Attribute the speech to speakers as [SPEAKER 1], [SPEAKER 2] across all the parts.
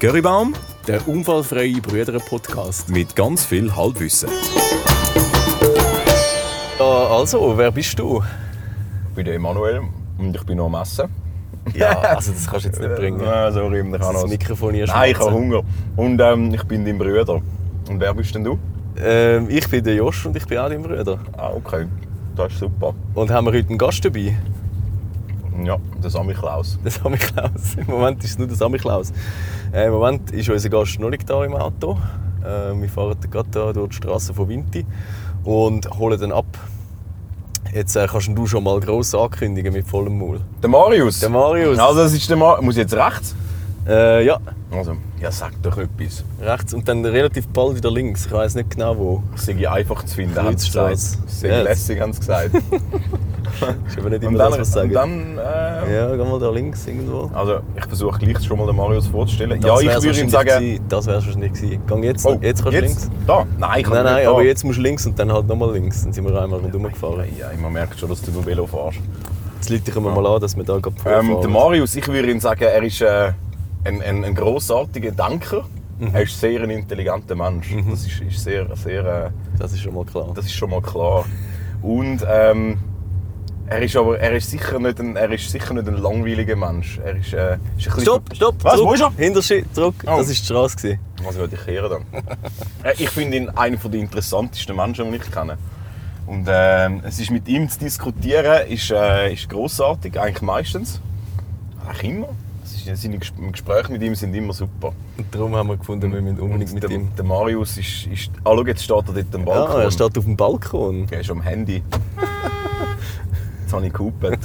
[SPEAKER 1] Currybaum
[SPEAKER 2] Der unfallfreie Brüder-Podcast.
[SPEAKER 1] mit ganz viel Halbwissen.
[SPEAKER 2] Ja, also, wer bist du?
[SPEAKER 3] Ich bin der Emanuel und ich bin noch am Essen.
[SPEAKER 2] Ja, also das kannst du jetzt nicht bringen.
[SPEAKER 3] Äh, sorry, ich
[SPEAKER 2] Das
[SPEAKER 3] habe
[SPEAKER 2] ist
[SPEAKER 3] noch...
[SPEAKER 2] das Mikrofon hier
[SPEAKER 3] Nein, ich
[SPEAKER 2] schmatzen.
[SPEAKER 3] habe Hunger. Und ähm, ich bin dein Bruder. Und wer bist denn du?
[SPEAKER 2] Ähm, ich bin der Josch und ich bin auch dein Bruder.
[SPEAKER 3] Ah, okay. Das ist super.
[SPEAKER 2] Und haben wir heute einen Gast dabei?
[SPEAKER 3] Ja, der Sami Klaus.
[SPEAKER 2] Der Sammy Klaus. Im Moment ist es nur der Sammy Klaus. Äh, Im Moment ist unser Gast noch nicht da im Auto. Äh, wir fahren gerade da durch die Straße von Vinti und holen ihn ab. Jetzt äh, kannst du schon mal gross ankündigen mit vollem Maul.
[SPEAKER 3] Der Marius.
[SPEAKER 2] Der Marius.
[SPEAKER 3] Also, das ist der Marius. Muss ich jetzt rechts?
[SPEAKER 2] Äh, ja,
[SPEAKER 3] Also, ja, sag doch etwas.
[SPEAKER 2] rechts und dann relativ bald wieder links. Ich weiß nicht genau wo.
[SPEAKER 3] Ich sage einfach zu finden, haben sie gesagt.
[SPEAKER 2] Kreuzstrasse.
[SPEAKER 3] Ich sage
[SPEAKER 2] Ja, jetzt-
[SPEAKER 3] lässig, haben sie gesagt.
[SPEAKER 2] Ist aber nicht
[SPEAKER 3] und
[SPEAKER 2] immer
[SPEAKER 3] dann,
[SPEAKER 2] das, was ich sage.
[SPEAKER 3] und dann äh,
[SPEAKER 2] ja, geh mal da links irgendwo.
[SPEAKER 3] Also, ich versuche gleich schon mal den Marius vorzustellen.
[SPEAKER 2] Das
[SPEAKER 3] ja,
[SPEAKER 2] wär's
[SPEAKER 3] ich würde
[SPEAKER 2] wahrscheinlich
[SPEAKER 3] ihm sagen... oh,
[SPEAKER 2] gewesen. Das wär's wahrscheinlich gewesen. Geh jetzt, jetzt kannst du links.
[SPEAKER 3] Da? Nein, ich
[SPEAKER 2] Nein,
[SPEAKER 3] kann
[SPEAKER 2] nein,
[SPEAKER 3] nicht
[SPEAKER 2] aber
[SPEAKER 3] da.
[SPEAKER 2] jetzt musst du links und dann halt nochmal links. Dann sind wir einmal rundherum gefahren.
[SPEAKER 3] Ja, man merkt schon, dass du Velo fährst.
[SPEAKER 2] Jetzt läuten wir mal an, dass wir da gerade
[SPEAKER 3] Ähm,
[SPEAKER 2] vorfahren.
[SPEAKER 3] der Marius, ich würde ihm sagen, er ist äh, ein, ein, ein grossartiger Denker.
[SPEAKER 2] Mhm.
[SPEAKER 3] Er ist sehr ein intelligenter Mensch. Das ist, ist sehr, sehr, äh,
[SPEAKER 2] das ist schon mal klar.
[SPEAKER 3] das ist schon mal klar. Und ähm, er ist aber, er ist sicher nicht ein, er ist sicher nicht ein langweiliger Mensch. Er ist, äh, ist ein bisschen-
[SPEAKER 2] Stopp, stopp,
[SPEAKER 3] Was,
[SPEAKER 2] zurück.
[SPEAKER 3] wo ist er?
[SPEAKER 2] Hinterschi- zurück.
[SPEAKER 3] Oh.
[SPEAKER 2] Das war die Straße. gewesen.
[SPEAKER 3] Was würde ich hören dann? Äh, ich finde ihn einer der interessantesten Menschen, die ich kenne. Und ähm, es ist mit ihm zu diskutieren, ist, äh, ist grossartig, eigentlich meistens. Eigentlich immer. Es ist, äh, seine Ges- Gespräche mit ihm sind immer super.
[SPEAKER 2] Und darum haben wir gefunden, wir müssen unbedingt mit
[SPEAKER 3] der,
[SPEAKER 2] ihm.
[SPEAKER 3] der Marius ist... ist ah, schau, jetzt steht er dort am Balkon.
[SPEAKER 2] Ah, er steht auf dem Balkon.
[SPEAKER 3] er ist am Handy. jetzt habe ich gehupet.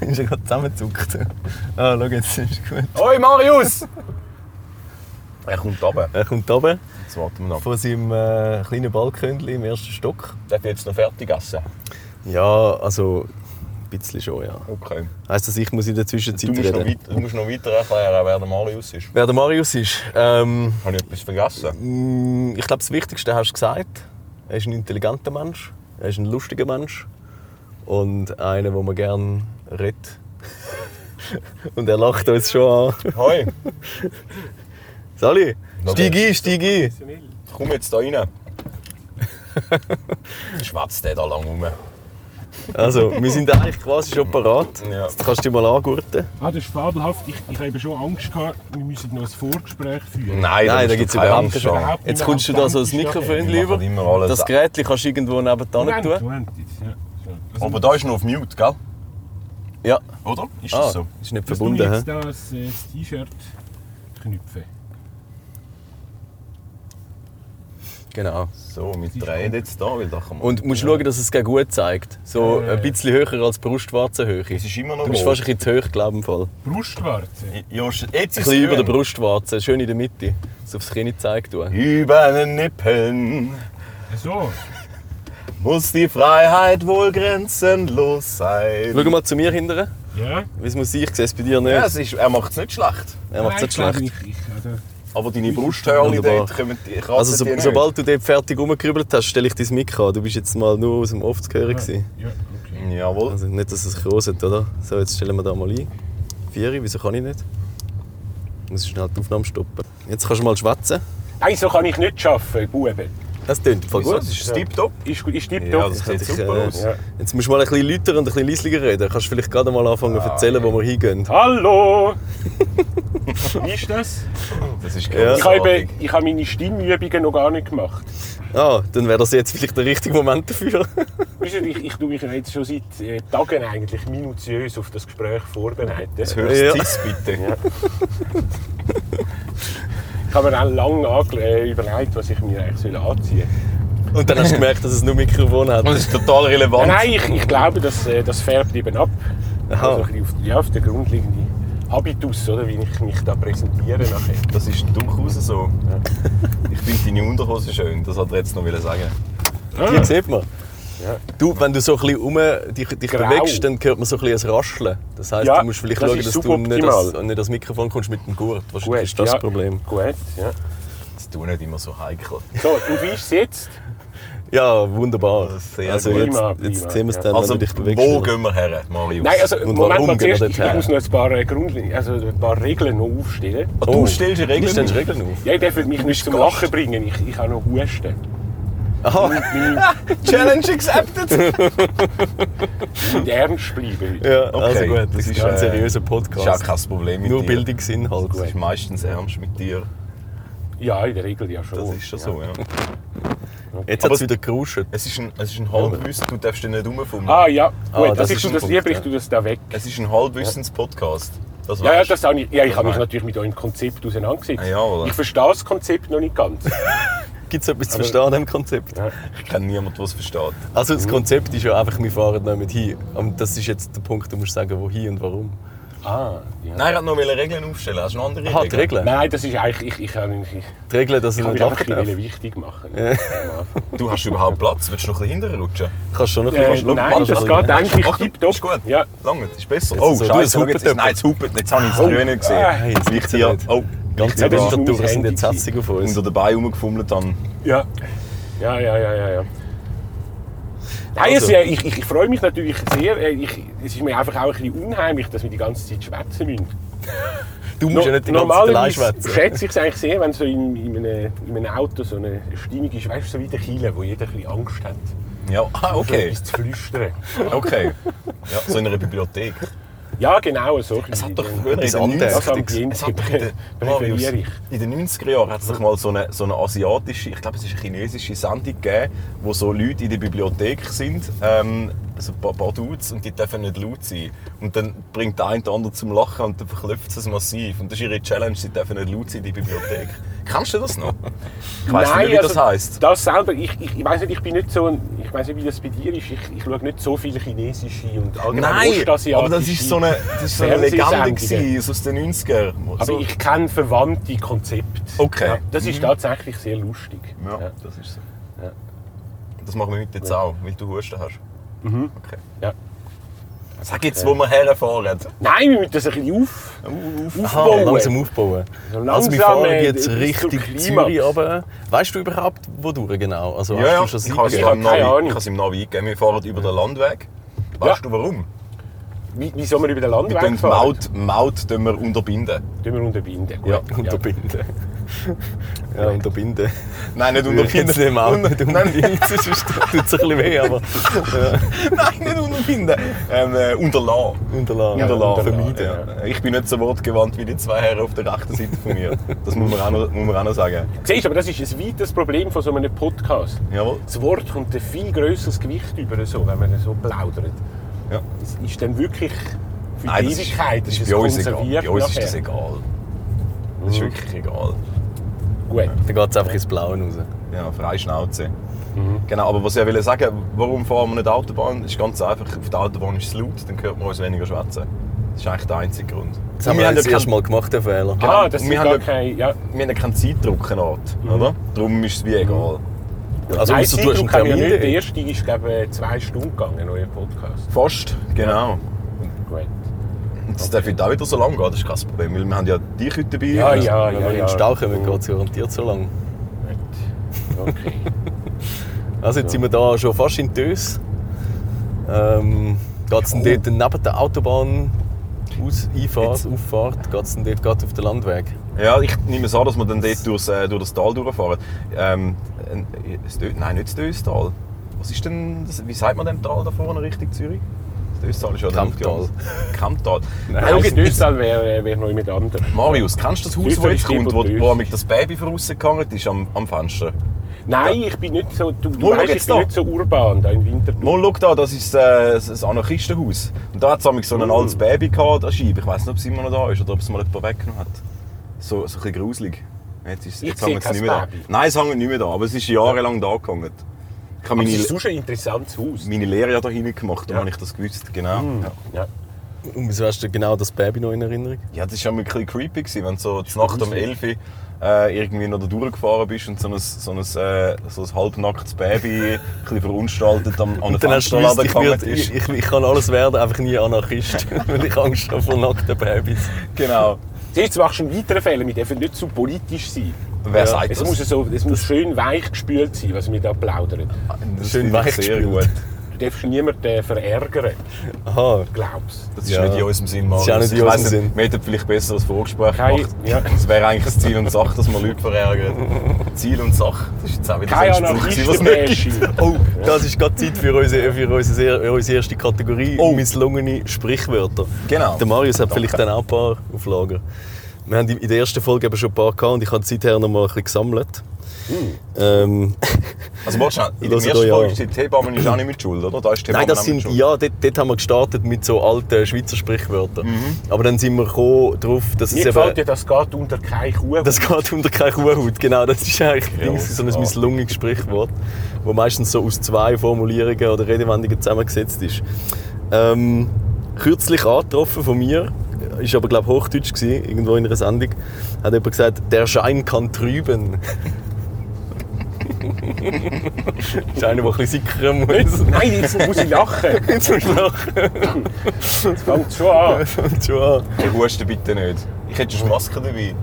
[SPEAKER 2] ist er gerade zusammengezuckt. Ah, schau, jetzt ist gut.
[SPEAKER 3] Hoi Marius! er kommt runter.
[SPEAKER 2] Er kommt runter
[SPEAKER 3] Jetzt warten wir noch.
[SPEAKER 2] von seinem äh, kleinen Balkönchen im ersten Stock.
[SPEAKER 3] Darf ich jetzt noch fertig essen?
[SPEAKER 2] Ja, also ein bisschen schon, ja.
[SPEAKER 3] Okay.
[SPEAKER 2] Heisst das, ich muss in der
[SPEAKER 3] Du
[SPEAKER 2] Zwischenzeit
[SPEAKER 3] musst, noch
[SPEAKER 2] reden?
[SPEAKER 3] weit, du musst noch weiter erklären, wer der Marius ist.
[SPEAKER 2] Wer der Marius ist, ähm,
[SPEAKER 3] Habe ich etwas vergessen?
[SPEAKER 2] Mm, Ich glaube, das Wichtigste hast du gesagt. Er ist ein intelligenter Mensch, er ist ein lustiger Mensch und einer, wo man gerne redet. und er lacht uns schon an.
[SPEAKER 3] Hoi,
[SPEAKER 2] Sali,
[SPEAKER 3] Na
[SPEAKER 2] steig ein, steig ein!
[SPEAKER 3] komm jetzt da rein. Schwätzt der da lang rum?
[SPEAKER 2] Also, wir sind eigentlich quasi schon parat.
[SPEAKER 3] Ja.
[SPEAKER 2] Jetzt kannst du dich mal angurten.
[SPEAKER 4] Ah, das ist fabelhaft. Ich, ich habe schon Angst gehabt, wir müssen noch ein Vorgespräch führen.
[SPEAKER 2] Nein,
[SPEAKER 3] Nein, musst
[SPEAKER 2] da
[SPEAKER 3] du
[SPEAKER 2] gibt es
[SPEAKER 3] keine
[SPEAKER 2] überhaupt
[SPEAKER 3] Angst
[SPEAKER 2] keine
[SPEAKER 3] haben.
[SPEAKER 4] Überhaupt
[SPEAKER 2] Jetzt
[SPEAKER 4] nicht
[SPEAKER 2] kommst du da so ein
[SPEAKER 4] am Stand ist
[SPEAKER 2] Mikrofon
[SPEAKER 3] Wir
[SPEAKER 2] lieber.
[SPEAKER 3] machen immer alles.
[SPEAKER 2] Das Gerät kannst du irgendwo nebenan
[SPEAKER 4] Moment,
[SPEAKER 2] tun.
[SPEAKER 4] Moment, jetzt, ja. So. Also,
[SPEAKER 3] Aber da ist noch auf Mute, gell?
[SPEAKER 2] Ja,
[SPEAKER 3] Oder? Ist
[SPEAKER 2] ah,
[SPEAKER 3] das so?
[SPEAKER 2] ist nicht
[SPEAKER 4] das tue ich
[SPEAKER 2] verbunden. hä?
[SPEAKER 4] jetzt da das, äh, das T-Shirt knüpfen.
[SPEAKER 2] Genau.
[SPEAKER 3] So, wir drehen jetzt da, weil da kann man...
[SPEAKER 2] Und musst schauen, dass es gegen gut zeigt. So
[SPEAKER 4] Ja, ja,
[SPEAKER 2] ein bisschen höher als die Brustwarzenhöhe.
[SPEAKER 3] Es ist immer noch
[SPEAKER 2] Du bist
[SPEAKER 3] rot.
[SPEAKER 2] fast ein bisschen zu hoch, glaube ich. im Fall. Ein
[SPEAKER 4] Brustwarze.
[SPEAKER 3] Ja, sch- jetzt ist es
[SPEAKER 2] bisschen über der
[SPEAKER 3] grün.
[SPEAKER 2] Brustwarze, schön in der Mitte. So aufs Kinn zeigt tun.
[SPEAKER 3] Über den Nippen
[SPEAKER 4] So,
[SPEAKER 3] muss die Freiheit wohl grenzenlos sein.
[SPEAKER 2] Schau mal zu mir hinterher.
[SPEAKER 4] ja.
[SPEAKER 2] Wie es muss ich, ich sehe es bei dir nicht.
[SPEAKER 3] Ja, es ist, er macht es nicht schlecht.
[SPEAKER 2] er macht es nicht
[SPEAKER 4] Nein,
[SPEAKER 2] schlecht.
[SPEAKER 4] Ich, ich, also,
[SPEAKER 3] Aber deine Brusthörli
[SPEAKER 2] Wunderbar.
[SPEAKER 3] dort kommen die kratzen
[SPEAKER 2] Also so,
[SPEAKER 3] die nicht.
[SPEAKER 2] sobald du dort fertig rumgerübelt hast, stelle ich dein Mic an. Du bist jetzt mal nur aus dem Off zu hören. gewesen.
[SPEAKER 4] ah, ja, okay.
[SPEAKER 3] Jawohl.
[SPEAKER 2] Also nicht, dass es groset, oder? So, jetzt stellen wir da mal ein. Vieri, wieso kann ich nicht? Ich muss schnell die Aufnahme stoppen. Jetzt kannst du mal schwätzen.
[SPEAKER 4] Nein, so kann ich nicht arbeiten, Buben.
[SPEAKER 2] Das tönt voll
[SPEAKER 3] Wieso?
[SPEAKER 2] gut.
[SPEAKER 3] Das ist tiptop.
[SPEAKER 4] Ist, ist
[SPEAKER 3] Ja,
[SPEAKER 4] tipptopp.
[SPEAKER 3] das
[SPEAKER 2] Jetzt,
[SPEAKER 3] sieht
[SPEAKER 2] ich,
[SPEAKER 3] super
[SPEAKER 2] äh,
[SPEAKER 3] aus.
[SPEAKER 2] jetzt musst du mal ein bisschen lauter und ein bisschen leisliger reden. Kannst du vielleicht gerade mal anfangen
[SPEAKER 4] Ah,
[SPEAKER 2] zu erzählen, wo wir hingehen?
[SPEAKER 4] Hallo! Wie ist das?
[SPEAKER 3] Das ist
[SPEAKER 4] Ich habe, eben- ich habe meine Stimmübungen noch gar nicht gemacht.
[SPEAKER 2] Ah, dann wäre das jetzt vielleicht der richtige Moment dafür.
[SPEAKER 4] Weisst du, Ich, ich tue mich ja jetzt schon seit äh, Tagen eigentlich minutiös auf das Gespräch vorbereiten.
[SPEAKER 3] Hörst
[SPEAKER 2] Ja.
[SPEAKER 3] du das bitte?
[SPEAKER 4] Ich habe mir auch lange ange- äh, überlegt, was ich mir eigentlich anziehen soll.
[SPEAKER 2] Und dann hast du gemerkt, dass es nur Mikrofon
[SPEAKER 3] Das
[SPEAKER 2] hat.
[SPEAKER 3] ist total relevant.
[SPEAKER 4] Ah, Nein, ich, ich glaube, das, äh, das färbt eben ab.
[SPEAKER 2] Aha.
[SPEAKER 4] Also ein bisschen auf, ja, auf den grundlegenden Habitus, oder, wie ich mich da präsentiere nachher.
[SPEAKER 3] Das ist durchaus so. Ich finde deine Unterhose schön, das hat er jetzt noch wollen sagen.
[SPEAKER 2] Die sieht man.
[SPEAKER 4] Ja.
[SPEAKER 2] Du, wenn du so ein bisschen um dich, dich
[SPEAKER 4] Grau.
[SPEAKER 2] bewegst, dann hört man so ein bisschen ein Rascheln. Das heisst,
[SPEAKER 4] Ja,
[SPEAKER 2] du musst vielleicht
[SPEAKER 4] das
[SPEAKER 2] schauen,
[SPEAKER 4] ist
[SPEAKER 2] dass du nicht
[SPEAKER 4] suboptimal.
[SPEAKER 2] das, nicht das Mikrofon kommst mit dem Gurt. Wahrscheinlich ist das
[SPEAKER 4] ja.
[SPEAKER 2] das Problem.
[SPEAKER 4] Gut, ja.
[SPEAKER 3] Das tue nicht immer so heikel.
[SPEAKER 4] So, und wie ist es jetzt?
[SPEAKER 2] Ja, wunderbar.
[SPEAKER 3] Sehr
[SPEAKER 2] also
[SPEAKER 3] gut.
[SPEAKER 2] jetzt,
[SPEAKER 4] Prima,
[SPEAKER 2] jetzt
[SPEAKER 4] prima,
[SPEAKER 2] sehen wir es
[SPEAKER 4] ja.
[SPEAKER 2] dann,
[SPEAKER 3] Also,
[SPEAKER 2] wenn du dich bewegst.
[SPEAKER 3] wo gehen wir her, Marius?
[SPEAKER 4] Nein, also
[SPEAKER 2] Und
[SPEAKER 4] Moment
[SPEAKER 2] warum
[SPEAKER 4] mal zuerst,
[SPEAKER 2] genau
[SPEAKER 4] ich, ich
[SPEAKER 2] dorthin?
[SPEAKER 4] muss noch ein paar, äh, Grundlinien, also ein paar Regeln noch aufstellen.
[SPEAKER 3] Ah, du stellst die Regeln
[SPEAKER 2] Du Oh. stellst
[SPEAKER 3] auf.
[SPEAKER 2] Regeln auf.
[SPEAKER 4] Ja, ich darf mich nicht zum
[SPEAKER 3] Gast.
[SPEAKER 4] Lachen bringen, ich, ich kann noch husten.
[SPEAKER 2] Aha,
[SPEAKER 3] Challenge accepted!
[SPEAKER 4] Und ernst bleiben heute.
[SPEAKER 2] ja,
[SPEAKER 3] Okay,
[SPEAKER 2] also gut.
[SPEAKER 3] das
[SPEAKER 2] Das ist
[SPEAKER 3] ist,
[SPEAKER 2] ein
[SPEAKER 3] äh,
[SPEAKER 2] seriöser
[SPEAKER 3] Das ist auch
[SPEAKER 2] Podcast.
[SPEAKER 3] kein Problem mit
[SPEAKER 2] Nur
[SPEAKER 3] dir.
[SPEAKER 2] Bildungsinhalt.
[SPEAKER 3] Das ist meistens ernst mit dir.
[SPEAKER 4] Ja, in der Regel ja schon.
[SPEAKER 3] Das
[SPEAKER 2] Oh,
[SPEAKER 3] ist schon
[SPEAKER 4] ja.
[SPEAKER 3] so, ja.
[SPEAKER 2] Jetzt hat
[SPEAKER 3] Aber-
[SPEAKER 2] es wieder geruscht.
[SPEAKER 3] Es ist ein, es ist ein Halbwissen, du darfst den nicht rumfummeln.
[SPEAKER 4] Ah ja,
[SPEAKER 2] Ah,
[SPEAKER 4] gut,
[SPEAKER 2] das
[SPEAKER 4] das
[SPEAKER 2] ist
[SPEAKER 4] ist schon
[SPEAKER 2] ein
[SPEAKER 4] das lieber,
[SPEAKER 2] Punkt,
[SPEAKER 4] ich tue das da weg.
[SPEAKER 3] Es ist ein Halbwissens-Podcast. Das
[SPEAKER 4] Ja, ja,
[SPEAKER 3] weißt du.
[SPEAKER 4] das auch nicht. Ja, ich habe mich
[SPEAKER 3] Nein.
[SPEAKER 4] natürlich mit eurem Konzept auseinandergesetzt.
[SPEAKER 3] Ah, ja, oder?
[SPEAKER 4] ich verstehe das Konzept noch nicht ganz.
[SPEAKER 2] Gibt es etwas zu verstehen an diesem Konzept?
[SPEAKER 3] Ich kenne niemanden, der es versteht.
[SPEAKER 2] Also das Konzept ist ja einfach, wir fahren nicht mit hin. Und das ist jetzt der Punkt, du musst sagen, wo hin und warum.
[SPEAKER 4] ah, ja.
[SPEAKER 3] Nein, er hat noch Regeln aufstellen. Hast du noch andere
[SPEAKER 2] Aha, die Regeln.
[SPEAKER 4] Nein, das ist eigentlich, ich, ich, kann- ich, ich
[SPEAKER 2] Die Regeln, dass ich
[SPEAKER 4] kann
[SPEAKER 2] nicht
[SPEAKER 4] mich einfach
[SPEAKER 2] lachen
[SPEAKER 4] ein
[SPEAKER 2] darf.
[SPEAKER 4] bisschen wichtig machen.
[SPEAKER 3] Du hast überhaupt Platz. Willst du noch ein bisschen hinterher rutschen?
[SPEAKER 2] Kannst schon noch ein
[SPEAKER 4] Äh,
[SPEAKER 2] bisschen
[SPEAKER 4] nein,
[SPEAKER 2] Kannst
[SPEAKER 4] das
[SPEAKER 2] schon
[SPEAKER 4] geht
[SPEAKER 2] noch ein bisschen-
[SPEAKER 4] eigentlich
[SPEAKER 3] Ach,
[SPEAKER 4] tipptopp.
[SPEAKER 3] ist gut.
[SPEAKER 4] Ja.
[SPEAKER 3] Lange, das ist besser.
[SPEAKER 2] Jetzt
[SPEAKER 3] Oh,
[SPEAKER 2] ist so, du,
[SPEAKER 3] scheiße.
[SPEAKER 2] es
[SPEAKER 3] schau, jetzt
[SPEAKER 2] hupet
[SPEAKER 3] ist, nein, es hupet. Jetzt habe ich das
[SPEAKER 4] Oh.
[SPEAKER 3] Grüne gesehen.
[SPEAKER 4] Ah,
[SPEAKER 2] jetzt
[SPEAKER 3] Liegt
[SPEAKER 2] hupet's
[SPEAKER 3] hier.
[SPEAKER 2] nicht.
[SPEAKER 3] Oh,
[SPEAKER 2] Ganz
[SPEAKER 4] Ja,
[SPEAKER 2] ja,
[SPEAKER 4] das ist
[SPEAKER 2] Temperatur
[SPEAKER 4] mein
[SPEAKER 2] sind
[SPEAKER 4] Handy
[SPEAKER 2] jetzt hetzig auf uns.
[SPEAKER 3] unter dabei rumgefummelt dann.
[SPEAKER 4] Ja. Ja, ja, ja, ja, ja. Nein,
[SPEAKER 2] Also.
[SPEAKER 4] es, äh, ich, ich, ich freue mich natürlich sehr. Äh, Ich, es ist mir einfach auch ein bisschen unheimlich, dass wir die ganze Zeit schwätzen müssen.
[SPEAKER 2] Du musst ja nicht die ganze Zeit allein
[SPEAKER 4] Normalerweise
[SPEAKER 2] schwätzen.
[SPEAKER 4] schätze ich es eigentlich sehr, wenn so in, in, einem, in einem Auto so eine Stimmung ist, weißt du, so wie der Kiele, wo jeder ein bisschen Angst hat,
[SPEAKER 3] Ja, ah,
[SPEAKER 4] so
[SPEAKER 3] okay.
[SPEAKER 4] etwas zu flüstern.
[SPEAKER 3] Okay. Ja, so in einer Bibliothek.
[SPEAKER 4] Ja, genau, so. ein
[SPEAKER 3] Es
[SPEAKER 4] bisschen
[SPEAKER 3] hat doch
[SPEAKER 4] den-
[SPEAKER 3] früher in den
[SPEAKER 2] Etwas anderes.
[SPEAKER 4] Das
[SPEAKER 3] 90
[SPEAKER 4] Ambiente
[SPEAKER 3] es hat doch in den- Marius,
[SPEAKER 4] präferiere ich.
[SPEAKER 3] in den 90er Jahren hat es doch mal so eine, so eine asiatische, ich glaube es ist eine chinesische Sendung gegeben, wo so Leute in der Bibliothek sind, ähm, so ein paar, paar Dudes und die dürfen nicht laut sein. Und dann bringt der eine den anderen zum Lachen und dann verklüpft es massiv. Und das ist ihre Challenge, sie dürfen nicht laut sein in der Bibliothek. Kennst du das noch? Ich weiss nicht, wie das heisst.
[SPEAKER 4] also, Das selber, ich, ich, ich weiß nicht, ich bin nicht so, ein- ich weiß nicht, wie das bei dir ist. Ich, ich schaue nicht so viele chinesische und allgemein
[SPEAKER 3] Nein,
[SPEAKER 4] ostasiatische
[SPEAKER 3] aber das ist so eine, das ist so eine Legende
[SPEAKER 4] Fernsehsendungen.
[SPEAKER 3] gewesen, aus den 90er.
[SPEAKER 4] Aber
[SPEAKER 3] so,
[SPEAKER 4] ich kenne verwandte Konzepte.
[SPEAKER 3] Okay. Mhm.
[SPEAKER 4] Ja, das ist tatsächlich sehr lustig.
[SPEAKER 3] Ja,
[SPEAKER 4] Ja.
[SPEAKER 3] das ist so.
[SPEAKER 4] Ja.
[SPEAKER 3] Das machen wir heute jetzt auch, weil du Husten hast. Okay.
[SPEAKER 4] Ja.
[SPEAKER 3] Sag jetzt, wo wir herfahren.
[SPEAKER 4] Nein, wir müssen das ein bisschen auf,
[SPEAKER 2] Aha,
[SPEAKER 4] aufbauen.
[SPEAKER 2] langsam aufbauen.
[SPEAKER 4] So
[SPEAKER 2] also wir
[SPEAKER 4] langsam,
[SPEAKER 2] fahren
[SPEAKER 4] äh,
[SPEAKER 2] jetzt
[SPEAKER 4] bis zum
[SPEAKER 2] richtig
[SPEAKER 4] Klimax.
[SPEAKER 2] Zürich runter. Weißt du überhaupt, wo durch genau? Also hast du schon
[SPEAKER 3] ich habe es
[SPEAKER 2] Siege?
[SPEAKER 4] hab
[SPEAKER 3] im Navi,
[SPEAKER 4] keine Ahnung.
[SPEAKER 3] ich habe es im Navi eingegeben. Wir fahren über den Landweg. Weißt
[SPEAKER 4] Ja.
[SPEAKER 3] du warum?
[SPEAKER 4] Wie, wie sollen wir über den
[SPEAKER 3] Wir
[SPEAKER 4] Landweg
[SPEAKER 3] tun die
[SPEAKER 4] fahren?
[SPEAKER 3] Maut, Maut tun wir unterbinden.
[SPEAKER 4] Tun wir unterbinden. Gut.
[SPEAKER 3] Ja,
[SPEAKER 2] Unterbinden. Ja, unterbinden.
[SPEAKER 3] Nein, nicht
[SPEAKER 2] Jetzt nicht
[SPEAKER 3] unterbinden.
[SPEAKER 2] im Auto,
[SPEAKER 3] Und-
[SPEAKER 2] du
[SPEAKER 3] nein,
[SPEAKER 2] unbedingt, sonst tut es ein bisschen weh, aber
[SPEAKER 3] nein, nicht unterbinden. Ähm, äh, unterlassen.
[SPEAKER 2] unterladen.
[SPEAKER 3] Unterlassen.
[SPEAKER 2] vermeiden.
[SPEAKER 3] Ja. Äh, Ich bin nicht so wortgewandt wie die zwei Herren auf der rechten Seite von mir. Das muss man auch noch, muss man auch noch sagen.
[SPEAKER 4] Siehst du, aber das ist ein weites Problem von so einem Podcast.
[SPEAKER 3] Jawohl.
[SPEAKER 4] Das Wort kommt ein viel grösseres Gewicht über, so, wenn man so plaudert.
[SPEAKER 3] Ja.
[SPEAKER 4] Das ist dann wirklich für
[SPEAKER 3] Nein,
[SPEAKER 4] die
[SPEAKER 3] das ist,
[SPEAKER 4] Ewigkeit
[SPEAKER 3] das ist
[SPEAKER 4] es
[SPEAKER 3] bei uns egal.
[SPEAKER 4] konserviert
[SPEAKER 3] Bei uns ist
[SPEAKER 4] nachher.
[SPEAKER 3] das egal. Das ist wirklich egal.
[SPEAKER 4] Gut.
[SPEAKER 2] Dann geht es einfach ins Blaue raus.
[SPEAKER 3] Ja, freie Schnauze. Genau, aber was ich will sagen, warum fahren wir nicht Autobahn? Ist ganz einfach, auf der Autobahn ist es laut, dann hört man uns weniger schwätzen. Das ist eigentlich der einzige Grund.
[SPEAKER 2] Das
[SPEAKER 3] Und
[SPEAKER 2] haben wir,
[SPEAKER 3] haben
[SPEAKER 2] das
[SPEAKER 3] ja
[SPEAKER 2] erste
[SPEAKER 3] keinen,
[SPEAKER 2] Mal gemacht, den Fehler.
[SPEAKER 3] Genau.
[SPEAKER 4] Ah, das
[SPEAKER 3] Und
[SPEAKER 4] ist
[SPEAKER 3] wir
[SPEAKER 4] gar
[SPEAKER 3] haben ja- Also,
[SPEAKER 4] kein... Ja.
[SPEAKER 3] wir haben ja keinen Zeitdruck an Ort, oder? Darum ist es wie egal.
[SPEAKER 2] Also,
[SPEAKER 4] Nein,
[SPEAKER 2] außer du hast einen
[SPEAKER 4] Zeitdruck haben wir
[SPEAKER 2] Termin.
[SPEAKER 4] nicht. Der
[SPEAKER 2] dort.
[SPEAKER 4] erste ist, glaube ich, zwei Stunden gegangen, neuer Podcast.
[SPEAKER 3] Fast, genau.
[SPEAKER 4] Gut.
[SPEAKER 3] Und das darf heute auch wieder so lang gehen, das ist kein Problem, weil wir haben ja dich heute dabei.
[SPEAKER 4] Ja, ja,
[SPEAKER 2] Wenn
[SPEAKER 4] ja,
[SPEAKER 2] wir in
[SPEAKER 4] ja.
[SPEAKER 2] den Stau kommen, geht es garantiert so lang.
[SPEAKER 4] Gut. Okay.
[SPEAKER 2] Also jetzt sind wir da schon fast in Dös. Ähm, geht es denn dort neben der Autobahn aus, Einfahrt, Auffahrt, geht es denn dort gerade auf den Landweg?
[SPEAKER 3] Ja, ich nehme es an, dass wir dann dort durchs, äh, durch das Tal durchfahren. Ähm, äh, das Dö- nein, nicht das Döstal. Was ist denn, das, wie sagt man dem Tal da vorne Richtung Zürich? Das Döstal ist ja dann auf die
[SPEAKER 2] Kamptal.
[SPEAKER 3] andere- Kamptal. Nein,
[SPEAKER 4] Nein,
[SPEAKER 3] schau
[SPEAKER 4] das
[SPEAKER 3] jetzt, jetzt,
[SPEAKER 4] Düssel wäre wär noch jemand anderes.
[SPEAKER 3] Marius, kennst du das Haus,
[SPEAKER 4] Döstal
[SPEAKER 3] das jetzt
[SPEAKER 4] ist die,
[SPEAKER 3] kommt,
[SPEAKER 4] wo
[SPEAKER 3] wo,
[SPEAKER 4] die
[SPEAKER 3] wo
[SPEAKER 4] Dös-
[SPEAKER 3] mit das Baby vorausgegangen ist am, am Fenster?
[SPEAKER 4] Nein, ich bin nicht so... Du, du
[SPEAKER 3] Nur schau
[SPEAKER 4] weißt, ich
[SPEAKER 3] jetzt
[SPEAKER 4] bin
[SPEAKER 3] da.
[SPEAKER 4] nicht so urban, da in Winterthur.
[SPEAKER 3] Mal schau da, das ist äh, ein Anarchistenhaus. Und da hat es nämlich so ein
[SPEAKER 2] Uh.
[SPEAKER 4] Mhm.
[SPEAKER 3] altes Baby gehabt, an der Scheibe. Ich weiß nicht, ob es immer noch da ist oder ob es mal jemand weggenommen hat. So, so ein bisschen gruselig. Jetzt, ist,
[SPEAKER 4] Ich
[SPEAKER 3] jetzt
[SPEAKER 4] sehe
[SPEAKER 3] hängt es
[SPEAKER 4] kein
[SPEAKER 3] nicht mehr da.
[SPEAKER 4] Baby.
[SPEAKER 3] Nein, es hängt nicht mehr da, aber es ist jahrelang da gehangen. Ich habe
[SPEAKER 4] Aber es
[SPEAKER 3] meine,
[SPEAKER 4] ist sonst ein interessantes Haus.
[SPEAKER 3] meine Lehre ja da hinten gemacht, darum
[SPEAKER 4] Ja.
[SPEAKER 3] habe ich das gewusst. Genau.
[SPEAKER 2] Mm.
[SPEAKER 3] Ja.
[SPEAKER 4] Ja.
[SPEAKER 2] Und wieso hast du genau das Baby noch in Erinnerung?
[SPEAKER 3] Ja, das war schon mal ein bisschen creepy, gewesen, wenn du so zur Nacht um 11 Uhr äh, irgendwie noch da durchgefahren bist und so ein, so ein, äh, so ein halbnacktes Baby ein bisschen verunstaltet am, an der
[SPEAKER 2] Dann hast du gewusst,
[SPEAKER 3] Fensterlade
[SPEAKER 2] ich,
[SPEAKER 3] gehangen
[SPEAKER 2] würd,
[SPEAKER 3] ist.
[SPEAKER 2] ich, ich, ich kann alles werden, einfach nie Anarchist, weil ich Angst habe vor nackten Babys.
[SPEAKER 3] Genau.
[SPEAKER 4] Siehst du, jetzt machst du einen weiteren Fehler. Wir dürfen nicht zu politisch sein.
[SPEAKER 3] Wer
[SPEAKER 2] Ja,
[SPEAKER 3] sagt
[SPEAKER 4] Es
[SPEAKER 3] das?
[SPEAKER 4] muss, so, es muss schön weich gespült sein, was wir da plaudern.
[SPEAKER 3] das
[SPEAKER 2] Schön
[SPEAKER 3] finde ich
[SPEAKER 2] weich
[SPEAKER 3] sehr
[SPEAKER 2] gespült.
[SPEAKER 3] gut.
[SPEAKER 4] Du darfst niemanden äh, verärgern,
[SPEAKER 2] Aha.
[SPEAKER 4] glaubst
[SPEAKER 3] Das ist
[SPEAKER 2] Ja.
[SPEAKER 3] nicht in unserem
[SPEAKER 2] Das
[SPEAKER 3] Sinn, Mann.
[SPEAKER 2] ist auch nicht in unserem Sinn.
[SPEAKER 3] Wir hätten vielleicht besser das Vorgespräch
[SPEAKER 4] Kein-
[SPEAKER 3] gemacht.
[SPEAKER 4] ja.
[SPEAKER 3] Es wäre eigentlich das Ziel und Sache, dass man Leute verärgert. Ziel und Sache. Das ist jetzt auch wieder
[SPEAKER 4] Keine
[SPEAKER 3] so ein Spruch, gewesen, was es nicht gibt.
[SPEAKER 4] Anarchisten-Bashing.
[SPEAKER 2] Oh, das ist gerade Zeit für unsere, für unsere, sehr, unsere erste Kategorie,
[SPEAKER 3] Oh.
[SPEAKER 2] misslungene Sprichwörter.
[SPEAKER 3] Genau.
[SPEAKER 2] Der Marius hat
[SPEAKER 3] Danke.
[SPEAKER 2] vielleicht dann auch ein paar auf Lager. Wir haben in der ersten Folge eben schon ein paar gehabt und ich habe seither noch mal ein bisschen gesammelt.
[SPEAKER 3] Uh.
[SPEAKER 2] Ähm,
[SPEAKER 3] Also, warte schnell. In der
[SPEAKER 2] Hört
[SPEAKER 3] ersten
[SPEAKER 2] euch
[SPEAKER 3] Folge
[SPEAKER 2] an.
[SPEAKER 3] ist die Hebammen ist auch nicht mit Schuld, oder? Da ist die
[SPEAKER 2] Nein,
[SPEAKER 3] Hebammen
[SPEAKER 2] das
[SPEAKER 3] auch mit
[SPEAKER 2] sind,
[SPEAKER 3] Schuld.
[SPEAKER 2] ja, dort, dort haben wir gestartet mit so alten Schweizer Sprichwörtern.
[SPEAKER 3] Mhm.
[SPEAKER 2] Aber dann sind wir gekommen darauf, dass
[SPEAKER 4] Mir
[SPEAKER 2] es eben,
[SPEAKER 4] gefällt ja, das geht unter keine Kuh.
[SPEAKER 2] das geht unter keine Kuhhaut. Genau, das ist eigentlich
[SPEAKER 3] Ja,
[SPEAKER 2] Ding, so ein
[SPEAKER 3] klar.
[SPEAKER 2] misslungenes Sprichwort, wo meistens so aus zwei Formulierungen oder Redewendungen zusammengesetzt ist. Ähm, kürzlich angetroffen von mir, ist aber glaube Hochdeutsch gewesen, irgendwo in einer Sendung, hat jemand gesagt, der Schein kann trüben. das ist einer, der ein bisschen sickern muss.
[SPEAKER 4] Nein, jetzt muss ich lachen.
[SPEAKER 2] Jetzt musst du lachen.
[SPEAKER 4] Jetzt fängt es schon an.
[SPEAKER 2] Das fängt schon an.
[SPEAKER 3] Die husten bitte nicht. Ich hätte schon Maske dabei.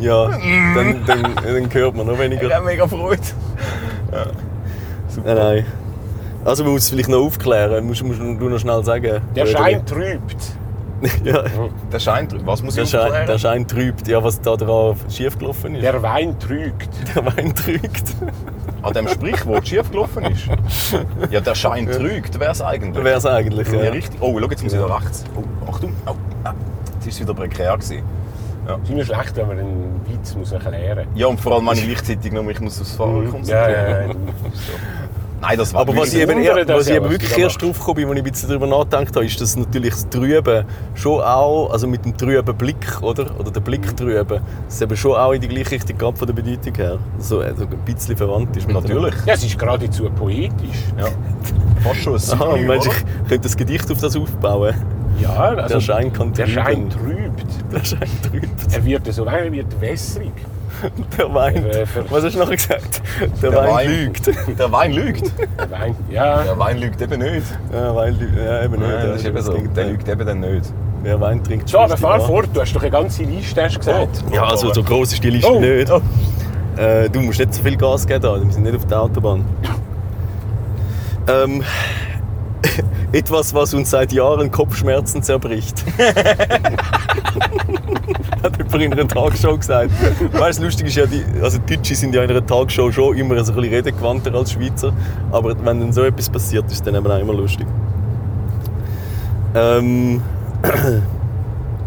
[SPEAKER 2] Ja, dann, dann, dann hört man noch
[SPEAKER 3] Ich
[SPEAKER 2] weniger.
[SPEAKER 3] habe mega Freude.
[SPEAKER 2] Nein, nein. Also man muss es vielleicht noch aufklären, musst, musst du noch schnell sagen.
[SPEAKER 4] Der Schein trübt.
[SPEAKER 2] Ja,
[SPEAKER 3] Der Schein drüben. Was muss
[SPEAKER 2] der
[SPEAKER 3] ich
[SPEAKER 2] Schein, der
[SPEAKER 3] aufklären?
[SPEAKER 2] Schein trübt. Ja, was da drauf schiefgelaufen ist.
[SPEAKER 4] Der Wein trügt.
[SPEAKER 2] Der Wein trügt.
[SPEAKER 3] An dem Sprichwort schief gelaufen ist. Ja, der Schein trügt. Wer es eigentlich?
[SPEAKER 2] Wäre es eigentlich.
[SPEAKER 3] Ja.
[SPEAKER 2] Ja.
[SPEAKER 3] richtig. Oh, schau, jetzt muss ich da rechts. Oh, Achtung. Au. Ah, Jetzt ist es wieder prekär. Gewesen.
[SPEAKER 4] Es ist immer schlecht, wenn man einen Witz muss erklären muss.
[SPEAKER 3] Ja, und vor allem meine ich gleichzeitig noch, ich muss aufs Fahren
[SPEAKER 4] Mhm. Ja,
[SPEAKER 3] konzentrieren.
[SPEAKER 4] ja, ja.
[SPEAKER 3] Nein, das war
[SPEAKER 2] Aber was ich
[SPEAKER 3] wirklich-
[SPEAKER 2] eben,
[SPEAKER 4] wundere
[SPEAKER 2] eher-
[SPEAKER 4] das
[SPEAKER 2] was ich
[SPEAKER 4] ja,
[SPEAKER 2] eben
[SPEAKER 4] was
[SPEAKER 2] wirklich
[SPEAKER 4] du da
[SPEAKER 2] erst drauf gekommen bin, als ich ein bisschen darüber nachgedacht habe, ist, dass natürlich das Trüben schon auch, also mit dem trüben Blick, oder? Oder der Blick trüben, dass es eben schon auch in die gleiche Richtung geht von der Bedeutung her. So also ein bisschen verwandt ist. miteinander.
[SPEAKER 3] Natürlich.
[SPEAKER 4] Ja, es ist geradezu poetisch.
[SPEAKER 3] Ja. Fast schon ein
[SPEAKER 2] Ah,
[SPEAKER 3] Synonym,
[SPEAKER 2] meinst du,
[SPEAKER 3] oder?
[SPEAKER 2] ich könnte das Gedicht auf das aufbauen?
[SPEAKER 4] Ja, also
[SPEAKER 2] Der Schein kann
[SPEAKER 4] der Schein
[SPEAKER 2] trüben.
[SPEAKER 4] trübt.
[SPEAKER 2] Der Schein trübt,
[SPEAKER 4] Er wird so wein, er wird wässrig.
[SPEAKER 2] der weint.
[SPEAKER 4] Äh, für-
[SPEAKER 2] Was hast du nachher gesagt? Der,
[SPEAKER 3] Der
[SPEAKER 2] Wein,
[SPEAKER 3] Wein
[SPEAKER 2] lügt.
[SPEAKER 3] Der Wein lügt.
[SPEAKER 4] Der Wein, ja.
[SPEAKER 3] Der Wein lügt eben nicht.
[SPEAKER 2] Ja, Wein lügt. Ja, eben nicht.
[SPEAKER 3] Nein,
[SPEAKER 2] ja,
[SPEAKER 3] das ist eben so.
[SPEAKER 2] Gegenteil.
[SPEAKER 3] Der lügt eben dann nicht.
[SPEAKER 2] Wer Wein trinkt,
[SPEAKER 4] So, aber
[SPEAKER 2] spricht
[SPEAKER 4] fahr
[SPEAKER 2] die Wahrheit.
[SPEAKER 4] fort, du hast doch eine ganze Liste hast du gesagt.
[SPEAKER 2] Ja, also so gross ist die Liste
[SPEAKER 4] Oh.
[SPEAKER 2] nicht. Äh, du musst nicht so viel Gas geben, da. wir sind nicht auf der Autobahn. Ähm, etwas, was uns seit Jahren Kopfschmerzen zerbricht. Hat jemand in einer Tagesschau gesagt. Weißt du, lustig ist ja, die, also die Deutschen sind ja in einer Tagesschau schon immer so ein bisschen redegewandter als Schweizer. Aber wenn dann so etwas passiert, ist es dann eben auch immer lustig. Ähm,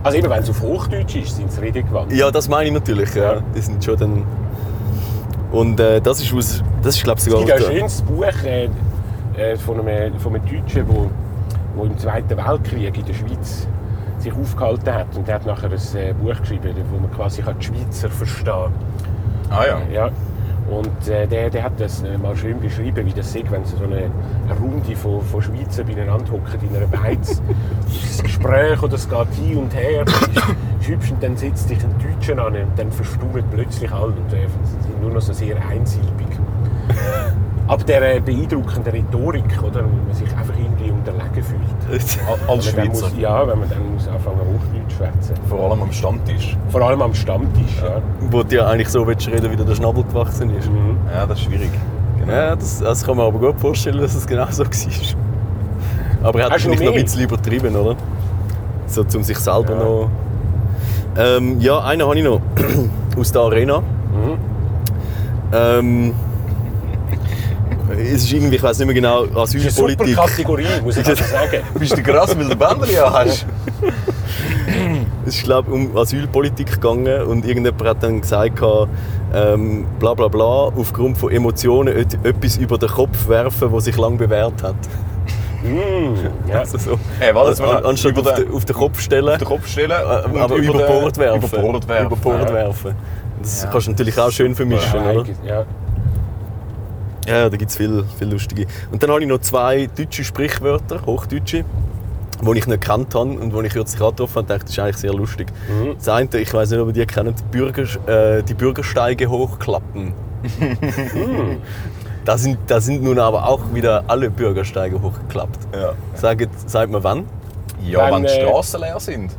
[SPEAKER 4] Also immer wenn es auf Hochdeutsch ist, sind es Redegewandt.
[SPEAKER 2] Ja, das meine ich natürlich. Ja. Die sind schon dann. Und äh, das ist aus. Das ist, glaube ich,
[SPEAKER 4] Es
[SPEAKER 2] sogar.
[SPEAKER 4] gibt ein
[SPEAKER 2] aus der-
[SPEAKER 4] schönes Buch äh, äh, von, einem, von einem Deutschen, wo, wo im Zweiten Weltkrieg in der Schweiz sich aufgehalten hat. Und der hat nachher ein äh, Buch geschrieben, wo man quasi kann die Schweizer verstehen kann.
[SPEAKER 3] Ah ja.
[SPEAKER 4] Ja. Und äh, der, der hat das äh, mal schön beschrieben, wie das ist, wenn so eine, eine Runde von, von Schweizer beieinander hocken in einer Beiz. das Gespräch oder es geht hin und her. Das ist- ist hübsch und dann sitzt dich ein Deutschen an und dann verstummen plötzlich alle und äh, sind nur noch so sehr einsilbig. Ab der äh, beeindruckenden Rhetorik, oder, wo man sich einfach irgendwie unterlegen fühlt.
[SPEAKER 2] Ah,
[SPEAKER 3] A- Als
[SPEAKER 4] Wenn man dann
[SPEAKER 3] Schweizer.
[SPEAKER 4] Muss, ja, wenn man dann muss anfangen Hochdeutsch zu schwätzen.
[SPEAKER 3] Vor allem am Stammtisch.
[SPEAKER 4] Vor allem am Stammtisch. Ja. Mhm.
[SPEAKER 2] Wo du ja eigentlich so willst reden, wie dir der Schnabel gewachsen ist.
[SPEAKER 3] Ja, das ist schwierig.
[SPEAKER 4] Genau.
[SPEAKER 2] Ja, das, das kann man aber gut vorstellen, dass es genau so war. Aber er hat
[SPEAKER 4] Hast du
[SPEAKER 2] wahrscheinlich
[SPEAKER 4] noch
[SPEAKER 2] noch ein
[SPEAKER 4] mehr?
[SPEAKER 2] bisschen übertrieben, oder? So, um sich selber
[SPEAKER 4] Ja.
[SPEAKER 2] noch. Ähm, ja, einen habe ich noch. Aus der Arena.
[SPEAKER 4] Mhm.
[SPEAKER 2] Ähm, es ist irgendwie, ich weiß nicht mehr genau,
[SPEAKER 4] Das ist eine super
[SPEAKER 2] Asylpolitik.
[SPEAKER 4] Kategorie, muss ich also sagen.
[SPEAKER 3] Bist du krass, weil du Bändchen ja hast?
[SPEAKER 2] Es ist, glaube um Asylpolitik gegangen und irgendjemand hat dann gesagt, ähm, bla bla bla, aufgrund von Emotionen et- etwas über den Kopf werfen, was sich lange bewährt hat.
[SPEAKER 4] Mm, ja.
[SPEAKER 2] Also so.
[SPEAKER 3] Hey, warte mal.
[SPEAKER 2] An- Anstatt
[SPEAKER 3] Über
[SPEAKER 2] auf
[SPEAKER 3] den-
[SPEAKER 2] den, auf den Kopf stellen,
[SPEAKER 3] Auf den Kopf stellen.
[SPEAKER 2] äh,
[SPEAKER 3] und
[SPEAKER 2] aber über,
[SPEAKER 3] den-
[SPEAKER 2] Bord werfen.
[SPEAKER 3] Über Bord werfen.
[SPEAKER 2] Über Bord werfen. Das kannst du natürlich auch schön vermischen, oder?
[SPEAKER 4] Ja.
[SPEAKER 2] Ja, da gibt es viel, viel lustige. Und dann habe ich noch zwei deutsche Sprichwörter, Hochdeutsche, die ich nicht gekannt habe und die ich kürzlich angetroffen habe und dachte, das ist eigentlich sehr lustig. Das eine, ich weiß nicht, ob ihr die kennt, Bürger, äh, die Bürgersteige hochklappen. da, sind, da sind nun aber auch wieder alle Bürgersteige hochgeklappt.
[SPEAKER 3] Ja.
[SPEAKER 2] Sagt, sagt man wann?
[SPEAKER 3] Ja, wenn,
[SPEAKER 4] Wenn,
[SPEAKER 3] die
[SPEAKER 4] äh,
[SPEAKER 3] Straßen leer sind.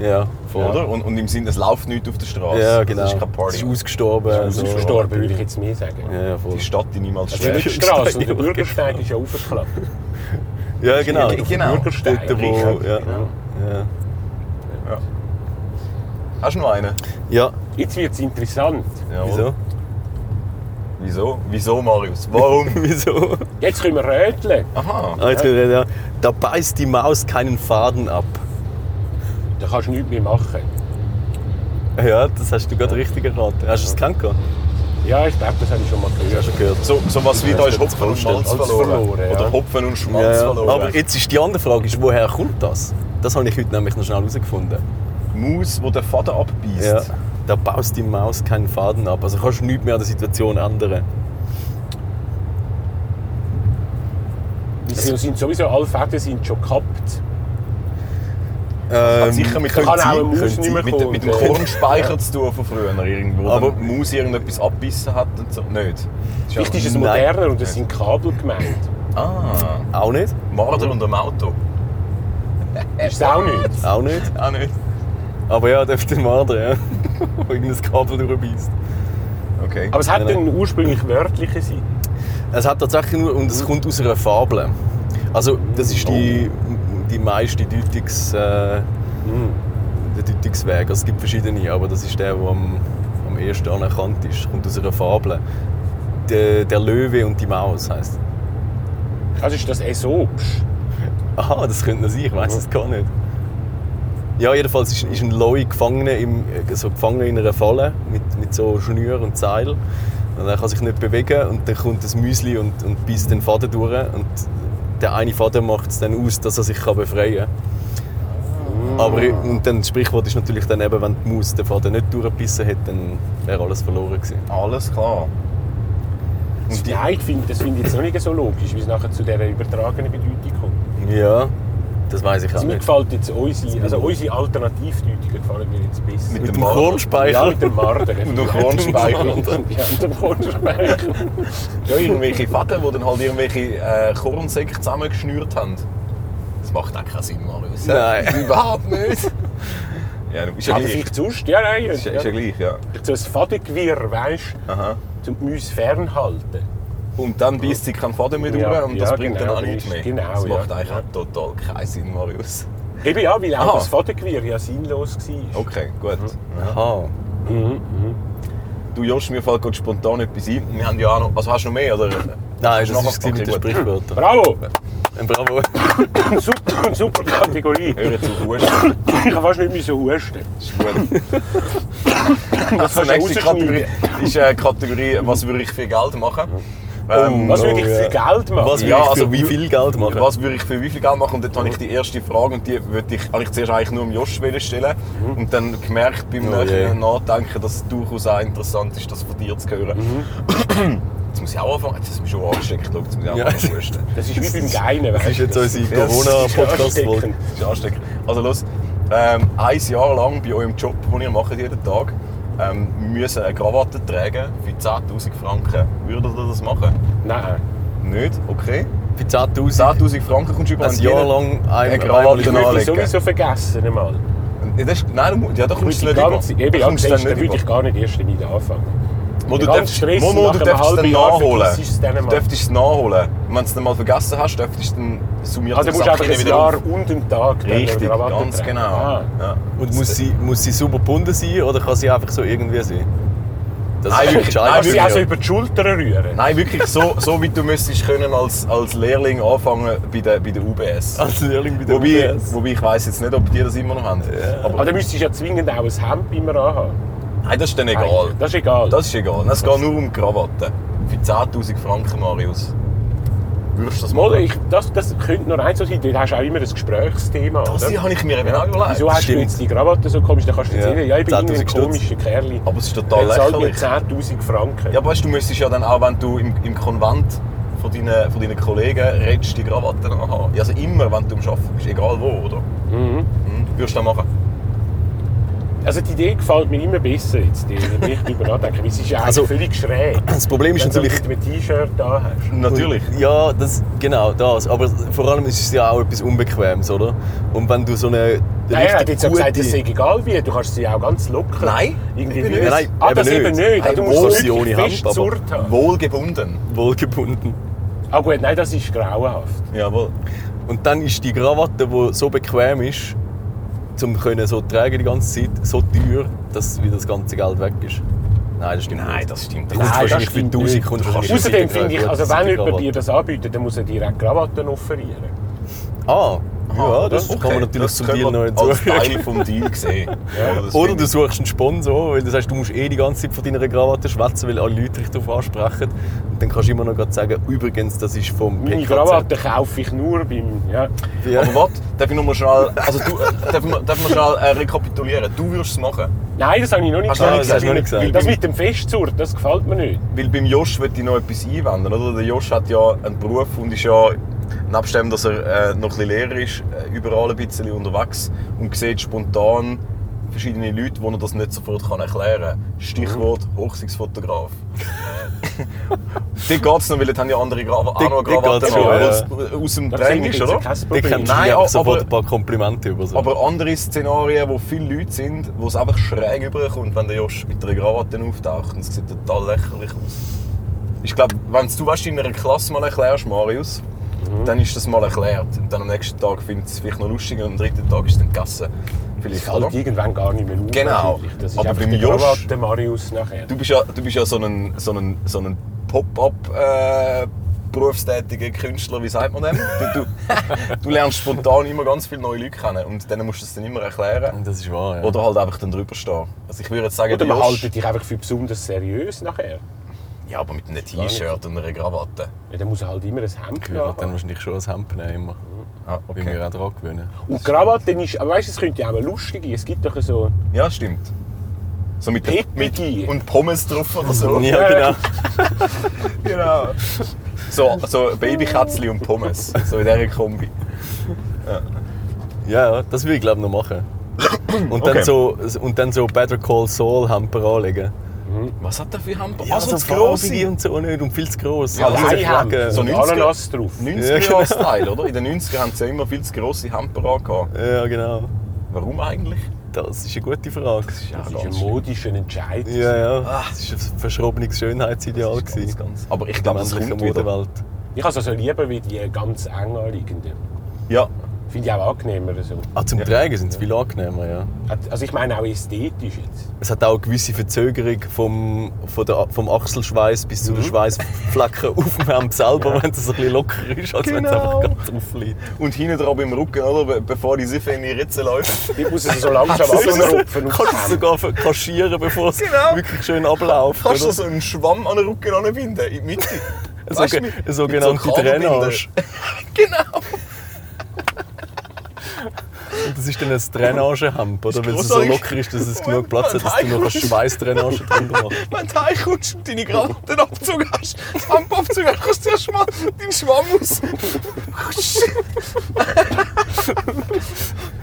[SPEAKER 2] Ja, voll.
[SPEAKER 3] Oder? Und, und im Sinne, es läuft nichts auf der Straße.
[SPEAKER 2] Ja, genau.
[SPEAKER 3] Das ist keine Party.
[SPEAKER 2] Es ist ausgestorben.
[SPEAKER 4] Das ist
[SPEAKER 2] so.
[SPEAKER 4] gestorben, würde ich jetzt mehr sagen.
[SPEAKER 2] Ja, ja, voll.
[SPEAKER 3] die Stadt, die niemals
[SPEAKER 4] Also nicht die
[SPEAKER 3] schläft.
[SPEAKER 4] Straße, und der
[SPEAKER 2] Stein, ja,
[SPEAKER 4] Bürgersteig ist ja aufgeklappt.
[SPEAKER 2] Ja, genau.
[SPEAKER 3] Ja, genau.
[SPEAKER 4] Bürgersteig,
[SPEAKER 2] Dort, wo,
[SPEAKER 4] Richard,
[SPEAKER 2] ja,
[SPEAKER 4] genau.
[SPEAKER 2] ja.
[SPEAKER 3] Hast du noch einen?
[SPEAKER 2] ja,
[SPEAKER 4] Jetzt wird es interessant.
[SPEAKER 3] Ja,
[SPEAKER 2] wieso?
[SPEAKER 3] oder? Wieso? Wieso, Marius? Warum?
[SPEAKER 2] wieso?
[SPEAKER 4] Jetzt können wir röteln.
[SPEAKER 3] Aha.
[SPEAKER 2] Ah, jetzt können wir, ja. Da beißt die Maus keinen Faden ab.
[SPEAKER 4] Da kannst du nichts mehr machen.
[SPEAKER 2] Ja, das hast du gerade richtig erraten. Hast du es gekannt? gehabt?
[SPEAKER 4] Ja, ich glaube, das habe ich schon mal gehört.
[SPEAKER 2] gehört.
[SPEAKER 3] So, so was wie da ist Hopfen und
[SPEAKER 2] vorstellen.
[SPEAKER 3] Malz
[SPEAKER 4] Alles
[SPEAKER 3] verloren.
[SPEAKER 4] verloren, ja.
[SPEAKER 3] Oder Hopfen und
[SPEAKER 2] Ja,
[SPEAKER 3] Schmalz
[SPEAKER 2] ja.
[SPEAKER 3] verloren.
[SPEAKER 2] Aber jetzt ist die andere Frage, ist, woher kommt das? Das habe ich heute nämlich noch schnell herausgefunden.
[SPEAKER 3] Maus, die den Faden abbeißt.
[SPEAKER 2] Da baust die Maus keinen Faden ab. Also kannst du nichts mehr an der Situation ändern.
[SPEAKER 4] Sie sind sowieso alle Fäden sind schon gekappt.
[SPEAKER 3] Hat sicher mit,
[SPEAKER 4] Ähm, kann auch eine Maus
[SPEAKER 3] könnte
[SPEAKER 4] nicht mehr
[SPEAKER 3] mit,
[SPEAKER 4] kommen.
[SPEAKER 3] mit dem Kornspeicher zu tun von früher irgendwo.
[SPEAKER 2] Aber-
[SPEAKER 3] Aber die Maus irgendetwas abbissen hat und so. Nicht. Das
[SPEAKER 4] Vielleicht ist es
[SPEAKER 2] Nein.
[SPEAKER 4] moderner und es sind Kabel gemeint.
[SPEAKER 3] Ah,
[SPEAKER 2] Auch nicht?
[SPEAKER 3] Marder und ein Auto.
[SPEAKER 4] Ist es auch nicht.
[SPEAKER 2] Auch nicht?
[SPEAKER 3] Auch nicht.
[SPEAKER 2] Aber ja, dürfte den Marder, ja. Wo irgendein Kabel durchbeißt.
[SPEAKER 3] Okay.
[SPEAKER 4] Aber es hat
[SPEAKER 2] Genau.
[SPEAKER 4] einen ursprünglich wörtlichen Sinn.
[SPEAKER 2] Es hat tatsächlich nur, und es kommt aus einer Fabel. Also, das ist die, die meiste Deutungs, äh,
[SPEAKER 4] Hm.
[SPEAKER 2] der Deutungsweg. Also, es gibt verschiedene, aber das ist der, der am, am ersten anerkannt ist. Kommt aus einer Fabel. Der, der Löwe und die Maus heisst.
[SPEAKER 4] Also ist das Esopsch.
[SPEAKER 2] Aha, das könnte noch sein, ich weiß es gar nicht. Ja, jedenfalls ist, ist ein Loi gefangen, im, also gefangen in einer Falle mit, mit so Schnür und Seil. Und er kann sich nicht bewegen und dann kommt das Müsli und, und beißt den Faden durch. Und der eine Faden macht es dann aus, dass er sich kann befreien kann. Aber und dann, das Sprichwort ist natürlich dann eben, wenn die Maus den Faden nicht durchgebissen hätte, dann wäre alles verloren gewesen.
[SPEAKER 3] Alles klar.
[SPEAKER 4] Und die ich finde, das finde ich jetzt noch nicht so logisch, wie es nachher zu dieser übertragenen Bedeutung kommt.
[SPEAKER 2] Ja, das weiß ich auch
[SPEAKER 4] Also mir
[SPEAKER 2] nicht.
[SPEAKER 4] gefällt jetzt unsere, also unsere Alternativdeutungen gefallen mir jetzt besser.
[SPEAKER 3] Mit
[SPEAKER 2] Mit
[SPEAKER 3] dem
[SPEAKER 2] dem
[SPEAKER 3] Marder.
[SPEAKER 4] ja,
[SPEAKER 2] Kornspeicher.
[SPEAKER 4] mit dem Marder.
[SPEAKER 3] Mit dem Kornspeicher.
[SPEAKER 4] Ja, mit dem Kornspeicher.
[SPEAKER 3] Ja, irgendwelche Faden, die dann halt irgendwelche äh, Kornsäcke zusammengeschnürt haben. Das macht auch keinen Sinn, Marius.
[SPEAKER 2] Nein.
[SPEAKER 3] Überhaupt nicht. Ja, ist ja
[SPEAKER 4] Aber
[SPEAKER 3] gleich.
[SPEAKER 4] vielleicht sonst, ja nein.
[SPEAKER 3] Ist, ja- ist ja gleich, ja.
[SPEAKER 4] So ein Fadengewirr, weißt du,
[SPEAKER 3] Aha.
[SPEAKER 4] um die Mäuse fernhalten.
[SPEAKER 3] Und dann beißt sie keinen Faden mehr drüber
[SPEAKER 4] Ja,
[SPEAKER 3] und das
[SPEAKER 4] ja,
[SPEAKER 3] bringt dann
[SPEAKER 4] genau,
[SPEAKER 3] auch
[SPEAKER 4] das
[SPEAKER 3] nichts
[SPEAKER 4] ist-
[SPEAKER 3] mehr.
[SPEAKER 4] genau,
[SPEAKER 3] das
[SPEAKER 4] ja.
[SPEAKER 3] macht eigentlich
[SPEAKER 4] Ja.
[SPEAKER 3] auch total keinen Sinn, Marius.
[SPEAKER 4] Eben ja, weil auch
[SPEAKER 3] Aha.
[SPEAKER 4] das Fadengewirr ja sinnlos war.
[SPEAKER 3] Okay, gut.
[SPEAKER 4] Mhm.
[SPEAKER 2] Aha.
[SPEAKER 3] Du, Josch, mir fällt gerade spontan etwas ein. Wir haben ja auch noch... Also hast du noch mehr, oder?
[SPEAKER 2] Nein,
[SPEAKER 3] Hast du
[SPEAKER 2] das
[SPEAKER 3] noch-
[SPEAKER 2] ist es mit den
[SPEAKER 3] okay, gut.
[SPEAKER 2] Sprichwörtern.
[SPEAKER 4] Bravo!
[SPEAKER 2] Ein Bravo.
[SPEAKER 4] Super, super Kategorie.
[SPEAKER 3] Hör jetzt auf, Husten.
[SPEAKER 4] Ich kann fast nicht mehr so husten.
[SPEAKER 3] Ist gut.
[SPEAKER 4] Das
[SPEAKER 3] Die
[SPEAKER 4] kannst du
[SPEAKER 3] nächste Kategorie
[SPEAKER 4] rausschneiden.
[SPEAKER 3] ist eine Kategorie, was würde ich für Geld machen?
[SPEAKER 4] Mhm.
[SPEAKER 3] Ähm,
[SPEAKER 4] Was
[SPEAKER 2] Oh,
[SPEAKER 4] würde ich
[SPEAKER 2] ja.
[SPEAKER 4] für Geld machen?
[SPEAKER 2] Was
[SPEAKER 3] Ja,
[SPEAKER 2] will ich
[SPEAKER 3] also
[SPEAKER 2] für wie
[SPEAKER 3] wir-
[SPEAKER 2] viel Geld machen?
[SPEAKER 3] Was würde ich für wie viel Geld machen? Und dort habe ich die erste Frage und die würde ich, habe ich zuerst eigentlich nur dem Josch wollen stellen und dann gemerkt beim
[SPEAKER 2] Mhm. Oh je.
[SPEAKER 3] näheren Nachdenken, dass es durchaus auch interessant ist, das von dir zu hören. Jetzt muss ich auch anfangen. Jetzt ist mir schon angesteckt. Schau, Jetzt muss ich auch
[SPEAKER 2] Mhm. Ja.
[SPEAKER 3] anfangen. husten.
[SPEAKER 4] Das ist wie beim Geinen,
[SPEAKER 2] Das ist
[SPEAKER 4] weißt du?
[SPEAKER 2] jetzt unsere
[SPEAKER 3] Ja, das ist
[SPEAKER 2] Corona-Podcast-Folge.
[SPEAKER 4] ansteckend.
[SPEAKER 3] Das ist ansteckend. Also los, ähm, ein Jahr lang bei eurem Job, den ihr macht jeden Tag, ähm, müssen eine Krawatte tragen für 10'000 Franken. Würdet ihr das machen?
[SPEAKER 4] Nein.
[SPEAKER 3] Nicht? Okay.
[SPEAKER 2] Für 10'000
[SPEAKER 3] 10'000 Franken kommst du überall
[SPEAKER 2] ein
[SPEAKER 3] an
[SPEAKER 2] Jahr
[SPEAKER 3] jeden-
[SPEAKER 2] lang
[SPEAKER 3] eine
[SPEAKER 2] ein, einmal
[SPEAKER 3] Krawatte
[SPEAKER 2] in
[SPEAKER 4] Ich
[SPEAKER 2] der
[SPEAKER 4] würde
[SPEAKER 3] anlegen.
[SPEAKER 4] ich sowieso vergessen einmal.
[SPEAKER 3] Ja, das ist, nein, du musst- ja, da
[SPEAKER 4] Ich würde
[SPEAKER 3] kommst du
[SPEAKER 4] die
[SPEAKER 3] nicht über.
[SPEAKER 4] ganze, eben,
[SPEAKER 3] Da
[SPEAKER 4] ja,
[SPEAKER 3] kommst du
[SPEAKER 4] dann
[SPEAKER 3] dann nicht
[SPEAKER 4] würde ich
[SPEAKER 3] über.
[SPEAKER 4] gar nicht erst damit anfangen.
[SPEAKER 3] Mo, du
[SPEAKER 4] den ganzen
[SPEAKER 3] darfst,
[SPEAKER 4] Stress
[SPEAKER 3] Mo, Mo,
[SPEAKER 4] nach
[SPEAKER 3] du
[SPEAKER 4] einem
[SPEAKER 3] darfst es dann
[SPEAKER 4] halben Jahr
[SPEAKER 3] nachholen.
[SPEAKER 4] vergisst du es dann
[SPEAKER 3] Du
[SPEAKER 4] mal.
[SPEAKER 3] darfst es nachholen. Wenn du es dann mal vergessen hast, darfst du es dann summiert
[SPEAKER 4] Also
[SPEAKER 3] im
[SPEAKER 4] musst du
[SPEAKER 3] Sack
[SPEAKER 4] einfach ein
[SPEAKER 3] wieder
[SPEAKER 4] Jahr
[SPEAKER 3] auf.
[SPEAKER 4] und einen Tag dann eine
[SPEAKER 3] Richtig,
[SPEAKER 4] Krawatte
[SPEAKER 3] ganz
[SPEAKER 4] tragen.
[SPEAKER 3] genau.
[SPEAKER 4] Ah.
[SPEAKER 3] Ja.
[SPEAKER 2] Und muss sie, muss sie super gebunden sein oder kann sie einfach so irgendwie sein? Das
[SPEAKER 3] Nein,
[SPEAKER 2] ist
[SPEAKER 3] wirklich-
[SPEAKER 2] entscheidend.
[SPEAKER 3] nein,
[SPEAKER 4] Kannst du sie
[SPEAKER 3] wirklich, also-
[SPEAKER 4] auch so
[SPEAKER 3] ja.
[SPEAKER 4] also über die Schulter rühren?
[SPEAKER 3] Nein, eh, wirklich, so, so wie du müsstest können als, als Lehrling anfangen bei der, bei der UBS.
[SPEAKER 2] Als Lehrling bei der
[SPEAKER 3] Wobei,
[SPEAKER 2] UBS.
[SPEAKER 3] wobei ich weiss jetzt nicht, ob die das immer noch haben. Aber
[SPEAKER 4] Aber dann müsstest du ja Ah, zwingend auch ein Hemd immer anhaben.
[SPEAKER 3] nein, das ist dann egal.
[SPEAKER 4] Das ist egal.
[SPEAKER 3] Das ist egal. Es geht nur um Krawatten. Für 10'000 Franken, Marius. Würdest du das
[SPEAKER 4] Mal,
[SPEAKER 3] machen?
[SPEAKER 4] ich, das, das könnte noch eins so sein, dort hast du auch immer ein Gesprächsthema.
[SPEAKER 3] Das
[SPEAKER 4] oder?
[SPEAKER 3] habe ich mir eben auch überlegt.
[SPEAKER 4] Wieso hast
[SPEAKER 2] stimmt.
[SPEAKER 4] du jetzt die Krawatte so komisch? Dann kannst du jetzt
[SPEAKER 2] Ja.
[SPEAKER 4] sagen, ja, ich bin
[SPEAKER 2] 10'000
[SPEAKER 4] irgendein
[SPEAKER 2] Stutz.
[SPEAKER 4] komischer Kerl.
[SPEAKER 3] Aber es ist total
[SPEAKER 4] Jetzt zahlt mir
[SPEAKER 3] lächerlich.
[SPEAKER 4] 10'000 Franken.
[SPEAKER 3] Ja, aber weißt, du müsstest ja dann auch, wenn du im, im Konvent von deinen, von deinen Kollegen redest, die Krawatte anhaben. Ja, Also immer, wenn du am Arbeiten bist, egal wo, oder? Mhm. Würdest du das machen?
[SPEAKER 4] Also die Idee gefällt mir immer besser jetzt, die wenn ich darüber nachdenke. weil Es ist ja eigentlich
[SPEAKER 2] Also,
[SPEAKER 4] völlig schräg.
[SPEAKER 2] Das Problem ist
[SPEAKER 4] wenn
[SPEAKER 2] natürlich.
[SPEAKER 4] du mit einem T-Shirt da hast.
[SPEAKER 3] Natürlich.
[SPEAKER 2] Ja, das, genau das. Aber vor allem ist es ja auch etwas Unbequemes, oder? Und wenn du so eine
[SPEAKER 4] Nein, er hat
[SPEAKER 2] richtig
[SPEAKER 4] jetzt ja
[SPEAKER 2] gute-
[SPEAKER 4] gesagt, es sei egal wie, du kannst sie auch ganz locker.
[SPEAKER 3] Nein,
[SPEAKER 4] irgendwie
[SPEAKER 3] eben
[SPEAKER 4] wie-
[SPEAKER 2] nicht.
[SPEAKER 4] Ah,
[SPEAKER 2] Eben
[SPEAKER 4] das eben
[SPEAKER 2] nicht.
[SPEAKER 4] nicht.
[SPEAKER 2] Nein, du
[SPEAKER 4] du musst
[SPEAKER 2] musst
[SPEAKER 4] sie
[SPEAKER 2] sie ohne Hand,
[SPEAKER 4] fest
[SPEAKER 2] aber-
[SPEAKER 4] gezurrt haben.
[SPEAKER 3] Wohlgebunden.
[SPEAKER 2] wohlgebunden.
[SPEAKER 4] Ah gut, nein, das ist grauenhaft.
[SPEAKER 3] Jawohl.
[SPEAKER 2] Und dann ist die Krawatte, die so bequem ist, zum können so zu tragen die ganze Zeit, so teuer, dass wie das ganze Geld weg ist. Nein, das stimmt
[SPEAKER 3] Nein,
[SPEAKER 2] nicht.
[SPEAKER 3] das stimmt
[SPEAKER 2] Du
[SPEAKER 3] nicht.
[SPEAKER 2] kommst
[SPEAKER 4] Nein, das
[SPEAKER 2] wahrscheinlich für
[SPEAKER 4] stimmt
[SPEAKER 2] 1000
[SPEAKER 4] nicht.
[SPEAKER 2] kommst
[SPEAKER 3] Du
[SPEAKER 2] wahrscheinlich
[SPEAKER 4] Außerdem
[SPEAKER 2] für 70
[SPEAKER 4] finde ich,
[SPEAKER 2] Euro
[SPEAKER 4] also
[SPEAKER 2] eine
[SPEAKER 4] wenn
[SPEAKER 2] gute
[SPEAKER 4] jemand
[SPEAKER 2] Krawatte.
[SPEAKER 4] dir das anbietet, dann muss er dir auch Krawatten offerieren.
[SPEAKER 2] Ah, ja, das
[SPEAKER 3] Okay,
[SPEAKER 2] kann man natürlich
[SPEAKER 3] das
[SPEAKER 2] zum
[SPEAKER 3] können
[SPEAKER 2] Deal noch
[SPEAKER 3] wir Als
[SPEAKER 2] hinzufügen.
[SPEAKER 3] Teil vom Deal sehen. Ja, das
[SPEAKER 2] Oder
[SPEAKER 3] finde
[SPEAKER 2] du
[SPEAKER 3] ich-
[SPEAKER 2] suchst einen Sponsor, weil du sagst, du musst eh die ganze Zeit von deiner Krawatte schwätzen, weil alle Leute dich darauf ansprechen. Und dann kannst du immer noch grad sagen, übrigens, das ist vom
[SPEAKER 4] Meine
[SPEAKER 2] PKZ.
[SPEAKER 4] Krawatte kaufe ich nur beim... Ja.
[SPEAKER 2] Ja.
[SPEAKER 3] Aber warte, darf ich noch mal schnell, also du, äh, darf man, darf man schnell äh, rekapitulieren? Du würdest es machen.
[SPEAKER 4] Nein, das habe ich noch nicht
[SPEAKER 3] Hast du noch nicht
[SPEAKER 2] gesagt? Hast du noch nicht
[SPEAKER 4] Das
[SPEAKER 3] gesagt?
[SPEAKER 4] mit dem Festzurrt, das gefällt mir nicht.
[SPEAKER 3] Weil beim Josh würde ich noch etwas einwenden, oder? Der Josh hat ja einen Beruf und ist ja, nebst dem, dass er äh, noch ein bisschen Lehrer ist, äh, überall ein bisschen unterwegs und sieht spontan verschiedene Leute, wo er das nicht sofort kann erklären kann. Stichwort
[SPEAKER 2] Mhm.
[SPEAKER 3] Hochzeitsfotograf. Dort geht es noch, weil dort haben ja andere Gra auch noch
[SPEAKER 2] Dort- dort
[SPEAKER 3] Krawatten
[SPEAKER 2] geht's
[SPEAKER 3] an,
[SPEAKER 2] schon,
[SPEAKER 3] weil
[SPEAKER 2] ja.
[SPEAKER 3] es äh, aus dem
[SPEAKER 4] Da
[SPEAKER 3] Trend
[SPEAKER 4] sehe ich
[SPEAKER 3] ist,
[SPEAKER 4] jetzt
[SPEAKER 3] oder?
[SPEAKER 4] kein
[SPEAKER 2] Dann kommst
[SPEAKER 4] Problem.
[SPEAKER 2] du
[SPEAKER 3] Nein,
[SPEAKER 2] einfach
[SPEAKER 3] aber-
[SPEAKER 2] sofort ein paar Komplimente über so.
[SPEAKER 3] Aber andere Szenarien, wo viele Leute sind, wo es einfach schräg überkommt, wenn der Josh mit einer Krawatte auftaucht und es sieht total lächerlich aus. Ich glaube, wenn es du weißt, in einer Klasse mal erklärst, Marius, dann ist das mal erklärt. Und dann am nächsten Tag findet es vielleicht noch lustig und am dritten Tag ist es dann Kasse. Vielleicht,
[SPEAKER 4] Das
[SPEAKER 3] oder?
[SPEAKER 4] fällt irgendwann gar nicht mehr auf.
[SPEAKER 3] Genau.
[SPEAKER 4] wahrscheinlich. Das ist
[SPEAKER 3] Aber
[SPEAKER 4] Aber einfach
[SPEAKER 3] beim
[SPEAKER 4] der
[SPEAKER 3] Josh-
[SPEAKER 4] Krawatte Marius nachher.
[SPEAKER 3] Du bist ja, du bist ja so ein, so ein, so ein Pop-up äh, berufstätiger Künstler, wie sagt man dem? Du, du, du lernst spontan immer ganz viele neue Leute kennen und denen musst du es dann immer erklären.
[SPEAKER 2] Das ist wahr, ja.
[SPEAKER 3] Oder halt einfach dann drüber stehen. Also ich würde jetzt sagen,
[SPEAKER 4] Oder
[SPEAKER 3] der
[SPEAKER 4] man
[SPEAKER 3] Josh-
[SPEAKER 4] haltet dich einfach für besonders seriös nachher.
[SPEAKER 3] Ja, aber mit einem
[SPEAKER 4] gar nicht.
[SPEAKER 3] T-Shirt und einer Krawatte.
[SPEAKER 4] Ja, dann muss er halt immer ein Hemd
[SPEAKER 2] ich würde dann
[SPEAKER 4] haben.
[SPEAKER 2] wahrscheinlich schon ein Hemd nehmen, immer.
[SPEAKER 3] Ah,
[SPEAKER 2] Weil wir auch daran gewöhnen.
[SPEAKER 4] Und die Krawatte ist, aber weißt du, es könnte ja auch mal lustig sein. Es gibt doch so...
[SPEAKER 3] Ja, stimmt. So mit, mit
[SPEAKER 4] Peppigi.
[SPEAKER 3] und Pommes drauf oder so.
[SPEAKER 2] Ja, genau.
[SPEAKER 3] genau. So, so Babykätzli und Pommes. So in dieser Kombi.
[SPEAKER 2] Ja, ja, das würde ich glaube ich, noch machen. Und dann,
[SPEAKER 3] Okay.
[SPEAKER 2] so, und dann so Better Call Saul Hemper anlegen.
[SPEAKER 3] Was hat der für Hamburg?
[SPEAKER 2] Ja,
[SPEAKER 3] ah, so
[SPEAKER 2] so
[SPEAKER 3] das grosse.
[SPEAKER 2] farbige und so oh, nicht und viel zu gross.
[SPEAKER 3] Ja,
[SPEAKER 2] Also,
[SPEAKER 3] allein
[SPEAKER 2] diese
[SPEAKER 4] Leihhemd.
[SPEAKER 2] Flaggen.
[SPEAKER 4] So
[SPEAKER 3] So
[SPEAKER 4] ein
[SPEAKER 3] 90er.
[SPEAKER 4] Ananas drauf.
[SPEAKER 3] 90er
[SPEAKER 2] Ja, genau.
[SPEAKER 3] Jahre Style, oder? In den 90ern haben sie ja immer viel zu grosse Hamper angehabt.
[SPEAKER 2] Ja, genau.
[SPEAKER 3] Warum eigentlich?
[SPEAKER 2] Das ist eine gute Frage.
[SPEAKER 3] Ja,
[SPEAKER 4] Das ist
[SPEAKER 3] ganz
[SPEAKER 4] ein
[SPEAKER 3] schlimm.
[SPEAKER 4] modischer Entscheid.
[SPEAKER 2] Ja, ja.
[SPEAKER 3] Ah.
[SPEAKER 2] Das war ein verschrobenes Schönheitsideal.
[SPEAKER 3] Das ist ganz,
[SPEAKER 2] gewesen.
[SPEAKER 3] ganz- Aber ich glaube, das
[SPEAKER 2] Männlicher
[SPEAKER 3] kommt wieder.
[SPEAKER 2] Modewelt.
[SPEAKER 4] Ich habe es also lieber wie die ganz eng anliegenden.
[SPEAKER 3] Ja,
[SPEAKER 4] Finde ich auch angenehmer. So.
[SPEAKER 2] Ah, zum Tragen sind es viel angenehmer, ja.
[SPEAKER 4] Also ich meine auch ästhetisch jetzt.
[SPEAKER 2] Es hat auch eine gewisse Verzögerung vom, von der, vom Achselschweiß bis
[SPEAKER 3] Mhm.
[SPEAKER 2] zu den Schweißflecken auf dem Hemd selber, wenn es ein bisschen lockerer ist, als wenn es
[SPEAKER 3] Genau.
[SPEAKER 2] einfach gerade drauf liegt.
[SPEAKER 3] und hinten dran beim Rücken, oder? Be- Bevor die Siffe in die Ritze läuft.
[SPEAKER 4] Ich muss es so langsam abschrupfen. und
[SPEAKER 2] Also, Kannst du es
[SPEAKER 4] zusammen.
[SPEAKER 2] sogar ver- kaschieren, bevor es
[SPEAKER 3] Genau.
[SPEAKER 2] wirklich schön abläuft.
[SPEAKER 3] Kannst du
[SPEAKER 2] oder?
[SPEAKER 3] so einen Schwamm an den Rücken anbinden, in die Mitte?
[SPEAKER 2] Eine
[SPEAKER 3] Weißt du,
[SPEAKER 2] soge-
[SPEAKER 3] mit-
[SPEAKER 2] eine sogenannte
[SPEAKER 3] mit so Kabelbinden.
[SPEAKER 2] Drainage.
[SPEAKER 3] genau.
[SPEAKER 2] Und das ist dann ein Drainagehemd, oder? Weil es so
[SPEAKER 3] grossartig.
[SPEAKER 2] locker ist, dass es genug Platz hat, dass du noch eine Schweißdrainage drunter machst.
[SPEAKER 3] Wenn du heimkommst und deine Granatenabzug hast, den Handabzug hast, kannst du erst mal deinen Schwamm aus.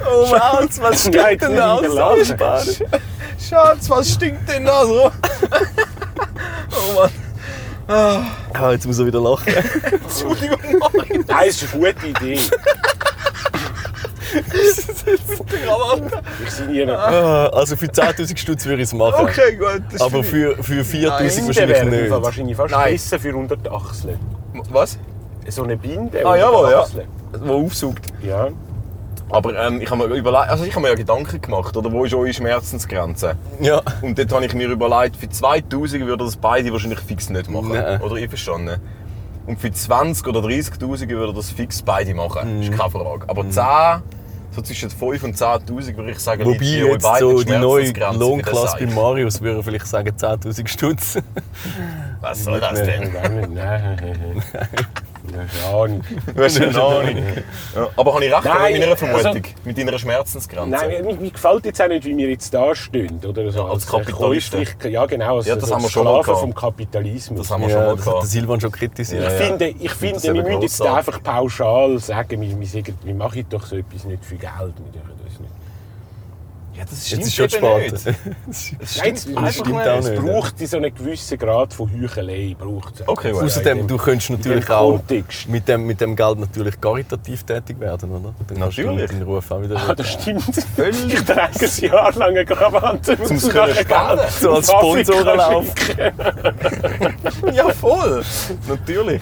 [SPEAKER 3] oh Schatz, was
[SPEAKER 4] Nein, jetzt muss ich wieder lachen.
[SPEAKER 3] Schatz, was stinkt denn da so? oh Mann,
[SPEAKER 2] Ah, jetzt muss er wieder lachen.
[SPEAKER 3] Entschuldigung, Marius,
[SPEAKER 4] Nein, es ist eine gute Idee.
[SPEAKER 3] die Granate.
[SPEAKER 4] Ich signiere.
[SPEAKER 2] Ah, Also für 10.000 Stutz würde ich es machen.
[SPEAKER 3] Okay, gut. das
[SPEAKER 2] Aber
[SPEAKER 3] finde
[SPEAKER 2] für, für 4.000
[SPEAKER 3] Nein.
[SPEAKER 2] wahrscheinlich
[SPEAKER 4] wäre
[SPEAKER 2] nicht.
[SPEAKER 4] im Fall wahrscheinlich fast
[SPEAKER 3] Nein.
[SPEAKER 4] besser für unter die Achseln.
[SPEAKER 3] ich- Was?
[SPEAKER 4] So eine Binde
[SPEAKER 3] Ah, jawohl, ja.
[SPEAKER 4] Achseln.
[SPEAKER 3] Wo aufsaugt.
[SPEAKER 4] Ja.
[SPEAKER 3] Aber ähm, ich habe mir überlegt, also ich habe mir ja Gedanken gemacht, oder wo ist eure Schmerzensgrenze?
[SPEAKER 2] Ja.
[SPEAKER 3] Und dort habe ich mir überlegt, für 2000 würde das beide wahrscheinlich fix nicht machen.
[SPEAKER 2] Nein.
[SPEAKER 3] Oder ich verstanden. Und für 20 oder 30.000 würde das fix beide
[SPEAKER 2] Mhm.
[SPEAKER 3] machen. Ist keine Frage. Aber 10, so zwischen 5 und 10.000 würde ich sagen,
[SPEAKER 2] Wobei
[SPEAKER 3] liegt bei euch
[SPEAKER 2] jetzt
[SPEAKER 3] beiden
[SPEAKER 2] so die neue
[SPEAKER 3] Schmerzensgrenze,
[SPEAKER 2] Lohnklasse
[SPEAKER 3] wie ihr
[SPEAKER 2] bei
[SPEAKER 3] sagt.
[SPEAKER 2] Marius würde vielleicht sagen 10.000 Stutz.
[SPEAKER 3] Was soll das
[SPEAKER 2] Nee.
[SPEAKER 3] denn?
[SPEAKER 4] Nein, nein. Nein.
[SPEAKER 3] Weißt du, noch nicht. Ja, aber habe ich recht
[SPEAKER 4] Nein,
[SPEAKER 3] mit meiner Vermutung?
[SPEAKER 4] also-
[SPEAKER 3] mit deiner Schmerzensgrenze?
[SPEAKER 4] Nein, mir, mir gefällt jetzt auch nicht, wie wir jetzt da stehen. Oder? So
[SPEAKER 3] Als Kapitalisten.
[SPEAKER 4] käuflich- Ja, genau. Als,
[SPEAKER 3] Ja, das
[SPEAKER 4] so
[SPEAKER 3] haben wir schon mal
[SPEAKER 4] Sklaven
[SPEAKER 3] gehabt.
[SPEAKER 4] vom Kapitalismus.
[SPEAKER 3] das haben wir schon
[SPEAKER 2] ja,
[SPEAKER 3] mal
[SPEAKER 2] das hat der
[SPEAKER 3] gehabt.
[SPEAKER 2] Silvan schon kritisiert.
[SPEAKER 3] Ja,
[SPEAKER 4] Ich
[SPEAKER 3] ja.
[SPEAKER 4] finde, ich finde
[SPEAKER 3] das
[SPEAKER 4] wir
[SPEAKER 3] eben
[SPEAKER 4] müssen jetzt
[SPEAKER 3] grossartig.
[SPEAKER 4] einfach pauschal sagen, wir, wir, sagen, wir machen doch so etwas nicht für Geld. Wir dürfen das nicht.
[SPEAKER 3] Ja, das
[SPEAKER 2] Jetzt
[SPEAKER 3] stimmt
[SPEAKER 2] ist schon
[SPEAKER 3] eben
[SPEAKER 2] spät.
[SPEAKER 3] nicht.
[SPEAKER 2] Es ist-
[SPEAKER 3] Nein,
[SPEAKER 4] es
[SPEAKER 3] das
[SPEAKER 2] das
[SPEAKER 3] einfach
[SPEAKER 2] stimmt
[SPEAKER 3] nicht.
[SPEAKER 2] auch
[SPEAKER 4] Es
[SPEAKER 2] nicht.
[SPEAKER 4] braucht so einen gewissen Grad von Heuchelei. Braucht's.
[SPEAKER 3] Okay, well.
[SPEAKER 2] Außerdem, du könntest natürlich
[SPEAKER 4] dem
[SPEAKER 2] auch
[SPEAKER 4] Kontext.
[SPEAKER 2] mit dem, mit dem Geld natürlich karitativ tätig werden, oder? Dann kannst du
[SPEAKER 3] Natürlich.
[SPEAKER 2] deinen Ruf auch wieder.
[SPEAKER 4] Ah, das stimmt. Ich trage ein Jahr lang eine Krawatte.
[SPEAKER 3] Um es
[SPEAKER 4] nachher
[SPEAKER 3] können sparen.
[SPEAKER 4] Geld
[SPEAKER 2] So als
[SPEAKER 4] auf Afrika
[SPEAKER 2] Sponsorenlauf.
[SPEAKER 4] schicken.
[SPEAKER 3] ja, voll. Natürlich.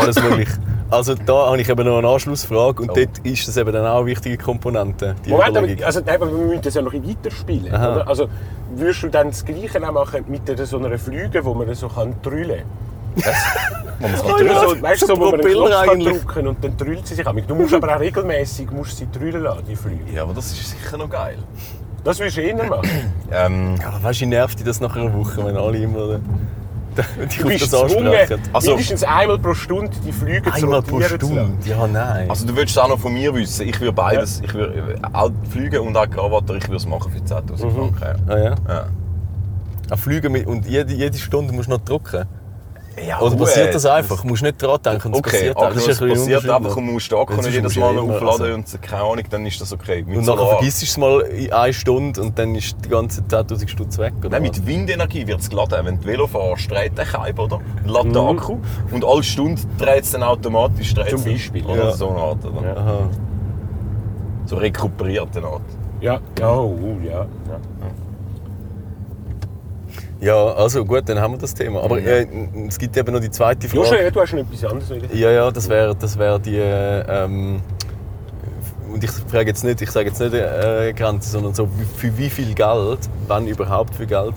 [SPEAKER 2] Alles möglich. Also da habe ich eben noch eine Anschlussfrage und
[SPEAKER 3] Oh.
[SPEAKER 2] dort ist das eben dann auch eine wichtige Komponente, die
[SPEAKER 4] Moment,
[SPEAKER 2] Überlegung.
[SPEAKER 4] aber, also, nein, aber wir müssen das ja noch ein bisschen weiterspielen.
[SPEAKER 2] Aha.
[SPEAKER 4] Oder? Also, würdest du dann das Gleiche auch machen mit einer- so einer Flüge, wo man so kann drüllen
[SPEAKER 2] Oh
[SPEAKER 4] kann?
[SPEAKER 2] ja,
[SPEAKER 4] so, weißt du,
[SPEAKER 2] so
[SPEAKER 4] so, wo man einen
[SPEAKER 2] Propeller
[SPEAKER 4] Knopf kann
[SPEAKER 2] eigentlich.
[SPEAKER 4] drücken und dann drüllt sie sich an. Du musst aber auch regelmäßig musst sie drüllen lassen, die Flüge.
[SPEAKER 3] Ja, aber das ist sicher noch geil.
[SPEAKER 4] Das würdest du eher machen.
[SPEAKER 3] Ähm,
[SPEAKER 2] Ja, weißt du, nervt dich das nach einer Woche, wenn alle immer äh, dich
[SPEAKER 4] Du
[SPEAKER 2] auf
[SPEAKER 4] bist
[SPEAKER 2] das
[SPEAKER 4] gezwungen,
[SPEAKER 2] ansprechen?
[SPEAKER 3] Also-
[SPEAKER 4] mindestens einmal pro Stunde die Flüge zu
[SPEAKER 2] Einmal pro
[SPEAKER 4] rotieren zu
[SPEAKER 2] Stunde?
[SPEAKER 4] lassen.
[SPEAKER 2] Ja, nein.
[SPEAKER 3] also du würdest es auch noch von mir wissen. Ich würde beides, ich würde äh, auch fliegen und auch Krawatte, ich würde es machen für 10'000 Franken.
[SPEAKER 2] ah, ja.
[SPEAKER 3] Ja.
[SPEAKER 2] An Flügen mit, und jede, jede Stunde musst du noch drucken.
[SPEAKER 3] Ja. Ja,
[SPEAKER 2] Oder
[SPEAKER 3] gut.
[SPEAKER 2] passiert das einfach? Du musst nicht dran denken, es
[SPEAKER 3] Okay,
[SPEAKER 2] passiert
[SPEAKER 3] aber das
[SPEAKER 2] ist ein bisschen
[SPEAKER 3] passiert
[SPEAKER 2] Unterschied ne?
[SPEAKER 3] einfach
[SPEAKER 2] noch.
[SPEAKER 3] und musst da
[SPEAKER 2] Ja,
[SPEAKER 3] können
[SPEAKER 2] sonst
[SPEAKER 3] jedes
[SPEAKER 2] musst du
[SPEAKER 3] Mal
[SPEAKER 2] eh immer-
[SPEAKER 3] aufladen
[SPEAKER 2] also-
[SPEAKER 3] und so, keine Ahnung, dann ist das okay. Mit
[SPEAKER 2] Und nachher
[SPEAKER 3] Solar.
[SPEAKER 2] vergisst du es mal in eine Stunde und dann ist die ganze 10'000 Stutz weg, oder
[SPEAKER 3] Nein,
[SPEAKER 2] was?
[SPEAKER 3] mit Windenergie wird es geladen. Wenn du Velo fährst, dreht der Keim, oder? Lad den
[SPEAKER 2] Mhm.
[SPEAKER 3] Akku und alle Stunde dreht es dann automatisch. dreht's
[SPEAKER 4] Zum
[SPEAKER 3] dann,
[SPEAKER 4] Beispiel,
[SPEAKER 3] Oder
[SPEAKER 2] ja.
[SPEAKER 3] so eine Art. Oder?
[SPEAKER 4] Ja.
[SPEAKER 2] Aha.
[SPEAKER 3] So rekuperierte Art.
[SPEAKER 4] Ja, ja, oh, ja. ja.
[SPEAKER 2] Ja, also gut, dann haben wir das Thema. Aber äh, n- es gibt eben noch die zweite Frage.
[SPEAKER 4] Joshua, ja, du hast noch etwas anderes. wieder.
[SPEAKER 2] Ja, ja, das wäre das wär die. äh, Ähm, und ich frage jetzt nicht, ich sage jetzt nicht äh, Grenze, sondern so, wie- für wie viel Geld, wenn überhaupt für Geld,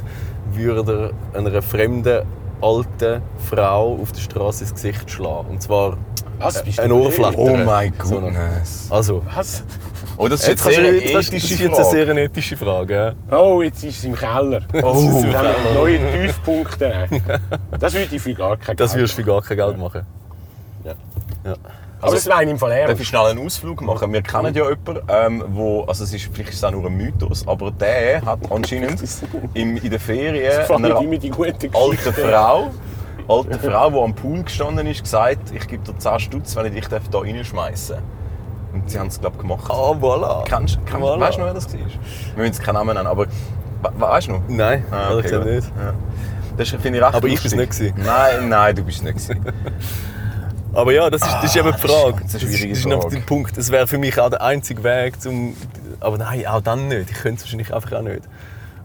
[SPEAKER 2] würde er einer fremden alten Frau auf der Straße ins Gesicht schlagen? Und zwar
[SPEAKER 4] Was bist
[SPEAKER 2] ein
[SPEAKER 4] du
[SPEAKER 2] Ohrflatter.
[SPEAKER 4] blöd?
[SPEAKER 2] So eine- also,
[SPEAKER 4] Was?
[SPEAKER 3] Oh, das ist
[SPEAKER 2] jetzt
[SPEAKER 3] jetzt,
[SPEAKER 2] kannst
[SPEAKER 3] sehr
[SPEAKER 2] du-
[SPEAKER 3] eine
[SPEAKER 2] jetzt kannst du- das ist
[SPEAKER 3] ethische
[SPEAKER 2] jetzt eine
[SPEAKER 3] Frage.
[SPEAKER 2] sehr eine ethische Frage. Ja.
[SPEAKER 4] Oh, jetzt ist es im Keller.
[SPEAKER 2] Oh.
[SPEAKER 4] Jetzt haben wir neue Tiefpunkte. Das würde ich für gar keinen
[SPEAKER 2] Das würdest du für gar kein Geld machen.
[SPEAKER 4] Ja.
[SPEAKER 2] Ja.
[SPEAKER 4] Also, das meine ich im Fall
[SPEAKER 3] Darf
[SPEAKER 4] ernst.
[SPEAKER 3] ich Äh, schnell einen Ausflug machen? Wir kennen ja jemanden, ähm, wo, also es ist, vielleicht ist es auch nur ein Mythos, aber der hat anscheinend im, in der Ferien
[SPEAKER 4] Fand ich
[SPEAKER 3] einer
[SPEAKER 4] immer die gute
[SPEAKER 3] alten
[SPEAKER 4] Geschichte.
[SPEAKER 3] Frau, alte Frau, die am Pool gestanden ist, gesagt, ich gebe dir 10 Stutz, wenn ich dich darf hier reinschmeißen darf. Und sie haben es, glaube ich, gemacht.
[SPEAKER 2] Ah, voilà.
[SPEAKER 3] Kennst, kennst,
[SPEAKER 2] Voilà.
[SPEAKER 3] Weißt du noch, wer das war? Wir müssen jetzt keinen Namen nennen, aber we- weißt du noch?
[SPEAKER 2] Nein,
[SPEAKER 3] Ah,
[SPEAKER 2] ehrlich gesagt
[SPEAKER 3] gut.
[SPEAKER 2] nicht.
[SPEAKER 3] Ja. Das finde ich recht
[SPEAKER 2] Aber ich
[SPEAKER 3] lustig.
[SPEAKER 2] bin's nicht gewesen.
[SPEAKER 3] Nein, nein, du bist es nicht. gewesen.
[SPEAKER 2] Aber ja, das ist, das ist eben die
[SPEAKER 3] Ah, das ist eine
[SPEAKER 2] Frage.
[SPEAKER 3] ganz
[SPEAKER 2] Das ist,
[SPEAKER 3] schwierige
[SPEAKER 2] das ist noch
[SPEAKER 3] Frage.
[SPEAKER 2] der Punkt. Es wäre für mich auch der einzige Weg, zum aber nein, auch dann nicht. Ich könnte es wahrscheinlich einfach auch nicht.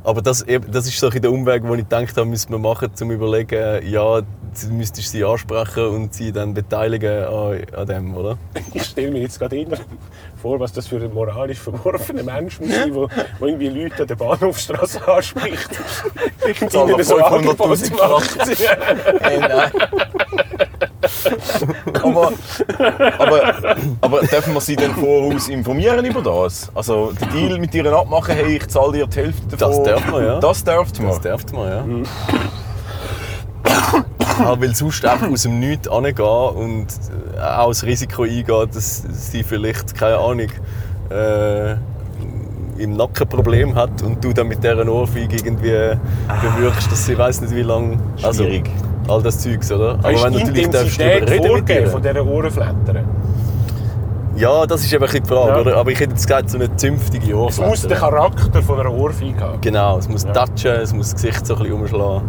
[SPEAKER 2] Aber das, eben- das ist so ein bisschen der Umweg, den ich gedacht habe, müssen wir machen, um zu überlegen, ja, du müsstest sie ansprechen und sie dann beteiligen an, an dem, oder?
[SPEAKER 4] Ich stelle mir jetzt gerade immer vor, was das für ein moralisch verworfener Mensch muss sein, der irgendwie Leute an der Bahnhofstraße anspricht. Ich
[SPEAKER 3] zahle 500'000 Hey, nein. aber, aber, aber dürfen wir sie dann voraus informieren über das? Also den Deal mit ihnen abmachen, hey, ich zahle dir die Hälfte
[SPEAKER 2] Das
[SPEAKER 3] davon.
[SPEAKER 2] darf man, ja.
[SPEAKER 3] Das dürft man.
[SPEAKER 2] Das darf man, ja. Ah, weil sonst einfach aus dem Nichts herangehen und äh, auch das Risiko eingehen, dass sie vielleicht, keine Ahnung, äh, im Nacken Problem hat und du dann mit dieser Ohrfeige
[SPEAKER 4] Ah.
[SPEAKER 2] irgendwie bewirkst, dass sie weiß nicht wie lange...
[SPEAKER 3] Schwierig.
[SPEAKER 2] all das Zeugs, oder?
[SPEAKER 4] Aber
[SPEAKER 2] Aber wenn
[SPEAKER 4] die
[SPEAKER 2] du natürlich darfst du
[SPEAKER 4] Intensität
[SPEAKER 2] reden mit
[SPEAKER 4] vorgeben
[SPEAKER 2] ihr.
[SPEAKER 4] von dieser Ohrenflattern.
[SPEAKER 2] Ja, das ist eben ein bisschen die Frage,
[SPEAKER 4] Ja.
[SPEAKER 2] oder? Aber ich hätte jetzt gesagt, so eine zünftige
[SPEAKER 4] Es
[SPEAKER 2] Ohrfeige.
[SPEAKER 4] muss den Charakter von einer Ohrfeige haben.
[SPEAKER 2] Genau, es muss
[SPEAKER 4] Ja.
[SPEAKER 2] touchen, es muss das Gesicht so ein bisschen umschlagen.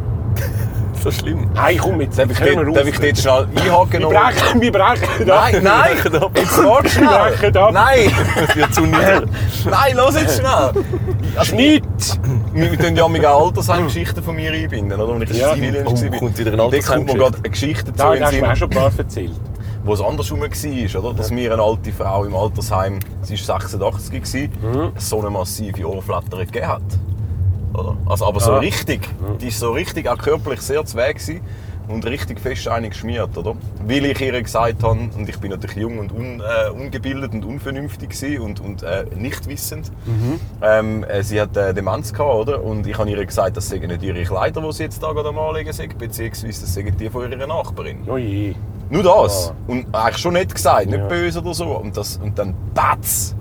[SPEAKER 2] so schlimm.
[SPEAKER 4] Nein, komm jetzt,
[SPEAKER 3] Darf ich,
[SPEAKER 4] hören
[SPEAKER 3] dort,
[SPEAKER 4] wir
[SPEAKER 3] darf
[SPEAKER 4] auf.
[SPEAKER 3] ich dort schnell einhaken?
[SPEAKER 4] Wir
[SPEAKER 3] noch?
[SPEAKER 4] brechen, wir brechen.
[SPEAKER 3] Nein, nein!
[SPEAKER 2] Brechen ab.
[SPEAKER 3] Jetzt warte
[SPEAKER 4] Wir brechen
[SPEAKER 3] schnell!
[SPEAKER 4] ab.
[SPEAKER 3] Nein!
[SPEAKER 2] Das wird zu nieder.
[SPEAKER 3] Nein, los jetzt schnell!
[SPEAKER 4] Schnitt!
[SPEAKER 3] Wir tun ja mega Altersheim-Geschichten von mir einbinden, oder? Als ich
[SPEAKER 4] Ja.
[SPEAKER 3] in Sizilien
[SPEAKER 2] Oh,
[SPEAKER 3] war.
[SPEAKER 2] kommt wieder eine
[SPEAKER 3] Und Dort kommt
[SPEAKER 2] Altersheim-Geschichte.
[SPEAKER 3] mir gerade eine Geschichte zu in
[SPEAKER 4] Da
[SPEAKER 3] den
[SPEAKER 4] hast du
[SPEAKER 3] Sinn.
[SPEAKER 4] mir auch schon ein paar erzählt.
[SPEAKER 3] wo es andersrum war, oder? dass mir eine alte Frau im Altersheim, sie war 86, war, so eine massive Ohrflatterung gegeben hat. Oder? Also, aber so
[SPEAKER 4] Ah.
[SPEAKER 3] richtig, die ist so richtig auch körperlich sehr zu weg gewesen und richtig fest eine geschmiert, oder? Weil ich ihr gesagt habe, und ich bin natürlich jung und un, äh, ungebildet und unvernünftig gewesen und, und äh, nicht wissend, ähm, äh, sie hat äh, Demenz gehabt, oder? Und ich habe ihr gesagt, das seien nicht ihre Kleider, die sie jetzt da gerade am Anlegen sind, beziehungsweise das seien die von ihrer Nachbarin.
[SPEAKER 4] Oh je.
[SPEAKER 3] Nur das.
[SPEAKER 4] Ah.
[SPEAKER 3] Und eigentlich schon nicht gesagt, nicht
[SPEAKER 4] Ja.
[SPEAKER 3] böse oder so. Und, das, und dann BATS!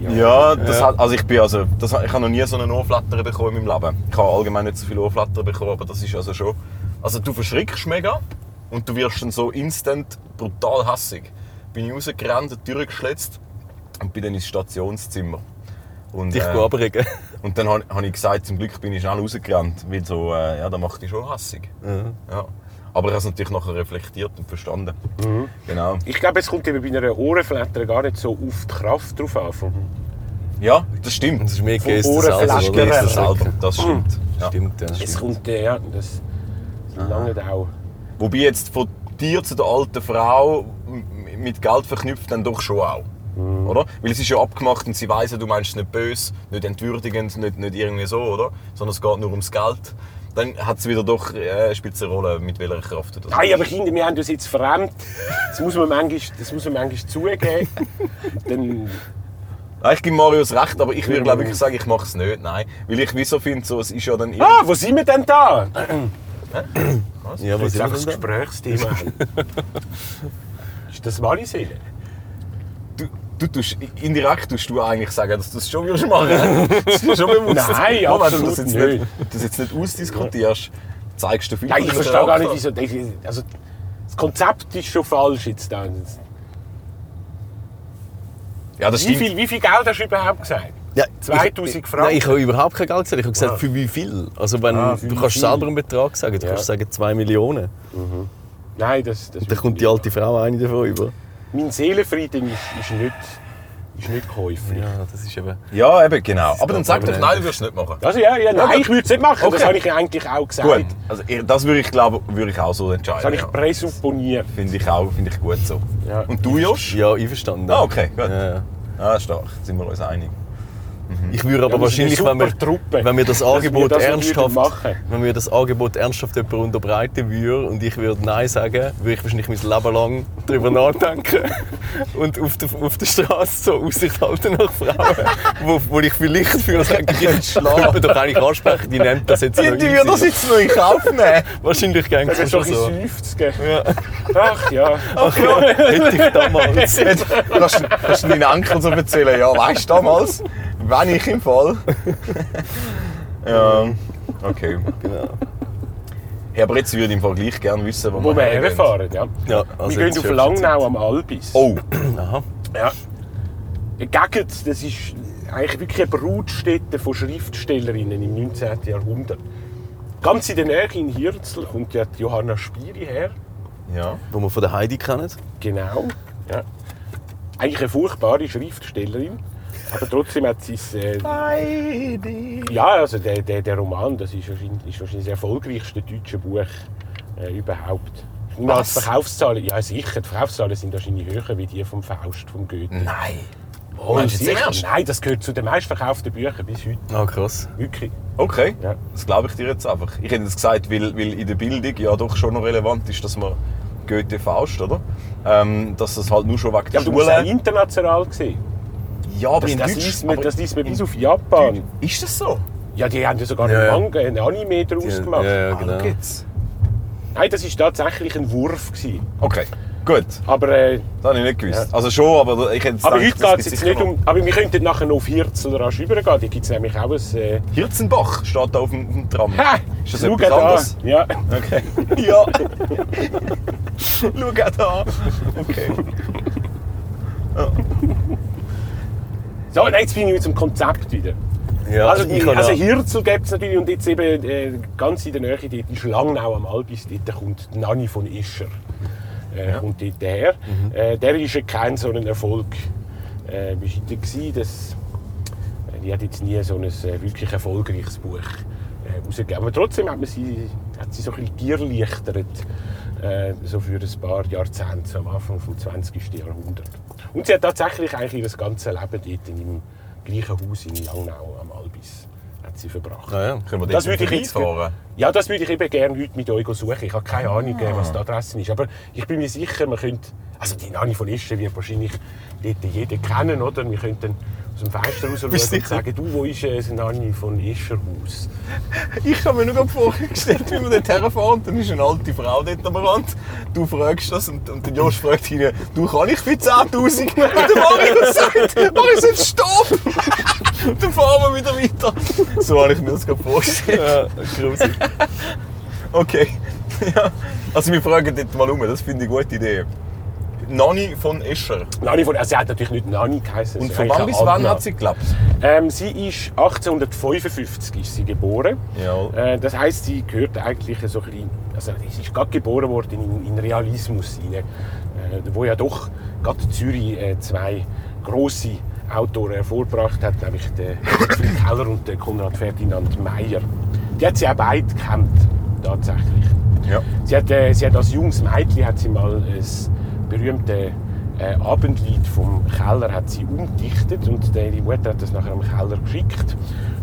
[SPEAKER 4] Ja.
[SPEAKER 3] Ja, das
[SPEAKER 2] Ja.
[SPEAKER 3] Hat, also ich bin also, das, ich habe noch nie so einen Ohrflatter bekommen in meinem Leben. Ich habe allgemein nicht so viele Ohrflatter bekommen, aber das ist also schon... Also du verschrickst mega und du wirst dann so instant brutal hässig. Bin ich rausgerannt, die Tür geschlitzt und bin dann ins Stationszimmer. Und,
[SPEAKER 2] Dich
[SPEAKER 3] äh,
[SPEAKER 2] äh. abregen.
[SPEAKER 3] und dann habe hab ich gesagt, zum Glück bin ich schnell rausgerannt, weil so, äh, ja, da macht dich schon hassig.
[SPEAKER 2] Mhm.
[SPEAKER 3] Ja. Aber ich habe es natürlich nachher reflektiert und verstanden.
[SPEAKER 2] Mhm.
[SPEAKER 3] Genau.
[SPEAKER 4] Ich glaube, es kommt eben bei einer Ohrenflatter gar nicht so auf die Kraft drauf an. Vom,
[SPEAKER 3] Ja, das stimmt.
[SPEAKER 2] Das ist mehr
[SPEAKER 4] Vom
[SPEAKER 2] Gäste
[SPEAKER 4] Ohrenflaschen.
[SPEAKER 2] selber. oder? Mhm.
[SPEAKER 3] Das, selber, das stimmt. Ja.
[SPEAKER 2] Stimmt, ja.
[SPEAKER 4] es
[SPEAKER 2] Stimmt.
[SPEAKER 4] kommt äh, ja, das lange auch.
[SPEAKER 3] Wobei jetzt von dir zu der alten Frau m- mit Geld verknüpft, dann doch schon auch.
[SPEAKER 2] Mhm.
[SPEAKER 3] Oder? Weil es ist ja abgemacht und sie weiss ja, du meinst es nicht böse, nicht entwürdigend, nicht, nicht irgendwie so, oder? Sondern es geht nur ums Geld. Dann hat es wieder doch äh, spielt es eine Rolle, mit welcher Kraft du das
[SPEAKER 4] Nein, aber Kinder, wir haben uns jetzt verrennt. Das muss man manchmal, das muss man manchmal zugeben. Dann,
[SPEAKER 3] Nein, Ah, ich gebe Marius recht, aber ich würde glaube ich sagen, ich mache es nicht, nein. Weil ich wieso finde, so, es ist ja dann immer...
[SPEAKER 4] ah, wo sind wir denn da?
[SPEAKER 2] Ja,
[SPEAKER 4] Das
[SPEAKER 2] was
[SPEAKER 4] ist einfach
[SPEAKER 2] ist
[SPEAKER 4] das
[SPEAKER 2] denn da?
[SPEAKER 4] Gesprächsthema. ist das Wallisee?
[SPEAKER 3] Du, du tust, indirekt tust du eigentlich sagen, dass du es schon würdest machen würdest. Das ist mir schon bewusst.
[SPEAKER 4] Nein,
[SPEAKER 3] Nur, wenn du
[SPEAKER 4] absolut
[SPEAKER 3] das jetzt
[SPEAKER 4] nicht.
[SPEAKER 3] nicht. Wenn du das jetzt nicht ausdiskutierst, zeigst du viel
[SPEAKER 4] Nein, ich
[SPEAKER 3] von deinem
[SPEAKER 4] verstehe gar nicht,
[SPEAKER 3] Charakter.
[SPEAKER 4] wieso. Also, das Konzept ist schon falsch jetzt. da.
[SPEAKER 3] Ja, das
[SPEAKER 4] Wie
[SPEAKER 3] stimmt.
[SPEAKER 4] viel, wie viel Geld hast du überhaupt gesagt?
[SPEAKER 2] Ja,
[SPEAKER 4] 2000
[SPEAKER 2] ich,
[SPEAKER 4] Franken.
[SPEAKER 2] Nein, ich habe überhaupt kein Geld gesagt. Ich habe gesagt,
[SPEAKER 4] Ah.
[SPEAKER 2] für wie viel. Also wenn,
[SPEAKER 4] Ah, für
[SPEAKER 2] du
[SPEAKER 4] wie
[SPEAKER 2] kannst
[SPEAKER 4] viel?
[SPEAKER 2] selber einen Betrag sagen. Du
[SPEAKER 4] Ja.
[SPEAKER 2] kannst sagen 2 Millionen.
[SPEAKER 4] Nein, das, das
[SPEAKER 2] Dann kommt die alte Frau eine davon über.
[SPEAKER 4] Mein Seelenfrieden ist, ist nicht, ist nicht käuflich.
[SPEAKER 2] Ja, das ist eben...
[SPEAKER 3] Ja, eben, genau. Aber dann
[SPEAKER 2] geht
[SPEAKER 3] sag
[SPEAKER 2] aber
[SPEAKER 3] doch,
[SPEAKER 2] nicht.
[SPEAKER 3] nein, du wirst es nicht machen.
[SPEAKER 4] Also ja, ja nein,
[SPEAKER 3] gut.
[SPEAKER 4] ich würde es nicht machen. Das
[SPEAKER 3] Okay.
[SPEAKER 4] habe ich ja eigentlich auch gesagt.
[SPEAKER 3] Gut, also ich- das würde ich glaube würde ich auch so
[SPEAKER 4] Das habe
[SPEAKER 3] entscheiden.
[SPEAKER 4] ich präsupponiert.
[SPEAKER 3] ja. Finde ich auch, finde ich gut so.
[SPEAKER 4] Ja.
[SPEAKER 3] Und du, Josch?
[SPEAKER 2] Ja, einverstanden.
[SPEAKER 3] Ah, okay, gut.
[SPEAKER 2] Ja, ja.
[SPEAKER 3] Ah, stark, sind wir uns einig.
[SPEAKER 2] Ich würde aber
[SPEAKER 4] Ja, wir sind
[SPEAKER 2] wahrscheinlich,
[SPEAKER 4] eine
[SPEAKER 2] wenn wir,
[SPEAKER 4] super Truppe,
[SPEAKER 2] wenn wir das
[SPEAKER 4] dass wir
[SPEAKER 2] Angebot
[SPEAKER 4] das so würden
[SPEAKER 2] ernsthaft,
[SPEAKER 4] machen.
[SPEAKER 2] wenn wir das Angebot ernsthaft jemandem unterbreiten würden und ich würde Nein sagen, würde ich wahrscheinlich mein Leben lang darüber nachdenken und auf der, auf der Straße so Aussicht halten nach Frauen, wo, wo ich vielleicht für das eigentlich schlagen könnte. doch eigentlich ansprechen, die nennt das
[SPEAKER 4] Also,
[SPEAKER 2] jetzt noch easy.
[SPEAKER 3] jetzt noch in Kauf nehmen?
[SPEAKER 2] Wahrscheinlich gäng's
[SPEAKER 4] Das ist
[SPEAKER 2] schon
[SPEAKER 4] doch ein
[SPEAKER 2] so.
[SPEAKER 4] 50 Ach ja.
[SPEAKER 2] Hätte ich damals.
[SPEAKER 3] Jetzt kannst du- kannst du deinen Enkel so erzählen, ja, weißt du damals, wenn ich im Fall. ja, okay.
[SPEAKER 2] Genau.
[SPEAKER 3] Ja, aber jetzt würde ich im Fall gleich gerne wissen, wo,
[SPEAKER 4] Wo wir
[SPEAKER 3] hergehen.
[SPEAKER 4] herfahren, ja.
[SPEAKER 2] Ja,
[SPEAKER 4] Wir
[SPEAKER 2] also
[SPEAKER 4] gehen
[SPEAKER 2] jetzt
[SPEAKER 4] auf
[SPEAKER 2] hörst du
[SPEAKER 4] Langnau am Albis.
[SPEAKER 3] Oh,
[SPEAKER 2] Aha.
[SPEAKER 4] Ja. Gegend, das ist eigentlich wirklich eine Brutstätte von Schriftstellerinnen im 19. Jahrhundert. Ganz in der Nähe in Hirzel kommt ja die Johanna Spiri her.
[SPEAKER 3] ja.
[SPEAKER 2] Wo wir von der Heidi kennen.
[SPEAKER 4] Genau. Ja. Eigentlich eine furchtbare Schriftstellerin. Aber trotzdem hat sie es. Äh, ja, also der, der, der Roman, das ist wahrscheinlich, ist wahrscheinlich das erfolgreichste deutsche Buch äh, überhaupt. Ich nehme an, die
[SPEAKER 3] Was?
[SPEAKER 4] Verkaufszahlen, ja sicher, die Verkaufszahlen sind wahrscheinlich höher wie die vom Faust, vom Goethe.
[SPEAKER 3] Nein.
[SPEAKER 4] Oh,
[SPEAKER 3] Meinst du jetzt
[SPEAKER 4] sicher?
[SPEAKER 3] ernst?
[SPEAKER 4] Nein, das gehört zu den meistverkauften Büchern bis heute.
[SPEAKER 2] Ah, krass.
[SPEAKER 4] Wirklich.
[SPEAKER 3] Okay,
[SPEAKER 4] Ja.
[SPEAKER 3] das glaube ich dir jetzt einfach. Ich hätte das gesagt, weil, weil in der Bildung ja doch schon noch relevant ist, dass man Goethe Faust, oder? Ähm, dass das halt nur schon wegen der
[SPEAKER 4] Ja, aber du musst auch
[SPEAKER 3] Schule...
[SPEAKER 4] international sehen.
[SPEAKER 3] Ja, aber
[SPEAKER 4] Das,
[SPEAKER 3] in
[SPEAKER 4] das,
[SPEAKER 3] Deutsch...
[SPEAKER 4] liest man,
[SPEAKER 3] aber
[SPEAKER 4] das liest man
[SPEAKER 3] in
[SPEAKER 4] bis auf Japan.
[SPEAKER 3] Deutsch- Ist das so?
[SPEAKER 4] Ja, die haben ja sogar
[SPEAKER 2] Ja,
[SPEAKER 4] einen,
[SPEAKER 2] ja.
[SPEAKER 4] Manga, einen Anime daraus
[SPEAKER 2] Ja,
[SPEAKER 4] gemacht.
[SPEAKER 2] ja,
[SPEAKER 3] Ah,
[SPEAKER 2] genau.
[SPEAKER 3] schau jetzt.
[SPEAKER 4] Nein, das war tatsächlich ein Wurf. Gewesen.
[SPEAKER 3] Okay, gut.
[SPEAKER 4] Aber, äh,
[SPEAKER 3] Das habe ich nicht gewusst. Also schon, aber ich hätte
[SPEAKER 4] aber
[SPEAKER 3] gedacht, das
[SPEAKER 4] heute geht es
[SPEAKER 3] gibt
[SPEAKER 4] jetzt
[SPEAKER 3] sicher
[SPEAKER 4] nicht
[SPEAKER 3] noch.
[SPEAKER 4] um... Aber wir könnten nachher noch auf Hirzel rasch rübergehen. Da gibt es nämlich auch ein... Äh,
[SPEAKER 3] Hirzenbach steht da auf dem, auf dem Tram. Ist das
[SPEAKER 4] schau
[SPEAKER 3] etwas
[SPEAKER 4] da.
[SPEAKER 3] anderes?
[SPEAKER 4] Ja.
[SPEAKER 3] Okay. ja. Schau auch da. Okay.
[SPEAKER 4] So, nein, jetzt bin ich wieder zum Konzept wieder.
[SPEAKER 2] Ja,
[SPEAKER 4] also,
[SPEAKER 2] ich
[SPEAKER 4] die,
[SPEAKER 2] kann
[SPEAKER 4] also
[SPEAKER 2] auch-
[SPEAKER 4] Hirzel gibt es natürlich und jetzt eben äh, ganz in der Nähe, dort ist Langnau am Albis, dort kommt die Nanni von Ischer. Äh, Kommt dort her.
[SPEAKER 3] Mhm.
[SPEAKER 4] Äh, der ist ja kein so ein Erfolg äh, beschieden gewesen. Das, äh, die hat jetzt nie so ein äh, wirklich erfolgreiches Buch äh, rausgegeben. Aber trotzdem hat, man sie, hat sie so ein bisschen tierlichtert, äh, so für ein paar Jahrzehnte, so am Anfang des 20. Jahrhunderts. Und sie hat tatsächlich eigentlich ihr ganzes Leben dort in dem gleichen Haus in Langnau am Albis hat sie verbracht.
[SPEAKER 2] Ah, ja.
[SPEAKER 3] Können wir
[SPEAKER 4] Das
[SPEAKER 3] dort
[SPEAKER 4] würde ich
[SPEAKER 3] mit
[SPEAKER 4] jetzt-
[SPEAKER 3] fahren?
[SPEAKER 4] Ja, das würde ich eben gerne heute mit euch suchen. Ich habe keine Ahnung, äh, was die Adresse ist. Aber ich bin mir sicher, man könnte. Also, die Nani von Ischen wird wahrscheinlich dort jeder kennen, oder? Wir könnten aus dem Fenster raus
[SPEAKER 2] Bist
[SPEAKER 4] schauen
[SPEAKER 2] du
[SPEAKER 4] und sagen, du, wo ist äh, das Nani von Ischer Haus?
[SPEAKER 3] Ich habe mir nur gerade vorgestellt, wie wir dort herfahren. Dann ist eine alte Frau dort am Rand. Du fragst das und, und der Josh fragt ihn, du kann ich für 10.000? Und der Marius sagt, Marius, jetzt stopp! Und dann fahren wir wieder weiter. So habe ich mir das gerade vorgestellt.
[SPEAKER 2] Ja, gruselig.
[SPEAKER 3] Okay. Ja. Also wir fragen dort mal um, das finde ich eine gute Idee. Nani von Escher.
[SPEAKER 4] Nani von, also sie hat natürlich nicht Nani geheißen.
[SPEAKER 3] Und von wann bis wann hat sie gelebt?
[SPEAKER 4] Ähm, sie ist 1855 ist sie geboren.
[SPEAKER 3] Jawohl.
[SPEAKER 4] Äh, das heißt, sie gehört eigentlich so ein bisschen, also sie ist gerade geboren worden in, in Realismus rein, äh, wo ja doch gerade Zürich äh, zwei große Autoren hervorgebracht hat, nämlich den Siegfried Keller und den Konrad Ferdinand Meyer. Die hat sie auch beide gekannt, tatsächlich.
[SPEAKER 3] Ja.
[SPEAKER 4] Sie hat, äh, sie hat als junges Mädchen hat sie mal das berühmte äh, Abendlied vom Keller hat sie umdichtet und die Mutter hat das nachher am Keller geschickt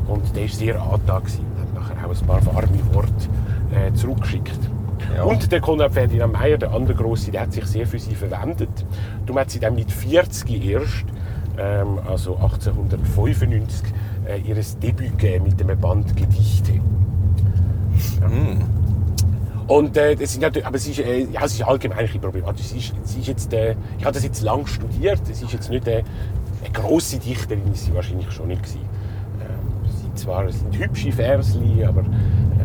[SPEAKER 4] und der ist sehr angetan gewesen und hat nachher auch ein paar warme Worte äh, zurückgeschickt.
[SPEAKER 3] Ja.
[SPEAKER 4] Und der Konrad Ferdinand Meyer, der andere Grosse, der hat sich sehr für sie verwendet. Darum hat sie dann mit 40 erst, ähm, also 1895, äh, ihr Debüt gegeben mit dem Band Gedichte. Und äh, das sind natürlich, aber es ist, äh, ja, es ist allgemein ein bisschen problematisch. Es ist, es ist jetzt, äh, ich habe das jetzt lang studiert. Es ist jetzt nicht äh, eine grosse Dichterin, ist sie wahrscheinlich schon nicht gewesen. Ähm, es sind zwar es sind hübsche Versli, aber äh,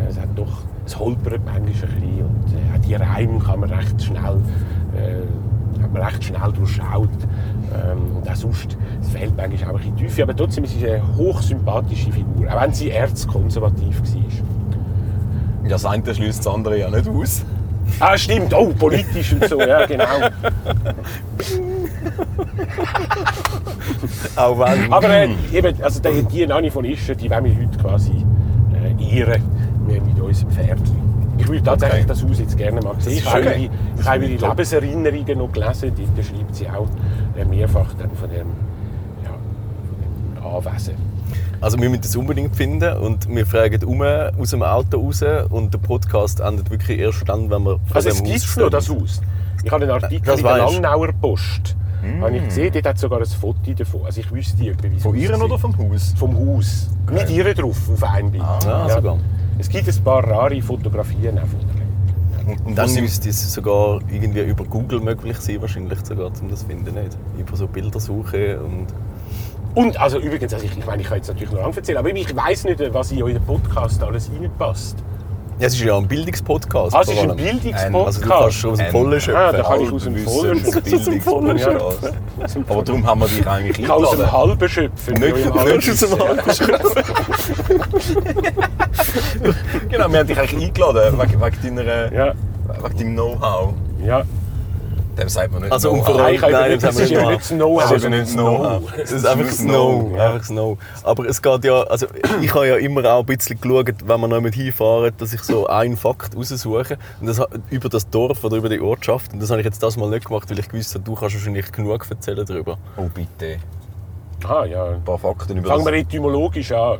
[SPEAKER 4] es hat doch, es holpert manchmal ein bisschen und äh, auch die Reime kann man recht schnell, äh, hat man recht schnell durchschaut. Ähm, und auch sonst, es fehlt manchmal auch ein bisschen Tiefe, aber trotzdem, es ist eine hochsympathische Figur, auch wenn sie erzkonservativ war.
[SPEAKER 3] Ja, Das eine schließt das andere ja nicht aus.
[SPEAKER 4] Ah, stimmt. Oh, politisch und so, ja, genau.
[SPEAKER 2] Auch wenn.
[SPEAKER 4] Aber äh, eben, also die, die Nanni von Ischer, die wollen wir heute quasi äh, ehren äh, mit unserem Pferdchen. Ich würde tatsächlich
[SPEAKER 3] Okay.
[SPEAKER 4] das Haus jetzt gerne mal sehen. Ich
[SPEAKER 3] ist
[SPEAKER 4] habe
[SPEAKER 3] okay.
[SPEAKER 4] ihre,
[SPEAKER 3] Das
[SPEAKER 4] ich habe
[SPEAKER 3] ist
[SPEAKER 4] ihre
[SPEAKER 3] top.
[SPEAKER 4] Lebenserinnerungen noch gelesen. Dort schreibt sie auch äh, mehrfach dann von dem, ja, von dem Anwesen.
[SPEAKER 2] Also wir müssen das unbedingt finden und wir fragen um aus dem Auto raus und der Podcast endet wirklich erst dann, wenn wir vor
[SPEAKER 4] Also
[SPEAKER 2] dem
[SPEAKER 4] es
[SPEAKER 2] Haus
[SPEAKER 4] gibt
[SPEAKER 2] stehen.
[SPEAKER 4] noch das Haus. Ich habe einen Artikel
[SPEAKER 2] Das
[SPEAKER 4] in der
[SPEAKER 2] weisst.
[SPEAKER 4] Langnauer Post. Habe ich gesehen, dort hat sogar ein Foto davon. Also ich wüsste irgendwie, wie es
[SPEAKER 3] Von ihren
[SPEAKER 4] aussieht.
[SPEAKER 3] oder vom Haus?
[SPEAKER 4] vom Haus. Mit ihr drauf, auf einem Bild.
[SPEAKER 2] Ah, sogar.
[SPEAKER 4] Es gibt ein paar rare Fotografien auch von ihr.
[SPEAKER 3] Und, und
[SPEAKER 2] Dann
[SPEAKER 3] was sind
[SPEAKER 2] müsste es sogar irgendwie über Google möglich sein, wahrscheinlich sogar, um das zu finden, nicht? Über so Bildersuche und...
[SPEAKER 4] Und also übrigens, also ich, ich meine, ich kann jetzt natürlich noch anfangen, aber ich weiß nicht, was in euren Podcast alles reinpasst.
[SPEAKER 2] Ja, es ist ja ein Bildungspodcast
[SPEAKER 4] Ah, es ist
[SPEAKER 2] vor
[SPEAKER 4] ein
[SPEAKER 2] allem. Also du kannst
[SPEAKER 4] Bildungspodcast.
[SPEAKER 2] schon aus dem
[SPEAKER 3] Ein-
[SPEAKER 2] Vollen schöpfen.
[SPEAKER 4] Ah, da kann ich aus dem
[SPEAKER 3] Halbwissen
[SPEAKER 4] Vollen
[SPEAKER 3] ist ein
[SPEAKER 4] schöpfen.
[SPEAKER 2] Aus dem Vollen
[SPEAKER 3] Bildungspodcast. Aber darum haben wir dich eigentlich
[SPEAKER 4] Ich kann aus dem
[SPEAKER 3] eingeladen.
[SPEAKER 4] halben schöpfen.
[SPEAKER 3] Nicht-
[SPEAKER 4] Ja,
[SPEAKER 3] nicht
[SPEAKER 2] aus dem halben
[SPEAKER 3] Genau, wir haben dich eigentlich eingeladen, wegen, wegen, deiner,
[SPEAKER 4] Ja,
[SPEAKER 3] wegen deinem Know-how.
[SPEAKER 4] ja.
[SPEAKER 3] Dem sagt man nicht
[SPEAKER 2] Also
[SPEAKER 3] Know-how.
[SPEAKER 2] unverrückt.
[SPEAKER 4] Nein, ich habe
[SPEAKER 2] nein,
[SPEAKER 4] eben-
[SPEAKER 2] das
[SPEAKER 4] das
[SPEAKER 2] haben
[SPEAKER 4] ist
[SPEAKER 2] wir
[SPEAKER 4] ja
[SPEAKER 2] nicht
[SPEAKER 4] nicht das Know-how.
[SPEAKER 3] Das ist
[SPEAKER 4] sondern
[SPEAKER 3] eben
[SPEAKER 4] das
[SPEAKER 3] nicht Know-how.
[SPEAKER 2] Es ist einfach Snow. Einfach Snow. Aber es geht ja, also ich habe ja immer auch ein bisschen geschaut, wenn wir noch mit hinfahren, dass ich so einen Fakt raussuche. Und das, über das Dorf oder über die Ortschaft. Und das habe ich jetzt das mal nicht gemacht, weil ich gewusst habe, du kannst wahrscheinlich genug erzählen darüber.
[SPEAKER 3] Oh bitte,
[SPEAKER 4] Ah, ja.
[SPEAKER 3] ein paar Fakten über
[SPEAKER 4] Fangen wir
[SPEAKER 3] das.
[SPEAKER 4] etymologisch an.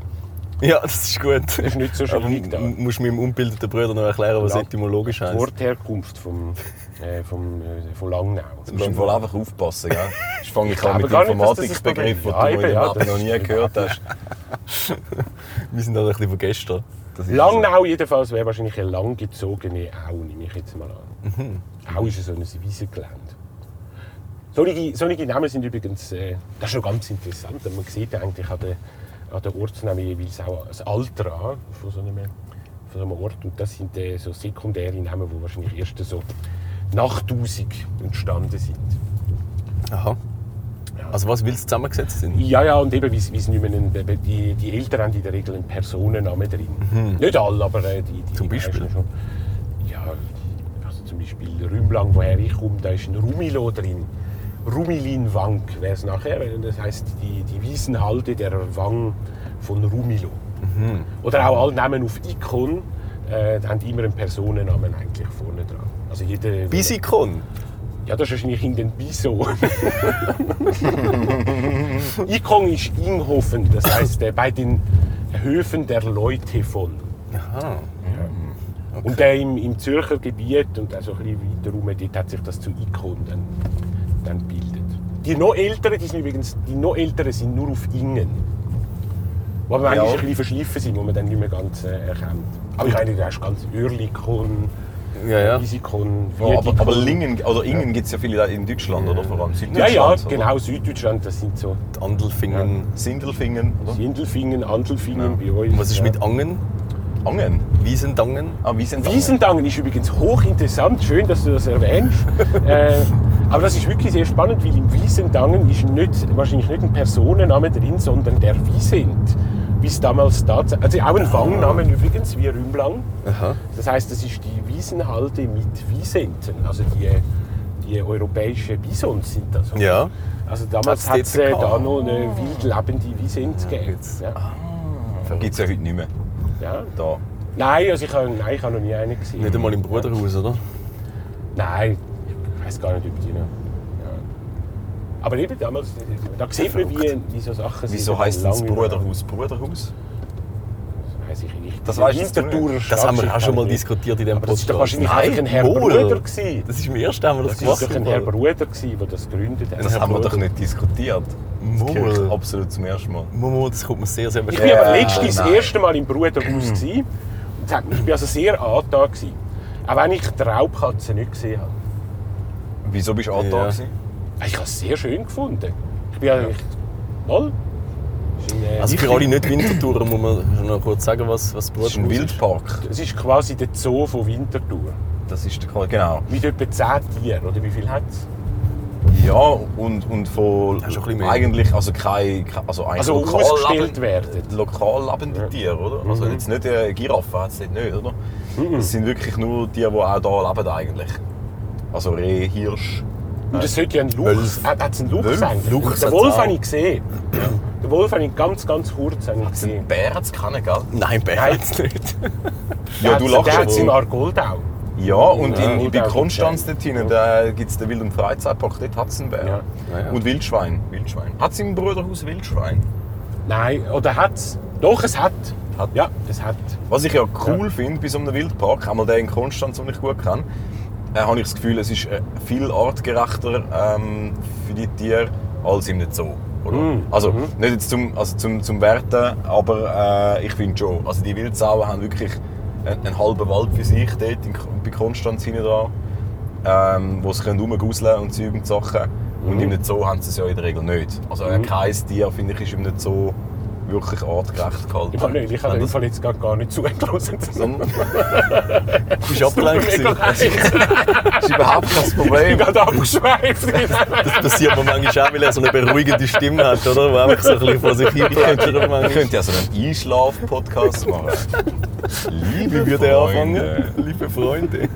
[SPEAKER 2] Ja, das ist gut. Das
[SPEAKER 4] ist nicht so schwierig, da.
[SPEAKER 2] Du musst meinem ungebildeten Bruder noch erklären, was
[SPEAKER 4] Ja.
[SPEAKER 2] etymologisch
[SPEAKER 4] Die
[SPEAKER 2] heisst.
[SPEAKER 4] Wortherkunft vom, äh, vom, äh, von Langnau.
[SPEAKER 3] Du musst im Fall einfach aufpassen, gell? Ich fange ich an
[SPEAKER 4] glaube
[SPEAKER 3] mit
[SPEAKER 4] gar nicht, dass das ein
[SPEAKER 3] Informatikbegriffen, die
[SPEAKER 4] Problem ist.
[SPEAKER 3] du in
[SPEAKER 4] Ja, eben,
[SPEAKER 3] deinem
[SPEAKER 4] ja,
[SPEAKER 3] Leben
[SPEAKER 4] das
[SPEAKER 3] noch nie
[SPEAKER 4] ist-
[SPEAKER 3] gehört hast.
[SPEAKER 2] Wir sind da ein bisschen von gestern.
[SPEAKER 3] Das ist
[SPEAKER 4] Langnau jedenfalls wäre wahrscheinlich eine langgezogene Au, nehme ich jetzt mal an. Au ist ja so ein Wiesengelände. Solche, solche Namen sind übrigens, äh, das ist schon ganz interessant, denn man sieht ja eigentlich an den, an den Ortsnamen jeweils auch das Alter an von so einem, von so einem Ort. Und das sind äh, so sekundäre Namen, die wahrscheinlich erst so nach 1000 entstanden sind.
[SPEAKER 2] Aha. Also was willst du zusammengesetzt sind?
[SPEAKER 4] Ja, ja, und eben, wie es wie es nicht mehr einen, eben die, die Eltern haben in der Regel einen Personennamen drin. Nicht alle, aber äh, die, die
[SPEAKER 2] Mhm. Zum Beispiel?
[SPEAKER 4] meisten schon. Ja, also zum Beispiel Rümlang, woher ich komme, da ist ein Rumilo drin. Rumilinwank wäre es nachher. Das heisst, die, die Wiesenhalde der Wang von Rumilo.
[SPEAKER 2] Mhm.
[SPEAKER 4] Oder auch alle Namen auf Ikon äh, haben immer einen Personennamen eigentlich vorne dran. Also jeder,
[SPEAKER 2] Bisikon.
[SPEAKER 4] ja, das ist wahrscheinlich in den Biso. Ikon ist Inghofen, das heißt äh, bei den Höfen der Leute von.
[SPEAKER 3] Mm,
[SPEAKER 4] Ja. Und äh, im, im Zürcher Gebiet und also ein bisschen weiter rum, dort hat sich das zu Ikon dann, dann gebildet. Die noch älteren, die sind übrigens, die noch älteren sind nur auf Ingen. Wo aber manchmal
[SPEAKER 3] Ja.
[SPEAKER 4] ein bisschen verschliffen sind, wo man dann nicht mehr ganz äh, erkennt. Aber ich meine, da hast du ganz Örlikon,
[SPEAKER 2] Ja, ja.
[SPEAKER 4] Isikon,
[SPEAKER 3] Ja, aber, aber
[SPEAKER 4] Wiedikon.
[SPEAKER 3] Lingen, oder Ingen gibt es ja viele in Deutschland, oder? Vor allem
[SPEAKER 4] Ja,
[SPEAKER 3] Süddeutschland.
[SPEAKER 4] ja,
[SPEAKER 3] oder?
[SPEAKER 4] genau, Süddeutschland, das sind so
[SPEAKER 2] Andelfingen.
[SPEAKER 3] Sindelfingen, oder?
[SPEAKER 4] Sindelfingen, Andelfingen bei uns.
[SPEAKER 2] Was ist
[SPEAKER 4] ja.
[SPEAKER 2] mit Angen?
[SPEAKER 3] Angen.
[SPEAKER 2] Wiesendangen?
[SPEAKER 3] Ah, Wiesendangen.
[SPEAKER 4] Wiesendangen ist übrigens hochinteressant, schön, dass du das erwähnst. äh, Aber das ist wirklich sehr spannend, weil im Wiesendangen ist nicht, wahrscheinlich nicht ein Personenname drin, sondern der Wiesent. Wie es damals tatsächlich. Also auch ein Fangnamen übrigens, wie Rümblang.
[SPEAKER 2] Aha.
[SPEAKER 4] Das heißt, das ist die Wiesenhalde mit Wiesenten. Also die, die europäischen Bisons sind das. oder?
[SPEAKER 2] Ja.
[SPEAKER 4] Also damals hat
[SPEAKER 2] Hat's
[SPEAKER 4] es
[SPEAKER 2] dort
[SPEAKER 4] äh,
[SPEAKER 2] gehabt?
[SPEAKER 4] da noch eine wild lebende Wiesent gegeben.
[SPEAKER 2] jetzt-
[SPEAKER 4] Ja.
[SPEAKER 3] Gibt es ja heute nicht mehr.
[SPEAKER 4] Ja.
[SPEAKER 3] Da.
[SPEAKER 4] Nein, also ich habe, nein, ich habe noch nie einen gesehen.
[SPEAKER 2] Nicht einmal im Bruderhaus, oder?
[SPEAKER 4] Nein, ich weiß gar nicht über die noch. Ja. Aber eben damals, äh, da sieht man, wie, wie so Sachen sind.
[SPEAKER 3] Wieso heisst das
[SPEAKER 4] Lange-
[SPEAKER 3] Bruderhaus Bruderhaus?
[SPEAKER 4] Das weiss ich nicht.
[SPEAKER 3] Das weißt du jetzt
[SPEAKER 4] Winterthurer
[SPEAKER 3] nicht.
[SPEAKER 2] Das haben wir auch schon mal
[SPEAKER 4] Stadtschiff-
[SPEAKER 2] diskutiert in diesem
[SPEAKER 4] Aber das
[SPEAKER 2] Podcast.
[SPEAKER 4] ist doch wahrscheinlich einfach ein Herr
[SPEAKER 2] wohl.
[SPEAKER 4] Bruder gewesen.
[SPEAKER 2] Das ist mir erst, haben wir das,
[SPEAKER 4] Das war doch ein Herr
[SPEAKER 2] gemacht.
[SPEAKER 4] Bruder, gewesen, der das gegründet hat.
[SPEAKER 3] Das
[SPEAKER 2] Herr
[SPEAKER 3] haben wir
[SPEAKER 2] Bruder.
[SPEAKER 3] doch nicht diskutiert.
[SPEAKER 2] Wohl.
[SPEAKER 3] Die Kirche Absolut zum ersten Mal.
[SPEAKER 2] Momo, das kommt mir sehr, sehr
[SPEAKER 4] Ich
[SPEAKER 2] bekannt.
[SPEAKER 4] war
[SPEAKER 3] Ja,
[SPEAKER 4] aber letztens das
[SPEAKER 3] nein.
[SPEAKER 4] erste Mal im Bruderhaus. gewesen. Und hat- ich war also sehr angetan. gewesen. Auch wenn ich die Raubkatze nicht gesehen habe. Ah,
[SPEAKER 3] Wieso bist du auch
[SPEAKER 2] Ja.
[SPEAKER 3] da? gewesen?
[SPEAKER 4] Ich habe es sehr schön gefunden. Ich bin eigentlich. Mal? Es ist ein, äh,
[SPEAKER 2] Also für alle nicht Wintertourer muss man noch kurz sagen, was, was
[SPEAKER 3] Das ist ein
[SPEAKER 2] Bruderhaus ist.
[SPEAKER 3] Wildpark.
[SPEAKER 4] Es ist quasi der Zoo von Winterthur.
[SPEAKER 3] Das ist der Kol- Genau.
[SPEAKER 4] Mit etwa 10 Tieren, oder wie viel hat es?
[SPEAKER 3] Ja, und, und von
[SPEAKER 2] Ja, schon ein bisschen mehr.
[SPEAKER 3] eigentlich also kein, kein- also eigentlich
[SPEAKER 4] Also
[SPEAKER 3] lokal
[SPEAKER 4] ausgestellt
[SPEAKER 3] leben-
[SPEAKER 4] werden.
[SPEAKER 3] lokal lebende
[SPEAKER 4] Ja.
[SPEAKER 3] Tiere, oder? Also
[SPEAKER 4] Mhm.
[SPEAKER 3] jetzt nicht äh, Giraffe hat's dort nicht, oder? Es sind wirklich nur die, die auch hier leben eigentlich. Also Reh, Hirsch.
[SPEAKER 4] Und es sollte ja ein Luchs.
[SPEAKER 2] Wölf.
[SPEAKER 4] Hat es einen Luchs
[SPEAKER 3] Wölf.
[SPEAKER 4] eigentlich?
[SPEAKER 2] Luchs
[SPEAKER 4] Den
[SPEAKER 2] hat's
[SPEAKER 4] Wolf
[SPEAKER 2] auch.
[SPEAKER 4] habe ich gesehen. Den Wolf habe ich ganz, ganz kurz habe ich
[SPEAKER 3] Das sind
[SPEAKER 4] gesehen.
[SPEAKER 3] Bären zu kennen, gell?
[SPEAKER 2] Nein, Bär
[SPEAKER 4] Nein.
[SPEAKER 2] hat's nicht.
[SPEAKER 3] Ja, du lachst
[SPEAKER 4] Der hat es in
[SPEAKER 3] schon.
[SPEAKER 4] Argoldau.
[SPEAKER 3] Ja, und
[SPEAKER 4] Ja,
[SPEAKER 3] in,
[SPEAKER 4] gut,
[SPEAKER 3] bei
[SPEAKER 4] auch
[SPEAKER 3] Konstanz
[SPEAKER 4] gut,
[SPEAKER 3] dort hinten da gibt es den Wild- und Freizeitpark, dort hat es einen Bär.
[SPEAKER 4] Ja.
[SPEAKER 2] Ja, ja.
[SPEAKER 3] Und Wildschwein. Wildschwein. Hat es im Bruderhaus Wildschwein?
[SPEAKER 4] Nein, oder hat es? Doch, es hat.
[SPEAKER 3] Hat-
[SPEAKER 4] Ja, es hat.
[SPEAKER 3] Was ich ja cool finde bei so einem Wildpark, einmal den in Konstanz, den ich gut kenne, äh, habe ich das Gefühl, es ist äh, viel artgerechter ähm, für die Tiere als im Zoo. Oder?
[SPEAKER 4] Mm.
[SPEAKER 3] Also nicht jetzt zum, also zum, zum Werten, aber äh, ich finde schon. Also die Wildsauen haben wirklich einen, einen halben Wald für sich dort in, bei Konstanz hinten dran, ähm, wo sie können rumguseln und Zeug und Sachen. Und im Zoo haben sie es ja in der Regel nicht. Also äh, kein Tier, finde ich, ist im Zoo wirklich artgerecht gehalten.
[SPEAKER 4] Ich habe ich habe
[SPEAKER 3] Wenn
[SPEAKER 4] den
[SPEAKER 3] das-
[SPEAKER 4] Fall jetzt gerade gar nicht zugelassen.
[SPEAKER 3] sondern
[SPEAKER 2] Du bist abgelenkt. gewesen.
[SPEAKER 4] Das
[SPEAKER 3] Das ist überhaupt kein
[SPEAKER 4] Ich bin
[SPEAKER 3] Problem.
[SPEAKER 4] gerade abgeschweift.
[SPEAKER 2] Das passiert mir manchmal auch, weil er so eine beruhigende Stimme hat, oder? Wo einfach so ein bisschen vor sich hin
[SPEAKER 3] Wir
[SPEAKER 2] manchmal.
[SPEAKER 3] könnten ja so einen Einschlaf-Podcast machen. Liebe
[SPEAKER 2] Wie würde er anfangen?
[SPEAKER 3] Freunde,
[SPEAKER 2] Liebe Freunde.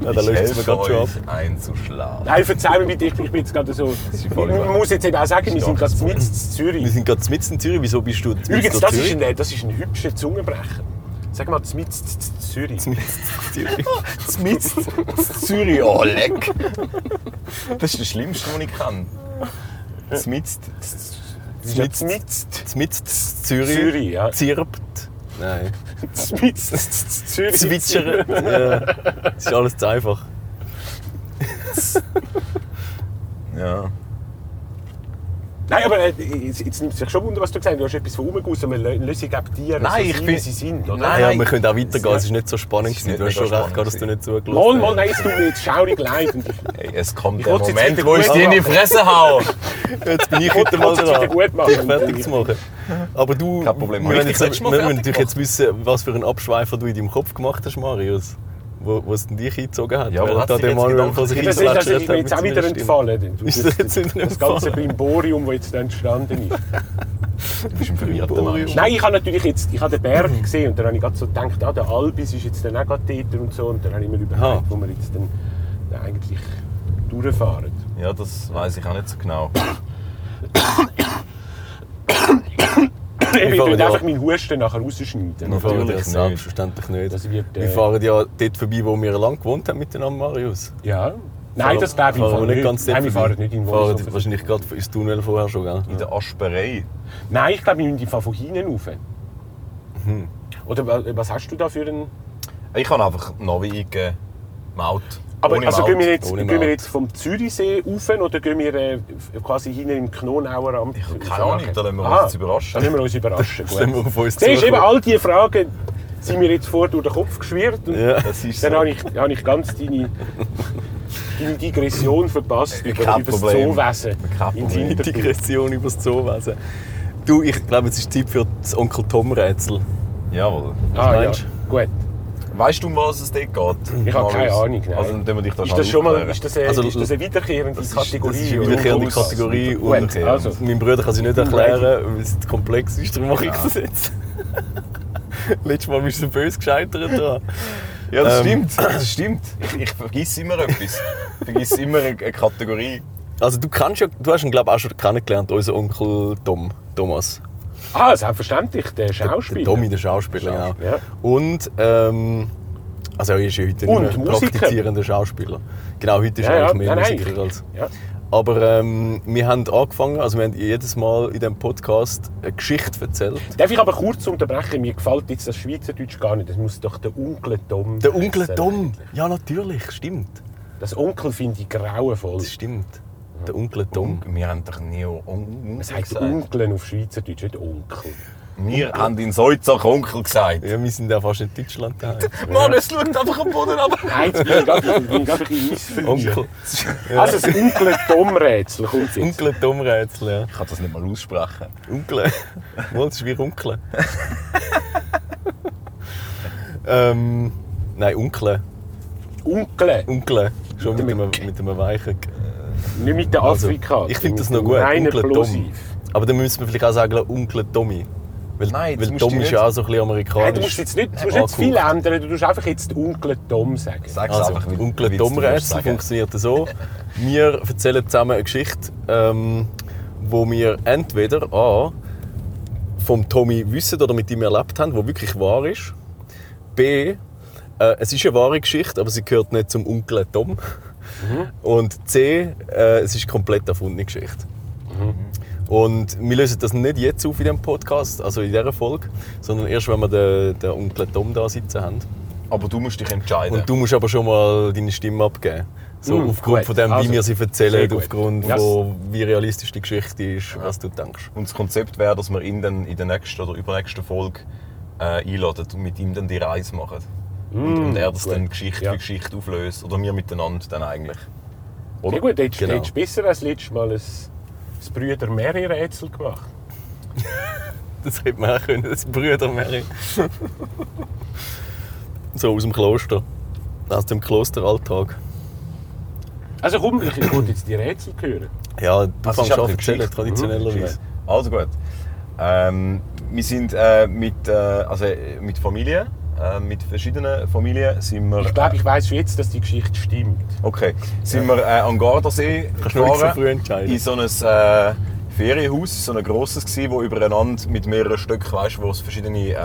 [SPEAKER 2] Ja, da
[SPEAKER 3] ich
[SPEAKER 2] löst es mir
[SPEAKER 3] helfe
[SPEAKER 2] gerade schon ab.
[SPEAKER 3] euch einzuschlafen.
[SPEAKER 4] Nein, verzeih mir bitte, ich bin ich bin jetzt gerade so.
[SPEAKER 3] ist
[SPEAKER 4] Ich
[SPEAKER 3] voll in Ordnung.
[SPEAKER 4] muss jetzt eben auch sagen, wir sind gerade mitten in
[SPEAKER 2] Wir
[SPEAKER 4] Zürich.
[SPEAKER 2] sind gerade mitten in Zürich. Wieso bist du mitten in
[SPEAKER 4] Übrigens, das ist,
[SPEAKER 2] Zürich?
[SPEAKER 4] ein, das ist ein hübscher Zungenbrecher. Sag mal, mitten in Zürich.
[SPEAKER 2] Mitten in Zürich.
[SPEAKER 3] Zürich, oh leck! Das ist das Schlimmste, was ich kenne. Zmitzt.
[SPEAKER 2] Mitten in
[SPEAKER 4] Mitten
[SPEAKER 2] Zürich.
[SPEAKER 4] Zürich, ja.
[SPEAKER 2] Zirpt. Nein.
[SPEAKER 4] in Zürich.
[SPEAKER 2] Zwitschern. Ja. Das ist alles zu einfach.
[SPEAKER 3] Ja.
[SPEAKER 4] Nein, aber äh, jetzt, jetzt nimmt es sich schon wunder, was du gesagt hast. Du hast etwas von rumgegussen. Wir lö- lösen gegen Tiere,
[SPEAKER 3] Nein,
[SPEAKER 4] so
[SPEAKER 3] ich
[SPEAKER 4] sein,
[SPEAKER 3] bin-
[SPEAKER 4] wie sie sind. Oder?
[SPEAKER 3] Nein.
[SPEAKER 2] Ja, wir können auch weitergehen. Es ist nicht so spannend.
[SPEAKER 3] Es ist
[SPEAKER 2] gewesen. Du hast
[SPEAKER 3] nicht
[SPEAKER 2] schon
[SPEAKER 3] mega
[SPEAKER 2] recht, gehabt, dass du
[SPEAKER 3] spannend
[SPEAKER 2] nicht zugelassen
[SPEAKER 4] Mal,
[SPEAKER 2] hast.
[SPEAKER 4] mal, nein, es tut mir jetzt schaurig leid. Und ich
[SPEAKER 3] Hey, es kommt
[SPEAKER 4] Ich
[SPEAKER 3] der
[SPEAKER 4] wollte jetzt
[SPEAKER 3] Moment,
[SPEAKER 4] wieder
[SPEAKER 3] wo ich
[SPEAKER 4] gut
[SPEAKER 3] dir in die
[SPEAKER 4] machen.
[SPEAKER 3] Fresse hau!
[SPEAKER 2] Jetzt bin ich heute mal
[SPEAKER 4] kannst du
[SPEAKER 2] dran,
[SPEAKER 4] wieder gut machen.
[SPEAKER 2] dich fertig zu machen. Aber du,
[SPEAKER 3] Kein Problem,
[SPEAKER 2] wir
[SPEAKER 3] hab
[SPEAKER 2] müssen,
[SPEAKER 3] ich
[SPEAKER 2] jetzt,
[SPEAKER 3] dich letztes Mal
[SPEAKER 2] wir müssen
[SPEAKER 3] fertig
[SPEAKER 2] natürlich jetzt wissen, was für einen Abschweifer du in deinem Kopf gemacht hast, Marius. Wo, wo es denn dich eingezogen hat.
[SPEAKER 3] Ja, aber
[SPEAKER 2] während
[SPEAKER 3] hat
[SPEAKER 2] da
[SPEAKER 3] sich
[SPEAKER 2] der
[SPEAKER 3] jetzt
[SPEAKER 2] Manuel
[SPEAKER 3] Gedanken-
[SPEAKER 2] vor sich
[SPEAKER 4] das, ist, das ist
[SPEAKER 2] hinplätschert
[SPEAKER 4] mir
[SPEAKER 2] hat
[SPEAKER 4] jetzt auch
[SPEAKER 2] mit
[SPEAKER 4] wieder
[SPEAKER 2] seiner Stimme.
[SPEAKER 4] entfallen. Du-
[SPEAKER 2] Ist das jetzt wieder
[SPEAKER 4] Das ganze
[SPEAKER 2] entfallen?
[SPEAKER 4] Brimborium, das jetzt da entstanden ist.
[SPEAKER 3] Du bist ein verwirrter Mensch.
[SPEAKER 4] Nein, ich habe natürlich jetzt ich habe den Berg gesehen und dann habe ich gerade so gedacht, ah, der Albis ist jetzt der Negatäter und so. Und dann habe ich mir überlegt,
[SPEAKER 2] Aha.
[SPEAKER 4] wo wir jetzt dann, dann eigentlich durchfahren.
[SPEAKER 3] Ja, das weiß ich auch nicht so genau.
[SPEAKER 4] Ich
[SPEAKER 2] fahren
[SPEAKER 4] werde
[SPEAKER 2] ja-
[SPEAKER 4] einfach meinen Husten nachher rausschneiden.
[SPEAKER 2] Wir fahren ja
[SPEAKER 3] Natürlich nicht.
[SPEAKER 2] selbstverständlich nicht.
[SPEAKER 4] Das wird, äh,
[SPEAKER 2] wir fahren ja dort vorbei, wo wir lange gewohnt haben miteinander, Marius.
[SPEAKER 4] Ja. Nein, das glaube ich im
[SPEAKER 2] Fahren
[SPEAKER 4] Fall
[SPEAKER 2] wir nicht ganz dort
[SPEAKER 4] Nein, wir
[SPEAKER 2] vorbei.
[SPEAKER 4] fahren nicht in
[SPEAKER 2] Fahren
[SPEAKER 4] Wolfshofen.
[SPEAKER 2] Wahrscheinlich gerade ins Tunnel vorher schon, gell?
[SPEAKER 4] Mhm.
[SPEAKER 3] In der Asperei.
[SPEAKER 4] Nein, ich glaube, wir müssen im Fall von hinten rauf.
[SPEAKER 2] Mhm.
[SPEAKER 4] Oder wa- was hast du da für einen...
[SPEAKER 3] Ich habe einfach Navi eingegeben. Maut.
[SPEAKER 4] Aber
[SPEAKER 3] Ohne
[SPEAKER 4] also
[SPEAKER 3] Maut.
[SPEAKER 4] gehen wir, jetzt,
[SPEAKER 2] Ohne
[SPEAKER 4] gehen wir
[SPEAKER 2] Maut.
[SPEAKER 4] jetzt vom Zürichsee rauf oder gehen wir äh, quasi hinten im Knonauer Amt?
[SPEAKER 3] Ich habe keine
[SPEAKER 4] rauf
[SPEAKER 3] Ahnung,
[SPEAKER 4] machen?
[SPEAKER 3] da lassen wir uns
[SPEAKER 4] Aha,
[SPEAKER 3] jetzt überraschen.
[SPEAKER 4] Da lassen wir uns überraschen.
[SPEAKER 2] Das lassen wir auf uns
[SPEAKER 4] Siehst du, eben
[SPEAKER 2] zukommen.
[SPEAKER 4] all diese Fragen sind mir jetzt vor durch den Kopf geschwirrt und
[SPEAKER 2] Ja.
[SPEAKER 3] Das ist
[SPEAKER 4] dann
[SPEAKER 3] so.
[SPEAKER 4] habe ich, habe ich ganz deine, deine Digression verpasst über,
[SPEAKER 3] Kein
[SPEAKER 4] über das
[SPEAKER 3] Problem.
[SPEAKER 4] Zoowesen.
[SPEAKER 3] Kein
[SPEAKER 4] ins
[SPEAKER 3] Problem.
[SPEAKER 4] Hintertür.
[SPEAKER 2] Digression über das Zoowesen. Du, ich glaube, es ist Zeit für das Onkel Tom-Rätsel.
[SPEAKER 3] Jawohl.
[SPEAKER 4] Ah, ja.
[SPEAKER 2] meinst
[SPEAKER 4] Gut.
[SPEAKER 3] Weißt du, um was es dort geht?
[SPEAKER 4] Ich habe keine
[SPEAKER 3] Marius?
[SPEAKER 4] Ahnung, nein.
[SPEAKER 3] Also, dann tun wir dich da
[SPEAKER 4] Ist
[SPEAKER 3] schnell
[SPEAKER 4] das schon mal
[SPEAKER 3] aufklären.
[SPEAKER 4] ist das eine,
[SPEAKER 2] Also,
[SPEAKER 4] ist das eine wiederkehrende
[SPEAKER 2] Das ist-
[SPEAKER 4] Kategorie?
[SPEAKER 2] Das ist eine
[SPEAKER 4] oder?
[SPEAKER 2] wiederkehrende Kategorie.
[SPEAKER 3] Gut,
[SPEAKER 2] Und ähm,
[SPEAKER 4] also.
[SPEAKER 2] Mein Bruder kann sie nicht erklären, weil es zu komplex ist. Darum mache ich
[SPEAKER 3] Ja.
[SPEAKER 2] das jetzt. Letztes Mal bist du böse gescheitert. Da.
[SPEAKER 3] Ja, das
[SPEAKER 2] Ähm.
[SPEAKER 3] stimmt. Das stimmt. Ich, ich vergiss immer etwas. Ich vergiss immer eine eine Kategorie.
[SPEAKER 2] Also du kennst ja, du hast ihn glaube ich auch schon kennengelernt, unseren Onkel Tom, Thomas.
[SPEAKER 4] Ah, selbstverständlich, der
[SPEAKER 2] Der
[SPEAKER 4] Schauspieler.
[SPEAKER 2] Tommy, der Schauspieler,
[SPEAKER 4] Schauspieler,
[SPEAKER 2] genau.
[SPEAKER 4] ja.
[SPEAKER 2] Und, ähm, also er ist ja heute
[SPEAKER 4] Und
[SPEAKER 2] nicht mehr
[SPEAKER 4] Musiker.
[SPEAKER 2] praktizierender Schauspieler. Genau, heute ist
[SPEAKER 4] ja,
[SPEAKER 2] er
[SPEAKER 4] ja,
[SPEAKER 2] eigentlich mehr
[SPEAKER 4] nein, nein.
[SPEAKER 2] Musiker als...
[SPEAKER 4] ja.
[SPEAKER 2] Aber ähm, wir haben angefangen, also wir haben jedes Mal in diesem Podcast eine Geschichte erzählt.
[SPEAKER 4] Darf ich aber kurz unterbrechen? Mir gefällt jetzt das Schweizerdeutsch gar nicht. Das muss doch der Onkel Tom
[SPEAKER 2] Der Onkel
[SPEAKER 4] heissen
[SPEAKER 2] Tom!
[SPEAKER 4] eigentlich.
[SPEAKER 2] Ja, natürlich, stimmt.
[SPEAKER 4] Das Onkel finde ich grauenvoll.
[SPEAKER 2] Das stimmt. Der Onkel Tom.
[SPEAKER 3] Wir haben doch nie um, Onkel
[SPEAKER 4] Es
[SPEAKER 3] gesagt.
[SPEAKER 4] Um. heißt um? Onkeln auf Schweizerdeutsch, nicht Onkel.
[SPEAKER 3] Wir haben in Solzach Onkel gesagt.
[SPEAKER 2] Ja, wir sind ja fast in Deutschland daheim.
[SPEAKER 3] Mann, es schaut einfach am Boden ab.
[SPEAKER 4] Nein, jetzt bin ich gerade bin ich gerade ein bisschen missverstanden.
[SPEAKER 2] Onkel,
[SPEAKER 4] Also das Onkel Tom Rätsel kommt jetzt.
[SPEAKER 2] Onkel Tom Rätsel, ja.
[SPEAKER 3] Ich kann das nicht mal aussprechen.
[SPEAKER 2] Unkeln. Wohl, das ist wie Runkeln. ähm, nein, Unkeln.
[SPEAKER 4] Onkel,
[SPEAKER 2] Unkeln. Schon mit einem, mit einem Weichen.
[SPEAKER 4] nicht mit der
[SPEAKER 2] Also,
[SPEAKER 4] Afrika.
[SPEAKER 2] ich finde das noch gut.
[SPEAKER 4] Nein,
[SPEAKER 2] Onkel Tom.
[SPEAKER 4] plosiv.
[SPEAKER 2] Aber dann müssen wir vielleicht auch sagen, Onkel Tommy. Weil,
[SPEAKER 3] Nein, das
[SPEAKER 2] weil
[SPEAKER 3] musst du
[SPEAKER 2] Tom ist
[SPEAKER 3] nicht.
[SPEAKER 2] ja auch so ein bisschen
[SPEAKER 4] Hey,
[SPEAKER 2] amerikanisch.
[SPEAKER 4] du musst jetzt nicht, du musst nicht zu viel ändern, du musst einfach jetzt Onkel Tom sagen.
[SPEAKER 3] Sag es
[SPEAKER 2] Also,
[SPEAKER 3] einfach. wie- wie
[SPEAKER 2] Onkel
[SPEAKER 3] du es
[SPEAKER 2] Tom
[SPEAKER 3] dir
[SPEAKER 2] Rätsel
[SPEAKER 3] sagen.
[SPEAKER 2] funktioniert so. Wir erzählen zusammen eine Geschichte, ähm, wo wir entweder A. vom Tommy wissen oder mit ihm erlebt haben, wo wirklich wahr ist. B. Äh, es ist eine wahre Geschichte, aber sie gehört nicht zum Onkel Tom.
[SPEAKER 3] Mhm.
[SPEAKER 2] Und C. Äh, es ist komplett erfundene Geschichte.
[SPEAKER 3] Mhm.
[SPEAKER 2] Und wir lösen das nicht jetzt auf in diesem Podcast, also in dieser Folge, sondern erst, wenn wir den, den Onkel Tom da sitzen haben.
[SPEAKER 3] Aber du musst dich entscheiden.
[SPEAKER 2] Und du musst aber schon mal deine Stimme abgeben. So
[SPEAKER 4] Mm,
[SPEAKER 2] aufgrund
[SPEAKER 4] gut.
[SPEAKER 2] von dem, wie
[SPEAKER 4] Also,
[SPEAKER 2] wir sie
[SPEAKER 4] sehr
[SPEAKER 2] erzählen,
[SPEAKER 4] gut.
[SPEAKER 2] aufgrund
[SPEAKER 4] Yes.
[SPEAKER 2] von wie realistisch die Geschichte ist, was du denkst.
[SPEAKER 3] Und das Konzept wäre, dass wir ihn dann in der nächsten oder übernächsten Folge äh, einladen und mit ihm dann die Reise machen. und, und er das
[SPEAKER 4] Mm, gut.
[SPEAKER 3] dann Geschichte
[SPEAKER 4] Ja.
[SPEAKER 3] für Geschichte auflöst. Oder wir miteinander dann eigentlich.
[SPEAKER 4] Ja gut, hättest
[SPEAKER 2] Genau.
[SPEAKER 4] hättest du besser als letztes Mal ein, ein Brüder Mary Rätsel gemacht.
[SPEAKER 2] Das hätte man auch können, das Brüder Mary. so aus dem Kloster. Aus dem Klosteralltag.
[SPEAKER 4] Also komm, ich ich wollte jetzt die Rätsel hören.
[SPEAKER 2] Ja, du
[SPEAKER 3] Also,
[SPEAKER 2] fängst
[SPEAKER 3] ist
[SPEAKER 2] an
[SPEAKER 3] auch
[SPEAKER 2] zu
[SPEAKER 3] eine
[SPEAKER 2] erzählen,
[SPEAKER 3] Geschichte.
[SPEAKER 2] traditionellerweise.
[SPEAKER 3] Also gut. Ähm, wir sind äh, mit, äh, also äh, mit Familie, äh, mit verschiedenen Familien sind wir...
[SPEAKER 4] Ich glaube, ich weiss schon jetzt, dass die Geschichte stimmt.
[SPEAKER 3] Okay, sind wir äh, am Gardasee
[SPEAKER 2] Kannst du noch nicht so früh entscheiden.
[SPEAKER 3] in so ein äh, Ferienhaus, so ein grosses gsi, wo übereinander mit mehreren Stück, weißt, wo es verschiedene äh,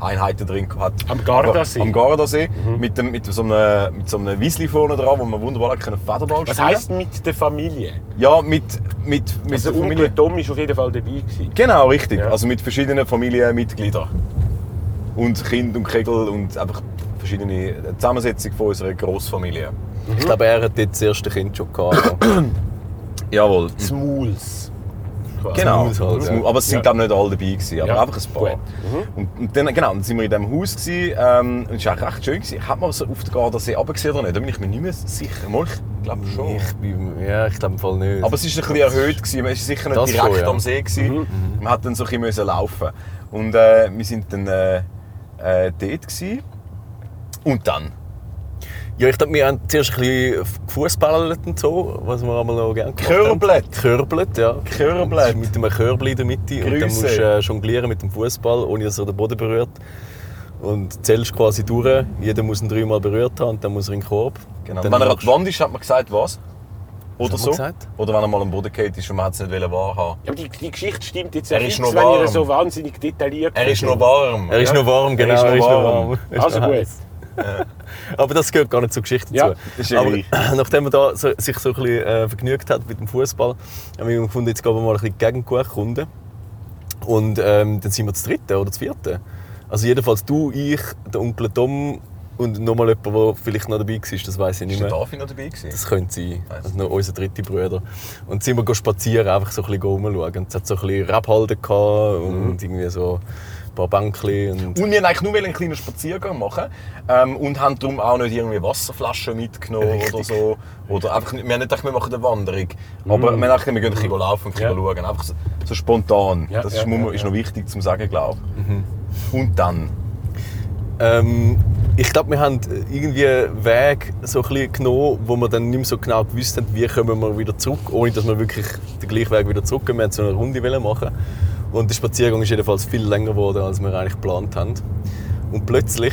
[SPEAKER 3] Einheiten drin hat.
[SPEAKER 4] Am Gardasee? Mhm.
[SPEAKER 3] Am Gardasee, mit, dem, mit so einem, mit so einem Wiesli vorne dran, wo man wunderbar hat können Federball
[SPEAKER 4] Was
[SPEAKER 3] spielen.
[SPEAKER 4] heisst mit der Familie?
[SPEAKER 3] Ja, mit, mit, mit
[SPEAKER 4] Also
[SPEAKER 3] der Familie.
[SPEAKER 4] Onkel Tom war auf jeden Fall dabei. Gewesen.
[SPEAKER 3] Genau, richtig.
[SPEAKER 4] Ja.
[SPEAKER 3] Also mit verschiedenen Familienmitgliedern. Und Kind und Kegel und einfach verschiedene Zusammensetzung von unserer Großfamilie.
[SPEAKER 2] Ich glaube, er hat jetzt das erste Kind schon gehabt.
[SPEAKER 3] Jawohl.
[SPEAKER 4] Smuls. quasi.
[SPEAKER 3] Genau.
[SPEAKER 2] Maus halt,
[SPEAKER 3] Das
[SPEAKER 2] ja.
[SPEAKER 3] Maus. Aber es sind
[SPEAKER 4] Ja.
[SPEAKER 3] glaub nicht alle dabei gewesen, aber
[SPEAKER 4] Ja.
[SPEAKER 3] einfach ein paar.
[SPEAKER 4] Gut.
[SPEAKER 3] Und, und dann, genau, dann sind wir in diesem Haus gewesen, ähm, und es war eigentlich recht schön gewesen. Hat man so auf der Gardasee runtergesehen oder nicht? Da bin ich mir nicht mehr sicher. Mal, ich glaube schon.
[SPEAKER 2] Ich bin, ja, ich glaube im Fall nicht.
[SPEAKER 3] Aber es war ein bisschen erhöht. Gewesen. Man war sicher nicht
[SPEAKER 2] Das
[SPEAKER 3] direkt
[SPEAKER 2] schon, ja. Mhm.
[SPEAKER 3] am See. Gewesen. Man hat dann so ein bisschen müssen laufen. Und äh, wir sind dann äh, äh, dort. Gewesen. Und dann?
[SPEAKER 2] Ja, ich glaube, wir haben zuerst ein bisschen gefussballt und so, was wir einmal noch gerne gemacht haben.
[SPEAKER 3] Körblet.
[SPEAKER 2] Körblet, ja.
[SPEAKER 3] Körblet.
[SPEAKER 2] Das ist Mit einem Körbli in der Mitte und dann
[SPEAKER 3] Grüße.
[SPEAKER 2] musst du äh, jonglieren mit dem Fußball, ohne dass er den Boden berührt. Und zählst quasi durch. Jeder muss ihn dreimal berührt haben und dann muss er in den Korb.
[SPEAKER 3] Genau.
[SPEAKER 2] Dann
[SPEAKER 3] wenn er an
[SPEAKER 2] machst-
[SPEAKER 3] die Wand ist, hat man gesagt, was?
[SPEAKER 2] Was
[SPEAKER 3] Oder
[SPEAKER 2] hat
[SPEAKER 3] so?
[SPEAKER 2] man gesagt?
[SPEAKER 3] Oder wenn er mal am Boden geht ist und man hat es nicht wahrhaben
[SPEAKER 4] Ja, Aber die, die Geschichte stimmt jetzt
[SPEAKER 3] Er
[SPEAKER 4] ja
[SPEAKER 3] ist
[SPEAKER 4] fix,
[SPEAKER 3] noch
[SPEAKER 4] wenn ihr
[SPEAKER 3] warm.
[SPEAKER 4] so wahnsinnig detailliert
[SPEAKER 3] Er ist
[SPEAKER 4] seid.
[SPEAKER 3] noch warm.
[SPEAKER 2] Er ist
[SPEAKER 4] Ja.
[SPEAKER 2] noch warm,
[SPEAKER 3] Er
[SPEAKER 2] genau.
[SPEAKER 3] ist noch
[SPEAKER 2] er ist
[SPEAKER 3] warm.
[SPEAKER 2] Er ist
[SPEAKER 4] Also
[SPEAKER 2] noch
[SPEAKER 4] gut.
[SPEAKER 2] heiß. Aber das gehört gar nicht zur Geschichte
[SPEAKER 4] Ja,
[SPEAKER 2] dazu.
[SPEAKER 3] ist ja
[SPEAKER 2] Aber
[SPEAKER 3] gleich.
[SPEAKER 2] nachdem man da so, sich so ein bisschen äh, vergnügt hat mit dem Fußball, haben wir gefunden, jetzt gehen wir mal ein bisschen gegen Kuchen. Und ähm, dann sind wir zu dritten oder zu vierten. Also jedenfalls du, ich, der Onkel Tom und nochmal jemand, der vielleicht noch dabei war, das weiß ich nicht
[SPEAKER 3] Ist der
[SPEAKER 2] mehr.
[SPEAKER 3] David noch dabei gewesen?
[SPEAKER 2] Das könnte sein.
[SPEAKER 3] Weiss
[SPEAKER 2] Also noch unser dritter Bruder. Und sind wir gehen spazieren, einfach so ein bisschen rumschauen. Und Es hat so ein bisschen Rebhalden gehabt
[SPEAKER 3] Mhm.
[SPEAKER 2] und irgendwie so ein paar Bänkchen. Und
[SPEAKER 3] Und wir wollten eigentlich nur einen kleinen Spaziergang machen ähm, und haben darum auch nicht irgendwie Wasserflaschen mitgenommen oder so. Oder einfach, nicht- wir haben nicht gedacht, wir machen eine Wanderung.
[SPEAKER 2] Mm.
[SPEAKER 3] Aber wir haben gedacht, wir gehen ein bisschen laufen und ein bisschen schauen. Einfach so, so spontan.
[SPEAKER 4] Ja,
[SPEAKER 3] das
[SPEAKER 4] ja,
[SPEAKER 3] ist, muss man-
[SPEAKER 4] ja,
[SPEAKER 2] Mhm.
[SPEAKER 3] ist noch wichtig zu sagen, glaube ich. Und dann?
[SPEAKER 2] Ähm, ich glaube, wir haben irgendwie einen Weg so ein bisschen genommen, wo wir dann nicht mehr so genau gewusst haben, wie kommen wir wieder zurück, ohne dass wir wirklich den gleichen Weg wieder zurückgehen. Wir wollten so eine Runde wollen machen. Und der Spaziergang ist jedenfalls viel länger geworden, als wir eigentlich geplant haben. Und plötzlich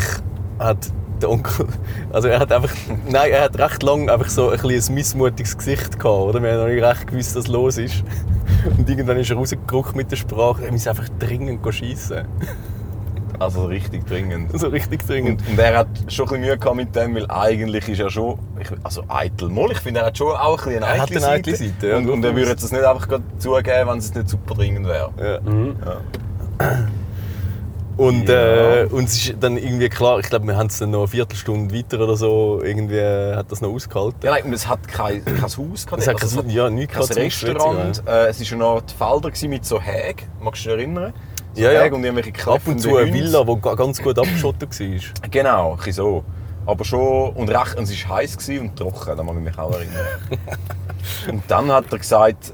[SPEAKER 2] hat der Onkel, also er hat einfach, nein, er hat recht lang einfach so ein, bisschen ein missmutiges Gesicht gehabt, oder? Wir haben noch nicht recht gewusst, was los ist. Und irgendwann ist er rausgeguckt mit der Sprache, er muss einfach dringend schiessen.
[SPEAKER 3] Also richtig dringend.
[SPEAKER 2] So richtig dringend.
[SPEAKER 3] Und, und er hat schon ein bisschen Mühe gehabt mit dem, weil eigentlich ist er schon, ich, also eitel Moll, ich finde, er hat schon auch ein bisschen
[SPEAKER 2] Er
[SPEAKER 3] eine
[SPEAKER 2] hat
[SPEAKER 3] eitle
[SPEAKER 2] eine eitle
[SPEAKER 3] Seite.
[SPEAKER 2] Seite, ja,
[SPEAKER 3] und, und er
[SPEAKER 2] durchaus.
[SPEAKER 3] würde jetzt das nicht einfach gerade zugeben, wenn es nicht super dringend wäre.
[SPEAKER 2] Ja.
[SPEAKER 3] Ja.
[SPEAKER 2] Und,
[SPEAKER 3] Ja.
[SPEAKER 2] äh, und es ist dann irgendwie klar, ich glaube, wir haben es dann noch eine Viertelstunde weiter oder so, irgendwie hat das noch ausgehalten. Also,
[SPEAKER 3] Ja, nein, und es hat kein, kein Haus gehabt. also
[SPEAKER 2] Es hat kein- ja, nichts
[SPEAKER 3] kein
[SPEAKER 2] gehabt zum
[SPEAKER 3] Restaurant. Äh, es war eine Art Felder gewesen mit so Häg. Magst du dich erinnern? So
[SPEAKER 2] Ja, ja.
[SPEAKER 3] Häge und irgendwelche
[SPEAKER 2] Ab und
[SPEAKER 3] kläffenden
[SPEAKER 2] zu eine
[SPEAKER 3] Hunde.
[SPEAKER 2] Villa, die ga- ganz gut abgeschottet war.
[SPEAKER 3] Genau, ein bisschen so. Aber schon, und recht, und es war heiß gewesen und trocken, da mag ich mich auch erinnern. und dann hat er gesagt,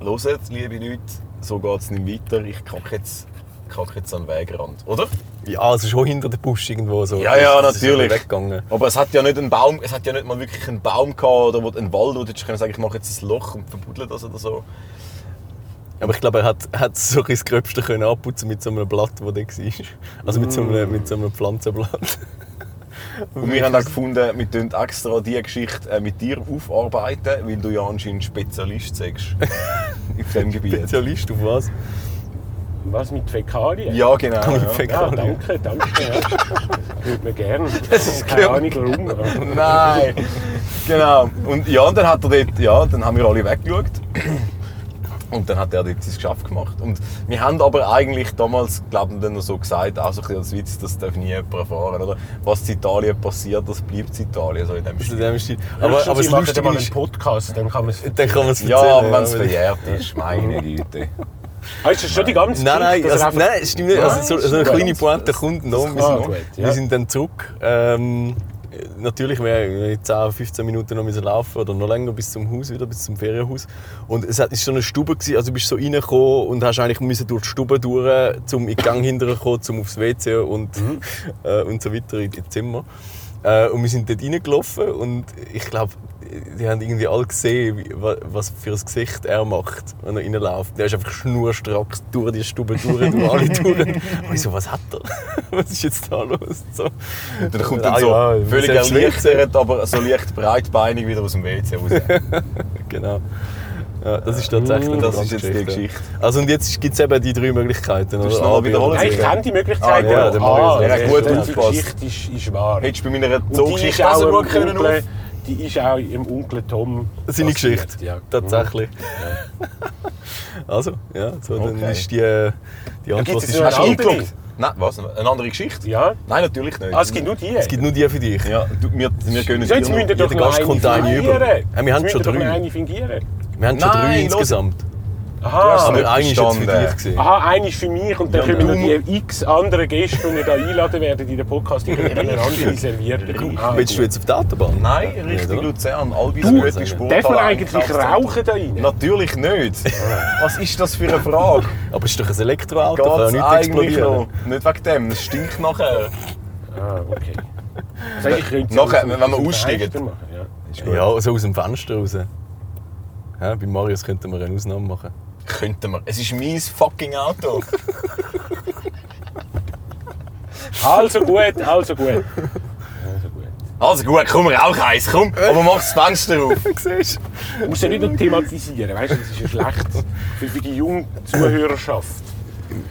[SPEAKER 3] «Hört, liebe Leute, so geht es nicht weiter, ich kacke jetzt, ich kacke jetzt an den Wegrand.» Oder?
[SPEAKER 2] Ja, also schon hinter der Busch irgendwo so.
[SPEAKER 3] Ja, ja,
[SPEAKER 2] Das ist wieder
[SPEAKER 3] natürlich.
[SPEAKER 2] Weggegangen.
[SPEAKER 3] Aber es hat ja nicht einen Baum, es hat ja nicht mal wirklich einen Baum gehabt oder wo- einen Wald, wo du hättest können sagen, ich mache jetzt ein Loch und verbuddle das oder so.
[SPEAKER 2] Aber ich glaube, er hat, hat so ein bisschen das Gröbste können abputzen mit so einem Blatt, das da war. Also mit so
[SPEAKER 3] Mm.
[SPEAKER 2] einem, mit so einem Pflanzenblatt.
[SPEAKER 3] Und wir haben auch gefunden, wir tun extra diese Geschichte äh, mit dir aufarbeiten, weil du ja anscheinend Spezialist sagst. auf dem Gebiet.
[SPEAKER 2] Spezialist auf was?
[SPEAKER 4] Was mit Fäkalien?
[SPEAKER 3] Ja, genau. Ja.
[SPEAKER 4] Ja,
[SPEAKER 2] Fäkalien.
[SPEAKER 4] danke, danke. Ja. Das würde man gerne. Das
[SPEAKER 3] ist
[SPEAKER 4] Keine
[SPEAKER 3] gut.
[SPEAKER 4] Ahnung warum. aber-
[SPEAKER 3] Nein! Genau. Und ja, dann hat er dort, ja, dann haben wir alle weggeschaut. Und dann hat er dort sein Geschäft gemacht. Und wir haben aber eigentlich damals, glaube ich, dann noch so gesagt, auch so ein bisschen als Witz, das darf nie jemand erfahren, oder? Was in Italien passiert, das bleibt in Italien, so in dem
[SPEAKER 2] Also
[SPEAKER 3] Stil.
[SPEAKER 2] in dem Stil. Aber, aber
[SPEAKER 4] Höchstens,
[SPEAKER 2] das
[SPEAKER 4] ich mache dann
[SPEAKER 2] Lustige
[SPEAKER 4] mal einen
[SPEAKER 2] ist,
[SPEAKER 4] Podcast, dann kann man es. Hast
[SPEAKER 2] dann kann man es erzählen.
[SPEAKER 3] Ja, aber wenn es
[SPEAKER 2] weil-
[SPEAKER 3] verjährt ist, meine Güte.
[SPEAKER 4] du das schon die ganze
[SPEAKER 2] Nein, nein,
[SPEAKER 4] Geschichte, dass
[SPEAKER 2] also,
[SPEAKER 4] er einfach-
[SPEAKER 2] nein, es stimmt nicht. Also, so, so eine
[SPEAKER 3] Nein,
[SPEAKER 2] kleine
[SPEAKER 3] das-
[SPEAKER 2] Pointe kommt noch. Wir
[SPEAKER 4] kann
[SPEAKER 2] sind,
[SPEAKER 4] gut, ja.
[SPEAKER 2] wir sind dann zurück. Ähm, natürlich wäre ich 10, 15 Minuten noch müssen laufen oder noch länger bis zum Haus wieder, bis zum Ferienhaus. Und es war so eine Stube, gewesen, also du bist so reingekommen und hast eigentlich müssen durch die Stube durch, um in den Gang hinterherzukommen, um aufs WC und,
[SPEAKER 4] Mhm.
[SPEAKER 2] äh, und so weiter in die Zimmer. Äh, und wir sind dort reingelaufen und ich glaube, die haben irgendwie alle gesehen, wie- wa- was für ein Gesicht er macht, wenn er reinläuft. Der ist einfach schnurstracks durch die Stube durch, durch alle Türen. Und ich so, was hat er? Was ist jetzt da los? So.
[SPEAKER 3] Und dann kommt dann
[SPEAKER 2] Ah,
[SPEAKER 3] so
[SPEAKER 2] ja,
[SPEAKER 3] völlig
[SPEAKER 2] selbst
[SPEAKER 3] erleichtert, aber so leicht breitbeinig wieder aus dem WC raus.
[SPEAKER 2] Genau. Ja, das ist tatsächlich
[SPEAKER 3] Mm, Das
[SPEAKER 2] eine
[SPEAKER 3] ist jetzt die
[SPEAKER 2] Geschichte.
[SPEAKER 3] Geschichte.
[SPEAKER 2] Also und jetzt gibt es eben die drei Möglichkeiten.
[SPEAKER 3] musst
[SPEAKER 2] oder?
[SPEAKER 3] nochmal
[SPEAKER 2] A, B
[SPEAKER 3] wiederholen,
[SPEAKER 2] oder
[SPEAKER 4] Nein,
[SPEAKER 2] C.
[SPEAKER 4] ich kenne die
[SPEAKER 3] Ah,
[SPEAKER 4] Möglichkeit.
[SPEAKER 2] ja,
[SPEAKER 4] wo-
[SPEAKER 2] der Marius,
[SPEAKER 4] Ah,
[SPEAKER 2] der
[SPEAKER 3] hat
[SPEAKER 4] das
[SPEAKER 3] gut
[SPEAKER 4] ist- die
[SPEAKER 3] aufgepasst.
[SPEAKER 4] Geschichte ist, ist wahr.
[SPEAKER 3] Hättest du bei meiner
[SPEAKER 4] Und die ist
[SPEAKER 3] Zoogeschichte auch
[SPEAKER 4] auch
[SPEAKER 3] so
[SPEAKER 4] im
[SPEAKER 3] gut können
[SPEAKER 4] Onkel-
[SPEAKER 3] auf.
[SPEAKER 4] Die ist auch im Onkel Tom.
[SPEAKER 2] Seine
[SPEAKER 4] passiert,
[SPEAKER 2] Geschichte.
[SPEAKER 4] ja.
[SPEAKER 2] Tatsächlich. Also, ja, so, dann
[SPEAKER 3] Okay.
[SPEAKER 2] ist die, äh, die Antwort
[SPEAKER 4] es
[SPEAKER 2] ist
[SPEAKER 4] noch
[SPEAKER 3] Hast du
[SPEAKER 4] Eine andere?
[SPEAKER 3] eingeloggt? Nein, Nou, was? Eine andere Geschichte?
[SPEAKER 4] Ja.
[SPEAKER 3] Nein, natürlich nicht.
[SPEAKER 4] Ah, es gibt nur die.
[SPEAKER 2] Es gibt nur die für dich.
[SPEAKER 3] Ja, du, wir, wir können
[SPEAKER 4] So, jetzt müsst ihr doch
[SPEAKER 2] Jeder
[SPEAKER 4] noch
[SPEAKER 2] Gast
[SPEAKER 4] eine
[SPEAKER 2] kommt eine
[SPEAKER 4] fingieren.
[SPEAKER 2] über. Ja, wir haben
[SPEAKER 4] Jetzt
[SPEAKER 2] schon
[SPEAKER 4] müsst ihr doch
[SPEAKER 2] drei.
[SPEAKER 4] noch eine fingieren.
[SPEAKER 2] Wir haben schon
[SPEAKER 3] Nein,
[SPEAKER 2] drei
[SPEAKER 3] los.
[SPEAKER 2] insgesamt.
[SPEAKER 3] hast
[SPEAKER 4] Aha,
[SPEAKER 3] nicht
[SPEAKER 2] Aber eine ist jetzt für
[SPEAKER 3] verstanden.
[SPEAKER 2] dich. Gewesen.
[SPEAKER 4] Aha, eine ist für mich und dann
[SPEAKER 3] Ja,
[SPEAKER 4] kommen
[SPEAKER 3] ja.
[SPEAKER 4] noch die x anderen Gäste, die wir hier einladen werden in den Podcast, die können eine andere servieren. Ah,
[SPEAKER 2] Willst du jetzt auf die Autobahn?
[SPEAKER 3] Nein, richtig
[SPEAKER 2] oder?
[SPEAKER 3] Luzern. All
[SPEAKER 2] Du,
[SPEAKER 3] unsere gute Sport.
[SPEAKER 4] Darf man eigentlich rauchen da rein?
[SPEAKER 3] Natürlich nicht. Was ist das für eine Frage?
[SPEAKER 2] Aber es ist doch ein Elektroauto,
[SPEAKER 3] Geht
[SPEAKER 2] kann
[SPEAKER 3] es
[SPEAKER 2] ja nicht
[SPEAKER 3] eigentlich noch?
[SPEAKER 2] explodieren.
[SPEAKER 3] Nicht wegen dem, es stinkt nachher.
[SPEAKER 4] Ah, okay. Das heißt, ich könnte es
[SPEAKER 3] Nachher,
[SPEAKER 4] aus-
[SPEAKER 3] wenn wir
[SPEAKER 4] aus dem
[SPEAKER 3] aussteigen.
[SPEAKER 4] Fenster machen, ja.
[SPEAKER 3] Ist gut.
[SPEAKER 2] Ja, so aus dem Fenster raus. Ja, bei Marius könnten wir eine Ausnahme machen.
[SPEAKER 3] Könnten wir. Es ist mein fucking Auto.
[SPEAKER 4] Also gut, also gut. Also gut.
[SPEAKER 3] Also gut, komm, rauch eins, komm. Aber mach das Fenster auf.
[SPEAKER 2] Siehst
[SPEAKER 4] Du musst ja nicht nur thematisieren, weißt du, das ist ja schlecht für, für die junge Zuhörerschaft.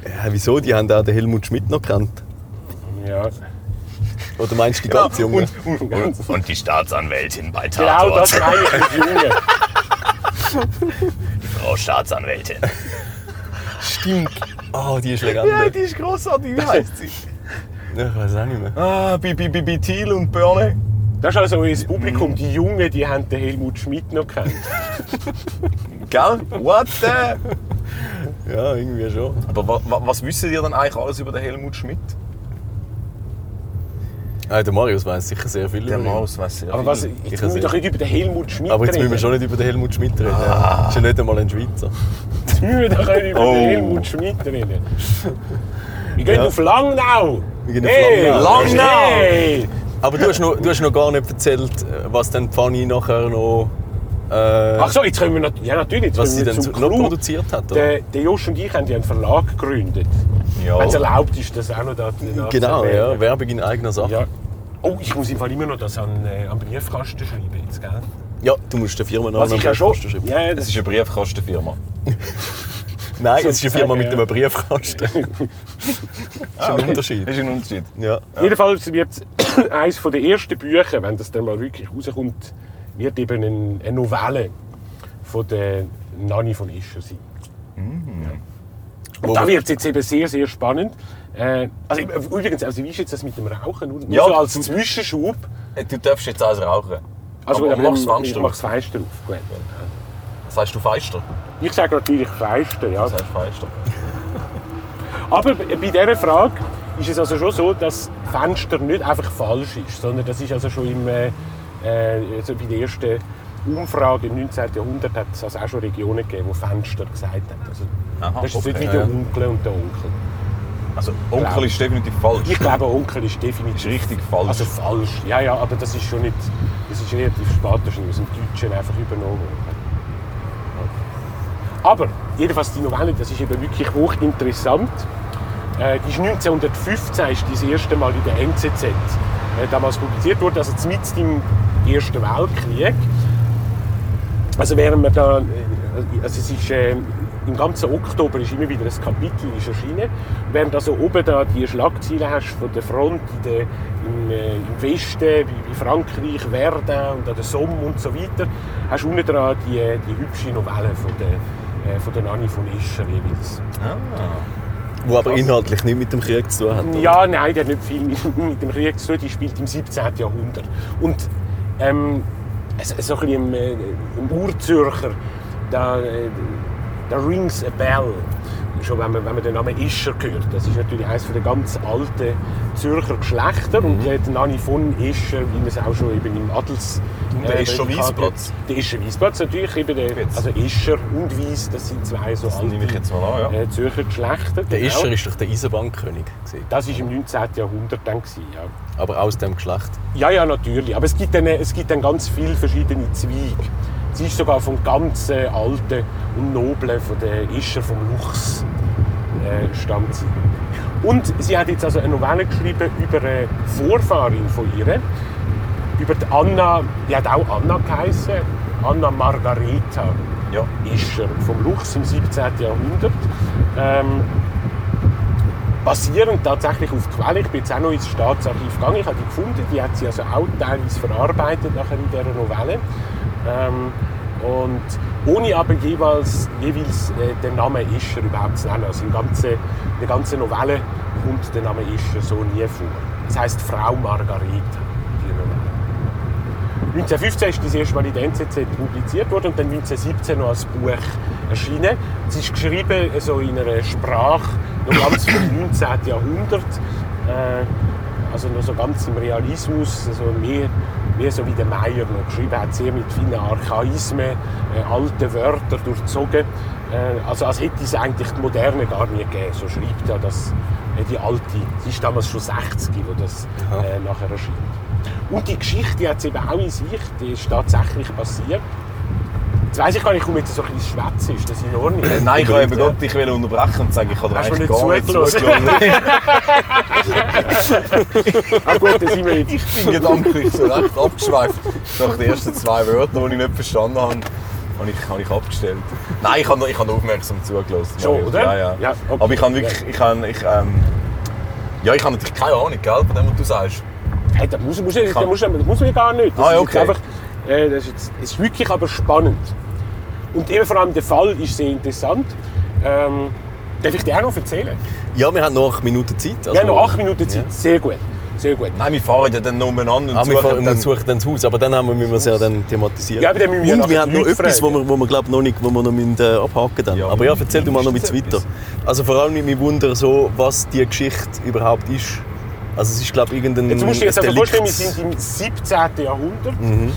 [SPEAKER 2] ja, Wieso? Die haben auch den Helmut Schmidt noch gekannt.
[SPEAKER 4] Ja.
[SPEAKER 2] Oder meinst du die ganz Jungen?
[SPEAKER 3] Und, und, und, und die Staatsanwältin bei Tatort.
[SPEAKER 4] Genau das meine ich mit Jungen.
[SPEAKER 3] Frau Oh, Staatsanwältin.
[SPEAKER 2] Stimmt. Oh, die ist Legende.
[SPEAKER 3] die ist grossartig. Wie heisst sie?
[SPEAKER 2] Ja, ich weiß auch nicht mehr.
[SPEAKER 3] Ah, bei, bei, bei, bei Thiel und Börne.
[SPEAKER 4] Das ist also unser Publikum, die Jungen, die haben den Helmut Schmidt noch kennt.
[SPEAKER 3] Gell? What the?
[SPEAKER 2] Ja, irgendwie schon.
[SPEAKER 3] Aber wa, wa, was wissen ihr denn eigentlich alles über den Helmut Schmidt?
[SPEAKER 2] Ah, der Marius weiß sicher sehr viel über ihn.
[SPEAKER 3] weiss ich.
[SPEAKER 4] Aber was,
[SPEAKER 3] Hm, ich
[SPEAKER 4] jetzt
[SPEAKER 2] Ich
[SPEAKER 4] müssen wir doch
[SPEAKER 2] sehe.
[SPEAKER 4] nicht über den Helmut Schmidt
[SPEAKER 2] Aber jetzt
[SPEAKER 4] reden.
[SPEAKER 2] müssen wir schon nicht über den Helmut Schmidt reden. Ah. Ist ja nicht einmal ein Schweizer.
[SPEAKER 4] Jetzt müssen wir doch nicht über
[SPEAKER 3] Oh.
[SPEAKER 4] den Helmut Schmidt reden. Wir gehen
[SPEAKER 2] Ja.
[SPEAKER 4] auf Langnau.
[SPEAKER 2] Wir gehen
[SPEAKER 4] Hey,
[SPEAKER 2] Flammen an.
[SPEAKER 3] Langnau!
[SPEAKER 4] Hey!
[SPEAKER 2] Aber du hast, noch, du hast noch gar nicht erzählt, äh, was dann Fanny nachher noch. Äh,
[SPEAKER 4] Ach so, jetzt kommen wir nat ja, natürlich, jetzt
[SPEAKER 2] was sie
[SPEAKER 4] kommen wir
[SPEAKER 2] dann
[SPEAKER 4] zum
[SPEAKER 2] noch
[SPEAKER 4] Clou.
[SPEAKER 2] produziert hat. Oder?
[SPEAKER 4] Der, der Josch und ich haben ja einen Verlag gegründet.
[SPEAKER 3] Ja.
[SPEAKER 4] Wenn es erlaubt ist, das auch noch da
[SPEAKER 2] Genau,
[SPEAKER 4] nachzuerwähnen.
[SPEAKER 2] ja. Werbung in eigener Sache. Ja,
[SPEAKER 4] ja. Oh, ich muss im Fall immer noch das an, äh, an den Briefkasten schreiben jetzt, gell?
[SPEAKER 2] du musst der Firma
[SPEAKER 4] Was
[SPEAKER 2] noch
[SPEAKER 4] ich ja schon... Ja, ja,
[SPEAKER 3] Es
[SPEAKER 4] das
[SPEAKER 3] ist eine Briefkastenfirma.
[SPEAKER 2] Nein, es ist eine Firma mit einem
[SPEAKER 4] sozusagen,
[SPEAKER 2] Briefkasten. das ist
[SPEAKER 4] Ah,
[SPEAKER 2] ein Unterschied.
[SPEAKER 3] Das ist ein Unterschied.
[SPEAKER 2] Ja.
[SPEAKER 4] Jedenfalls wird eines der ersten Bücher, wenn das dann mal wirklich rauskommt, wird eben ein, eine Novelle von der Nanny von Ischer sein.
[SPEAKER 2] Wo
[SPEAKER 3] Mhm.
[SPEAKER 4] Und da
[SPEAKER 2] wir-
[SPEAKER 4] wird es jetzt eben sehr, sehr spannend. Äh, also eben, übrigens, also wie ist jetzt das mit dem Rauchen? Nur, nur
[SPEAKER 3] Ja.
[SPEAKER 4] so als Zwischenschub.
[SPEAKER 3] Äh, Du darfst jetzt alles rauchen.
[SPEAKER 4] Also
[SPEAKER 3] Aber
[SPEAKER 4] dann-
[SPEAKER 3] mach das Fenster
[SPEAKER 4] ich
[SPEAKER 3] auf.
[SPEAKER 4] mach's Fenster auf. Gut.
[SPEAKER 3] Was heißt du Feister?
[SPEAKER 4] Ich sage natürlich Fenster, ja.
[SPEAKER 3] Was heißt Feister?
[SPEAKER 4] Aber bei dieser Frage ist es also schon so, dass Fenster nicht einfach falsch ist, sondern das ist also schon im, äh, äh, also bei der ersten Umfrage im 19. Jahrhundert hat es also auch schon Regionen gegeben, wo Fenster gesagt haben. Also,
[SPEAKER 3] Aha,
[SPEAKER 4] das ist jetzt
[SPEAKER 3] okay,
[SPEAKER 4] nicht wie
[SPEAKER 3] ja.
[SPEAKER 4] der Onkel und der Onkel.
[SPEAKER 3] Also Onkel ist definitiv falsch.
[SPEAKER 4] Ich glaube, Onkel ist
[SPEAKER 3] Ist
[SPEAKER 4] definitiv
[SPEAKER 3] richtig falsch.
[SPEAKER 4] also falsch. Ja, ja, aber das ist schon nicht, das ist relativ spät, das ist aus dem Deutschen einfach übernommen worden. Aber jedenfalls die Novelle, das ist eben wirklich hochinteressant. Äh, die ist 1915 ist die das erste Mal in der NZZ äh, damals publiziert worden, also mitten im Ersten Weltkrieg. Also während wir da, äh, also es ist, äh, im ganzen Oktober ist immer wieder ein Kapitel ist erschienen. Während also oben da die Schlagzeilen hast von der Front in der, im, äh, im Westen, bei, bei Frankreich, Verdun und an der Somme und so weiter, hast du unten dran die, die hübsche Novelle von der, äh, von der Nanni von Ischer jeweils.
[SPEAKER 2] Wo aber inhaltlich nichts mit dem Krieg zu tun hat. oder?
[SPEAKER 4] Also- Ja, nein, der hat nicht viel mit, mit dem Krieg zu tun. Die spielt im 17. Jahrhundert. Und ähm, so, so ein bisschen im, äh, im Urzürcher, da, äh, da rings a bell. Schon wenn man, wenn man den Namen Ischer hört. Das ist natürlich eines der ganz alten Zürcher Geschlechter.
[SPEAKER 3] Mhm.
[SPEAKER 4] Und äh, der Nanni von Ischer, wie man es auch schon eben im Adels...
[SPEAKER 3] Und der Ischer
[SPEAKER 4] bekannt hat.
[SPEAKER 3] Weissplatz.
[SPEAKER 4] Der Ischer Weisplatz natürlich. Eben der,
[SPEAKER 3] Jetzt.
[SPEAKER 4] also Ischer und Weiss, das sind zwei so
[SPEAKER 3] Das nehme ich jetzt mal an, ja.
[SPEAKER 4] äh, Zürcher Geschlechter.
[SPEAKER 2] Der
[SPEAKER 4] genau.
[SPEAKER 2] Ischer ist doch der Eisenbahnkönig. gewesen.
[SPEAKER 4] Das war im 19. Jahrhundert dann. Gewesen, ja.
[SPEAKER 2] Aber aus dem Geschlecht.
[SPEAKER 4] ja, ja, natürlich. Aber es gibt dann, es gibt dann ganz viele verschiedene Zweige. Es ist sogar vom ganzen Alten und Noblen, von der Ischer, vom Luchs, äh, stammt sie. Und sie hat jetzt also eine Novelle geschrieben über eine Vorfahrin von ihr. Über die Anna, die hat auch Anna geheißen, Anna Margareta.
[SPEAKER 3] ja.
[SPEAKER 4] Ischer vom Luchs im 17. Jahrhundert. Ähm, basierend tatsächlich auf die Quelle. Ich bin jetzt auch noch ins Staatsarchiv gegangen. Ich habe die gefunden. Die hat sie also auch teilweise verarbeitet nachher in dieser Novelle. Ähm, und ohne aber jeweils, jeweils äh, den Namen Ischer überhaupt zu nennen. Also in ganze, in der ganzen Novelle kommt der Name Ischer so nie vor. Das heißt Frau Margarete, die Novelle. 1915 ist das erste Mal in der NZZ publiziert worden und dann 1917 noch als Buch erschienen. Es ist geschrieben also in einer Sprache noch ganz vom 19. Jahrhundert, äh, also noch so ganz im Realismus, also mehr, mehr so wie der Meier noch geschrieben hat, sehr mit vielen Archaismen, äh, alten Wörtern durchzogen. Äh, also als hätte es eigentlich die Moderne gar nicht gegeben, so schreibt er das, äh, die alte. Sie ist damals schon 60, wo das äh, nachher erscheint. Und die Geschichte hat es eben auch in sich, die ist tatsächlich passiert. Jetzt weiss ich gar nicht, warum jetzt so ein bisschen Schwätze ist, das ist in Ordnung.
[SPEAKER 3] Nein, ich wollte eben
[SPEAKER 4] Ja.
[SPEAKER 3] gerade dich wollte unterbrechen und sagen, ich habe dir
[SPEAKER 4] Hast du
[SPEAKER 3] eigentlich
[SPEAKER 4] mir
[SPEAKER 3] gar nicht
[SPEAKER 4] nicht zugelassen?
[SPEAKER 3] zugelassen.
[SPEAKER 4] Ah, gut, dann sind wir jetzt.
[SPEAKER 3] Ich bin gedanklich so recht abgeschweift. Nach den ersten zwei Wörtern, die ich nicht verstanden habe, habe ich, habe ich abgestellt. Nein, ich habe, ich habe aufmerksam zugelassen.
[SPEAKER 4] Schon,
[SPEAKER 3] Mario.
[SPEAKER 4] oder?
[SPEAKER 3] Ja, ja.
[SPEAKER 4] Ja, okay.
[SPEAKER 3] Aber ich habe wirklich... Ich habe, ich, ähm, ja, ich habe natürlich keine Ahnung, gell, von dem, was du sagst.
[SPEAKER 4] Hey, das muss, muss, das
[SPEAKER 3] Kann-
[SPEAKER 4] muss, das muss man gar nicht. Das
[SPEAKER 3] Ah,
[SPEAKER 4] ist
[SPEAKER 3] okay.
[SPEAKER 4] jetzt einfach, äh, das ist, jetzt, es ist wirklich aber spannend. Und eben vor allem der Fall ist sehr interessant. Ähm, darf ich dir auch noch erzählen?
[SPEAKER 2] Ja, wir haben noch acht Minuten Zeit.
[SPEAKER 4] Wir
[SPEAKER 2] also-
[SPEAKER 4] haben noch acht Minuten Zeit. Sehr gut. Sehr gut.
[SPEAKER 3] Nein, wir fahren ja dann umeinander und
[SPEAKER 2] Ah, wir fahren dann
[SPEAKER 3] suchen dann...
[SPEAKER 2] suchen dann das Haus, aber dann haben wir, müssen wir es ja dann thematisieren.
[SPEAKER 4] Ja, aber dann müssen wir ja
[SPEAKER 2] Und wir
[SPEAKER 4] nachher
[SPEAKER 2] haben
[SPEAKER 4] die
[SPEAKER 2] noch
[SPEAKER 4] Leute
[SPEAKER 2] etwas, wo
[SPEAKER 4] fragen.
[SPEAKER 2] wir, wo wir glaube noch nicht, wo wir noch müssen, äh, abhaken dann.
[SPEAKER 3] Ja,
[SPEAKER 2] aber ja, erzähl du mal noch ein bisschen
[SPEAKER 3] mindestens
[SPEAKER 2] weiter.
[SPEAKER 3] etwas.
[SPEAKER 2] Also vor allem mich wundert so, was die Geschichte überhaupt ist. Also es ist glaube ich irgendein
[SPEAKER 4] Jetzt musst du dir jetzt
[SPEAKER 2] ein
[SPEAKER 4] also vorstellen, wir
[SPEAKER 2] Delikt.
[SPEAKER 4] sind im 17. Jahrhundert.
[SPEAKER 3] Mhm.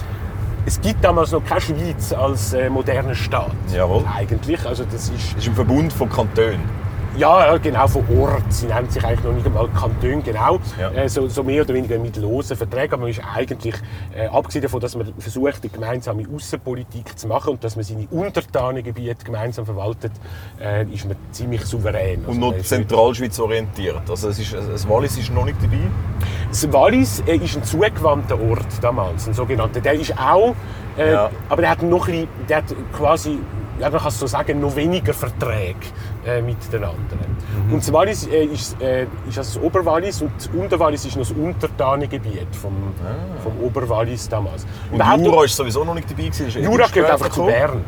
[SPEAKER 4] Es gibt damals noch keine Schweiz als äh, moderner Staat.
[SPEAKER 3] Jawohl.
[SPEAKER 4] Eigentlich. Also das ist
[SPEAKER 3] Das ist ein Verbund von Kantonen.
[SPEAKER 4] Ja, ja, genau, von Ort. Sie nennen sich eigentlich noch nicht einmal Kanton, genau.
[SPEAKER 3] Ja.
[SPEAKER 4] Äh, so, so mehr oder weniger mit losen Verträgen. Aber man ist eigentlich, äh, abgesehen davon, dass man versucht, eine gemeinsame Außenpolitik zu machen und dass man seine Untertanengebiete gemeinsam verwaltet, äh, ist man ziemlich souverän.
[SPEAKER 3] Und
[SPEAKER 4] Also man
[SPEAKER 3] noch
[SPEAKER 4] ist nicht-
[SPEAKER 3] Zentralschweiz orientiert. Also es ist, das Wallis ist noch nicht dabei.
[SPEAKER 4] Das Wallis äh, ist ein zugewandter Ort damals, ein sogenannter. Der ist auch, äh,
[SPEAKER 3] Ja.
[SPEAKER 4] aber der hat noch ein bisschen, der hat quasi, ja, man kann es so sagen, noch weniger Verträge äh, mit den anderen.
[SPEAKER 3] Mhm.
[SPEAKER 4] Und das Wallis äh, ist, äh, ist das Oberwallis und das Unterwallis ist noch das Untertanengebiet vom, vom Oberwallis damals.
[SPEAKER 3] Ah. Und
[SPEAKER 4] Überhaupt-
[SPEAKER 3] Jura ist sowieso noch nicht dabei. Gewesen, ist
[SPEAKER 4] Jura
[SPEAKER 3] erst
[SPEAKER 4] gehört
[SPEAKER 3] später
[SPEAKER 4] einfach zu
[SPEAKER 3] gekommen. Oh.
[SPEAKER 4] Bern,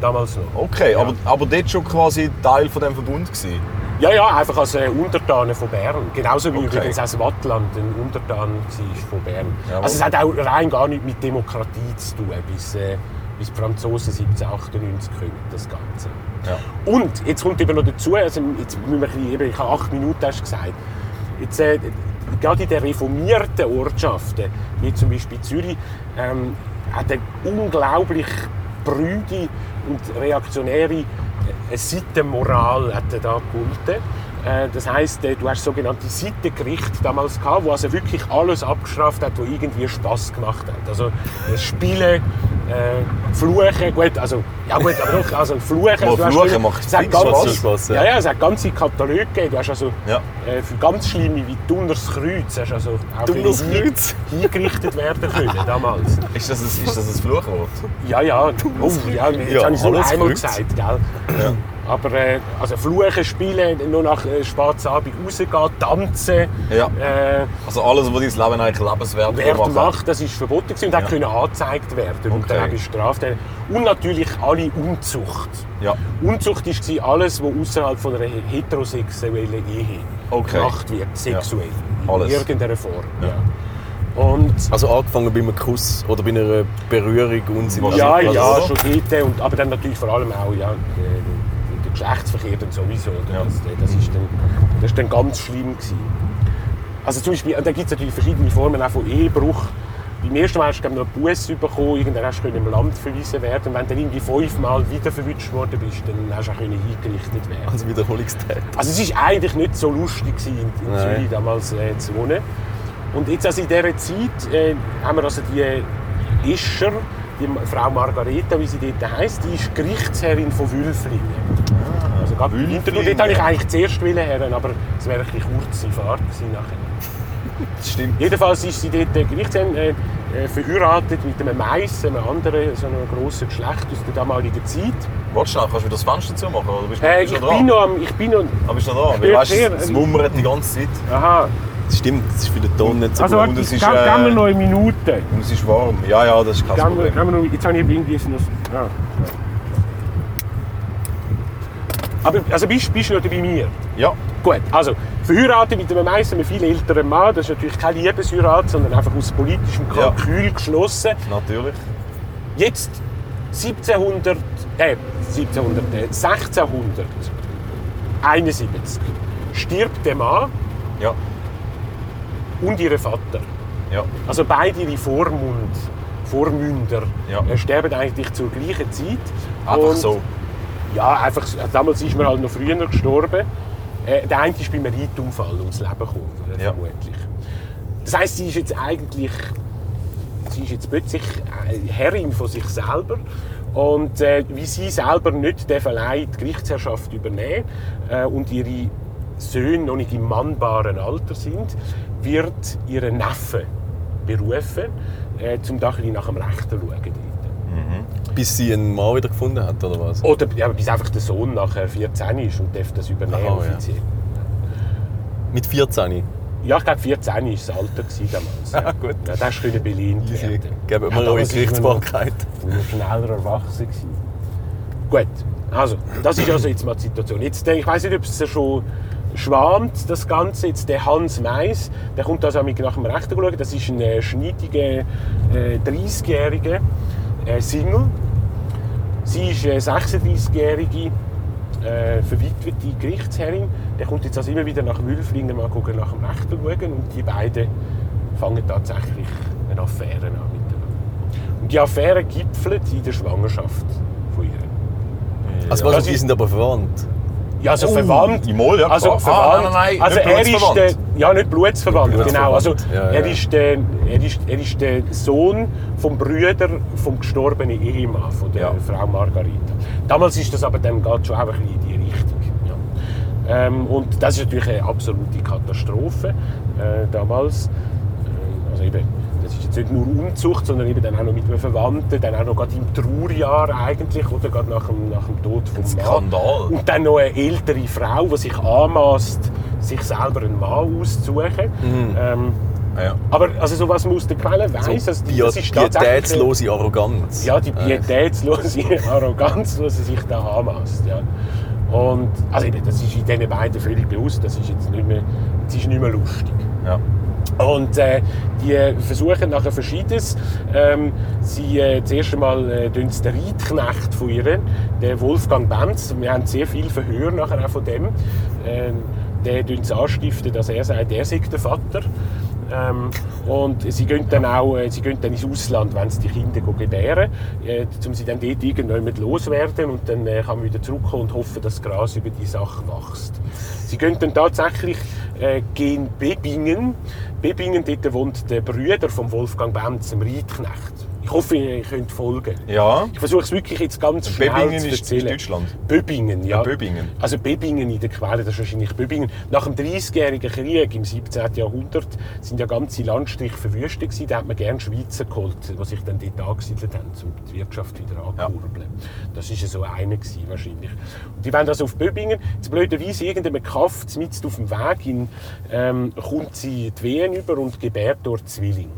[SPEAKER 4] damals noch.
[SPEAKER 3] Okay, aber, aber dort schon quasi Teil von dem Verbund gewesen.
[SPEAKER 4] Ja, ja, einfach als äh, Untertanen von Bern. Genauso wie
[SPEAKER 3] Okay.
[SPEAKER 4] übrigens auch das Wattland ein Untertan war von Bern.
[SPEAKER 3] Jawohl.
[SPEAKER 4] Also es hat auch rein gar nichts mit Demokratie zu tun, bis, äh, bis die Franzosen 1798 kommen, das Ganze.
[SPEAKER 3] Ja.
[SPEAKER 4] Und jetzt kommt eben noch dazu, also jetzt müssen wir ein bisschen, eben, ich habe acht Minuten hast du gesagt. Jetzt, äh, gerade in den reformierten Ortschaften, wie zum Beispiel Zürich, ähm, hat eine unglaublich brüde und reaktionäre äh, eine Sittenmoral hat da gehalten. Äh, Das heisst, äh, du hast sogenannte Sittengerichte damals gehabt, wo also wirklich alles abgestraft hat, was irgendwie Spaß gemacht hat. Also das Spielen, äh, Fluchen, gut, also ja gut, aber doch, also Fluchen,
[SPEAKER 3] Mal
[SPEAKER 4] du hast
[SPEAKER 3] fluchen
[SPEAKER 4] Leute-
[SPEAKER 3] macht
[SPEAKER 4] es hat
[SPEAKER 3] fix
[SPEAKER 2] viel Spass, ja.
[SPEAKER 4] ja, ja, es hat ganze Kataloge gegeben. Du hast also
[SPEAKER 3] Ja.
[SPEAKER 4] äh, für ganz schlimme wie Dunners Kreuz, hast also auch
[SPEAKER 2] Dunners
[SPEAKER 4] ein bisschen
[SPEAKER 2] Kreuz?
[SPEAKER 4] hin- hingerichtet werden können damals.
[SPEAKER 3] Ist das ein, ist das ein Fluchwort?
[SPEAKER 4] Ja, ja, oh, ja jetzt
[SPEAKER 2] Ja,
[SPEAKER 4] habe ich es nur
[SPEAKER 2] alles
[SPEAKER 4] einmal
[SPEAKER 2] Kreuz.
[SPEAKER 4] gesagt. Gell? Aber äh, also Fluchen spielen, nur nach äh, Spatzabend rausgehen, tanzen,
[SPEAKER 3] Ja.
[SPEAKER 4] äh,
[SPEAKER 3] Also alles, was dein Leben eigentlich lebenswert
[SPEAKER 4] Wert
[SPEAKER 3] gemacht hat.
[SPEAKER 4] macht, das ist verboten gewesen und hat können angezeigt werden
[SPEAKER 3] Okay.
[SPEAKER 4] und dann auch bestraft werden. Und natürlich alle Unzucht.
[SPEAKER 3] Ja.
[SPEAKER 4] Unzucht war alles, was außerhalb von einer heterosexuellen Ehe
[SPEAKER 3] Okay.
[SPEAKER 4] gemacht wird, sexuell.
[SPEAKER 3] Alles.
[SPEAKER 4] In irgendeiner Form. Ja. Und
[SPEAKER 2] Also angefangen bei einem Kuss oder bei einer Berührung und sind
[SPEAKER 4] ja,
[SPEAKER 2] also,
[SPEAKER 4] ja,
[SPEAKER 2] oder?
[SPEAKER 4] schon dort. Und, aber dann natürlich vor allem auch ja, äh, der Geschlechtsverkehr dann sowieso. Oder?
[SPEAKER 3] Ja.
[SPEAKER 4] Das, das, ist dann, das ist dann ganz schlimm. Gewesen. Also zum Beispiel, und da gibt es natürlich verschiedene Formen auch von Ehebruch. Beim ersten Mal hast du glaub ich, noch einen Bus bekommen, irgendwann hast du können im Land verwiesen werden. Und wenn du dann irgendwie fünfmal wieder verwünscht worden bist, dann hast du auch können hingerichtet werden.
[SPEAKER 2] Also Wiederholungstäter.
[SPEAKER 4] Also es war eigentlich nicht so lustig, gewesen, in, in
[SPEAKER 2] Nein.
[SPEAKER 4] Zürich damals äh, zu wohnen. Und jetzt also in dieser Zeit äh, haben wir also die Ischer, die Frau Margareta, wie sie dort heisst, die ist Gerichtsherrin von Wülflingen. Also gerade
[SPEAKER 3] Wülflingen.
[SPEAKER 4] hinter dort wollte ich eigentlich zuerst wollen herren, aber es wäre eine bisschen kurze Fahrt gewesen nachher.
[SPEAKER 3] Das stimmt.
[SPEAKER 4] Jedenfalls ist sie dort äh, Gerichtsherrin äh, äh, verheiratet mit einem Mais, einem anderen, so einem grossen Geschlecht aus der damaligen Zeit.
[SPEAKER 3] Warte schnell, kannst du das Fenster zumachen? Oder bist du
[SPEAKER 4] Äh,
[SPEAKER 3] bist du
[SPEAKER 4] ich,
[SPEAKER 3] noch dran?
[SPEAKER 4] bin noch, am- ich bin noch...
[SPEAKER 3] Aber bist du noch dran? Weil,
[SPEAKER 4] bin
[SPEAKER 3] weißt,
[SPEAKER 4] sehr-
[SPEAKER 3] es, es mummert die ganze Zeit.
[SPEAKER 4] Aha.
[SPEAKER 2] Das stimmt, das ist für den Ton nicht so
[SPEAKER 4] Also
[SPEAKER 2] gut.
[SPEAKER 3] warte,
[SPEAKER 4] warte,
[SPEAKER 3] und es
[SPEAKER 4] gehen
[SPEAKER 3] ist, äh,
[SPEAKER 4] gehen wir noch eine Minute.
[SPEAKER 3] Und es ist warm. Ja, ja, das ist kein
[SPEAKER 4] Gehen wir,
[SPEAKER 3] Problem.
[SPEAKER 4] gehen wir noch, jetzt habe ich irgendwie so noch... Ja. Aber also bist, bist du noch bei mir?
[SPEAKER 3] Ja.
[SPEAKER 4] Gut, also verheiratet mit einem meisten, einem viel älteren Mann, das ist natürlich keine Liebesheirat, sondern einfach aus politischem
[SPEAKER 3] Ja.
[SPEAKER 4] Kalkül geschlossen.
[SPEAKER 3] Natürlich.
[SPEAKER 4] Jetzt 1700, äh, 1700, äh, 1671 stirbt der Mann
[SPEAKER 3] Ja.
[SPEAKER 4] und ihr Vater.
[SPEAKER 3] Ja.
[SPEAKER 4] Also beide ihre Vormund, Vormünder
[SPEAKER 3] Ja.
[SPEAKER 4] äh, sterben eigentlich zur gleichen Zeit.
[SPEAKER 3] Einfach
[SPEAKER 4] Und-
[SPEAKER 3] so.
[SPEAKER 4] Ja, einfach, so. damals ist man halt noch früher gestorben. Äh, der eine ist bei einem Reitunfall ums Leben gekommen, äh,
[SPEAKER 3] Ja.
[SPEAKER 4] vermutlich. Das heisst, sie ist jetzt eigentlich, sie ist jetzt plötzlich äh, Herrin von sich selber. Und äh, wie sie selber nicht den Verleih die Gerichtsherrschaft übernehmen äh, und ihre Söhne noch nicht im mannbaren Alter sind, wird ihre Neffe berufen, äh, um da ein bisschen nach dem Rechten zu schauen. Dort.
[SPEAKER 2] Bis sie einen Mann wieder gefunden hat, oder was?
[SPEAKER 4] Oder ja, bis einfach der Sohn nachher 14 ist und darf das übernehmen
[SPEAKER 2] Aha, ja.
[SPEAKER 4] offiziell.
[SPEAKER 2] Mit 14.
[SPEAKER 4] Ja. ich glaube 14 war das Alter gewesen damals. Ja.
[SPEAKER 2] gut.
[SPEAKER 4] Ja, das konnte belehnt
[SPEAKER 2] Easy.
[SPEAKER 4] werden.
[SPEAKER 2] Geben
[SPEAKER 4] Ja,
[SPEAKER 2] wir eure
[SPEAKER 4] damals ist man
[SPEAKER 2] Gerichtsbarkeit.
[SPEAKER 4] noch- noch schneller erwachsen gewesen. Gut, also, das ist also jetzt mal die Situation. Jetzt, äh, ich weiß nicht, ob es schon schwammt, das Ganze. Jetzt der Hans Mais, der kommt also mit nach dem Rechten schauen. Das ist ein äh, schnittiger äh, 30-jähriger äh, Single. Sie ist äh, 36-jährige äh, verwitwete Gerichtsherrin. Der kommt jetzt also immer wieder nach Wülflingen mal gucken, nach dem Rechten schauen. Und die beiden fangen tatsächlich eine Affäre an miteinander. Und die Affäre gipfelt in der Schwangerschaft von ihr.
[SPEAKER 2] Also, was,
[SPEAKER 4] Das
[SPEAKER 2] die
[SPEAKER 4] ist-
[SPEAKER 2] sind aber verwandt.
[SPEAKER 4] Ja, also
[SPEAKER 3] Oh,
[SPEAKER 4] verwandt.
[SPEAKER 3] im Mall, ja,
[SPEAKER 4] also
[SPEAKER 3] klar. Ah,
[SPEAKER 4] verwandt.
[SPEAKER 3] nein, nein,
[SPEAKER 4] also
[SPEAKER 3] nicht
[SPEAKER 4] er ist
[SPEAKER 3] blutsverwandt.
[SPEAKER 4] der, ja nicht blutsverwandt,
[SPEAKER 2] Nicht
[SPEAKER 4] genau. Also
[SPEAKER 2] blutsverwandt. Ja,
[SPEAKER 4] er
[SPEAKER 2] ja.
[SPEAKER 4] ist der, er ist, er ist der Sohn vom Brüder vom gestorbenen Ehemann von der
[SPEAKER 3] Ja.
[SPEAKER 4] Frau Margarita. Damals ist das aber dann geht schon auch ein bisschen in die Richtung. Ja. Ähm, und das ist natürlich eine absolute Katastrophe äh, damals. Ähm, Also eben, das ist jetzt nicht nur Unzucht, sondern eben dann auch noch mit einem Verwandten, dann auch noch gerade im Trauerjahr eigentlich oder gerade nach dem, nach dem Tod vom Mann.
[SPEAKER 3] Skandal.
[SPEAKER 4] Und dann noch eine ältere Frau, die sich anmaßt, sich selber einen Mann auszusuchen.
[SPEAKER 2] Mhm.
[SPEAKER 4] Ähm,
[SPEAKER 3] Ja.
[SPEAKER 4] aber also sowas muss der Quelle weiss. also die-
[SPEAKER 2] Pia-
[SPEAKER 4] das ist tatsächlich-
[SPEAKER 2] Pietätslose Arroganz. Äh.
[SPEAKER 4] ja, die pietätslose Arroganz, die sie sich da anmaßt. Ja. Und also eben, das ist in diesen beiden völlig bewusst, das ist jetzt nicht mehr, das ist nicht mehr lustig.
[SPEAKER 3] Ja.
[SPEAKER 4] Und äh, die versuchen nachher Verschiedenes. Ähm, sie äh, zuerst einmal äh, tun sie den Reitknecht von ihr, den Wolfgang Benz, wir haben sehr viel Verhör nachher auch von dem, ähm, den tun sie anstiften, dass er sagt, er sei der Vater. Ähm, und sie gehen dann auch äh, sie gehen dann ins Ausland, wenn sie die Kinder go gebären, äh, um sie dann dort irgendwann loswerden und dann äh, kann man wieder zurückkommen und hoffen, dass das Gras über die Sache wächst. Sie gehen dann tatsächlich äh, gehen Bebingen. Bebingen, dort wohnt der Brüder von Wolfgang Benz, dem Reitknecht. Ich hoffe, ihr könnt folgen.
[SPEAKER 3] Ja.
[SPEAKER 4] Ich versuche es wirklich jetzt ganz schnell
[SPEAKER 3] Böbingen
[SPEAKER 4] zu
[SPEAKER 3] ist- ist
[SPEAKER 4] erzählen.
[SPEAKER 3] Deutschland?
[SPEAKER 4] Böbingen, ja.
[SPEAKER 3] Ah, Böbingen.
[SPEAKER 4] Also Böbingen in der Quelle, das ist wahrscheinlich Böbingen. Nach dem 30-jährigen Krieg im 17. Jahrhundert sind ja ganze Landstriche verwüstet gewesen. Da hat man gerne Schweizer geholt, die sich dann dort angesiedelt haben, um die Wirtschaft wieder anzukurbeln. Das war ja so einer gewesen, wahrscheinlich. Und die wollen also auf Böbingen. Jetzt blöderweise irgendein Kaff, mitten auf dem Weg, in, ähm, kommt sie die Wehen über und gebärt dort Zwilling.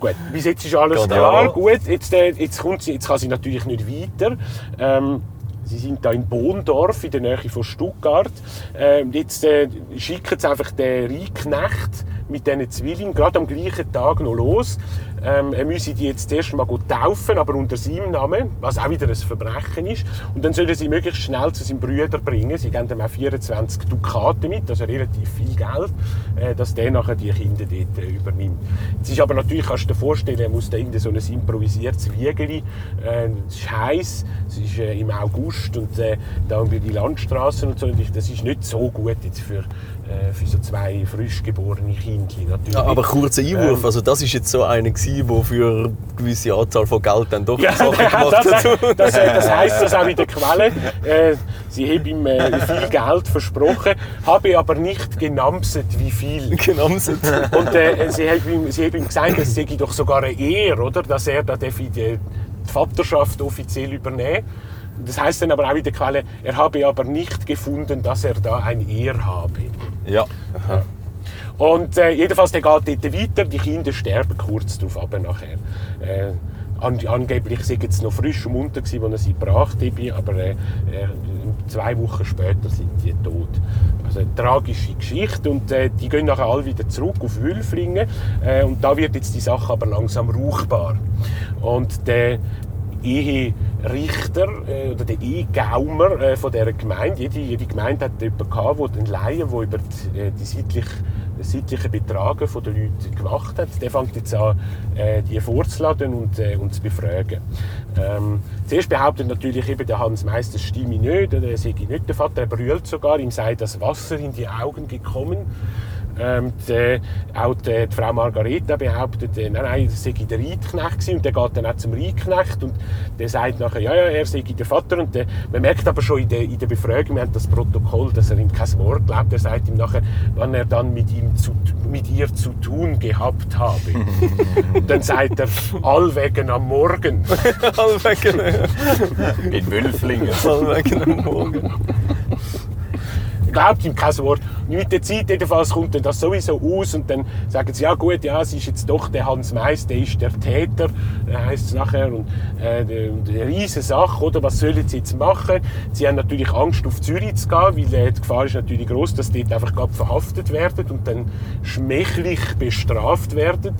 [SPEAKER 4] Gut, bis jetzt ist alles
[SPEAKER 2] Geht
[SPEAKER 4] klar.
[SPEAKER 2] auch.
[SPEAKER 4] Gut, jetzt, äh, jetzt, kommt sie, jetzt kann sie natürlich nicht weiter. Ähm, sie sind da in Bohndorf, in der Nähe von Stuttgart. Ähm, jetzt äh, schicken sie einfach den Reinknecht mit diesen Zwillingen gerade am gleichen Tag noch los. Ähm, er müsse die jetzt zuerst mal gut taufen, aber unter seinem Namen, was auch wieder ein Verbrechen ist. Und dann sollen sie möglichst schnell zu seinem Brüder bringen. Sie geben ihm auch 24 Dukaten mit, also relativ viel Geld, äh, dass der nachher die Kinder dort äh, übernimmt. Jetzt ist aber natürlich, kannst du dir vorstellen, er muss da irgendein so ein improvisiertes Wiegeli, äh, es ist heiß, es ist äh, im August und äh, da haben wir die Landstraßen und so, und ich- das ist nicht so gut jetzt für, äh, für so zwei frisch geborene Kindchen natürlich.
[SPEAKER 2] Ja, aber kurzer Einwurf,
[SPEAKER 4] Ähm.
[SPEAKER 2] also das ist jetzt so einer gewesen, der für eine gewisse Anzahl von Geld dann doch
[SPEAKER 4] Ja,
[SPEAKER 2] Sachen gemacht
[SPEAKER 4] das, das,
[SPEAKER 2] hat.
[SPEAKER 4] das, das heisst das auch in der Quelle. Äh, sie haben ihm äh, viel Geld versprochen, habe aber nicht genamset, wie viel.
[SPEAKER 2] Genau, so.
[SPEAKER 4] Und äh, sie, haben ihm, sie haben ihm gesagt, es sei doch sogar eine Ehre, oder? dass er da darf die, die Vaterschaft offiziell übernehmen Das heisst dann aber auch in der Quelle, er habe aber nicht gefunden, dass er da ein Ehr habe.
[SPEAKER 3] Ja.
[SPEAKER 4] Und äh, jedenfalls, der geht dort weiter. Die Kinder sterben kurz darauf ab nachher. Äh, an, angeblich sind jetzt noch frisch und munter gewesen, als er sie gebracht habe, aber äh, äh, zwei Wochen später sind die tot. Also eine tragische Geschichte und äh, die gehen nachher alle wieder zurück auf Wülflingen äh, und da wird jetzt die Sache aber langsam ruchbar. Und der Eherichter äh, oder der Ehegaumer äh, von dieser Gemeinde. Jede, jede Gemeinde hat jemanden gehabt, der einen Laien, der über die, äh, die sittlich, das sittliche Betragen von den Leuten gemacht hat. Der fängt jetzt an, äh, die vorzuladen und, äh, und zu befragen. Ähm, zuerst behauptet natürlich eben der Hans Meister, es stimme nicht, oder er sei nicht der Vater, er brüllt sogar, ihm sei das Wasser in die Augen gekommen. Ähm, die, auch die, die Frau Margareta behauptet, äh, nein, nein, das sei der Reitknecht gewesen. und der geht dann auch zum Reitknecht und der sagt nachher, ja, ja, er sei der Vater und der, man merkt aber schon in der, in der Befragung, wir haben das Protokoll, dass er ihm kein Wort glaubt, er sagt ihm nachher, wann er dann mit, ihm zu, mit ihr zu tun gehabt habe. und dann sagt er, allwegen am Morgen.
[SPEAKER 2] Allweg-
[SPEAKER 3] In Wülflingen.
[SPEAKER 2] allweg am Morgen.
[SPEAKER 4] glaubt ihm kein Wort. Und mit der Zeit jedenfalls kommt dann das sowieso aus und dann sagen sie, ja gut, ja, es ist jetzt doch der Hans Meiss, der ist der Täter, äh, heisst es nachher. Und äh, der- eine riesige Sache, oder? Was sollen sie jetzt machen? Sie haben natürlich Angst, auf Zürich zu gehen, weil äh, die Gefahr ist natürlich groß, dass dort einfach gerade verhaftet werden und dann schmächlich bestraft werden,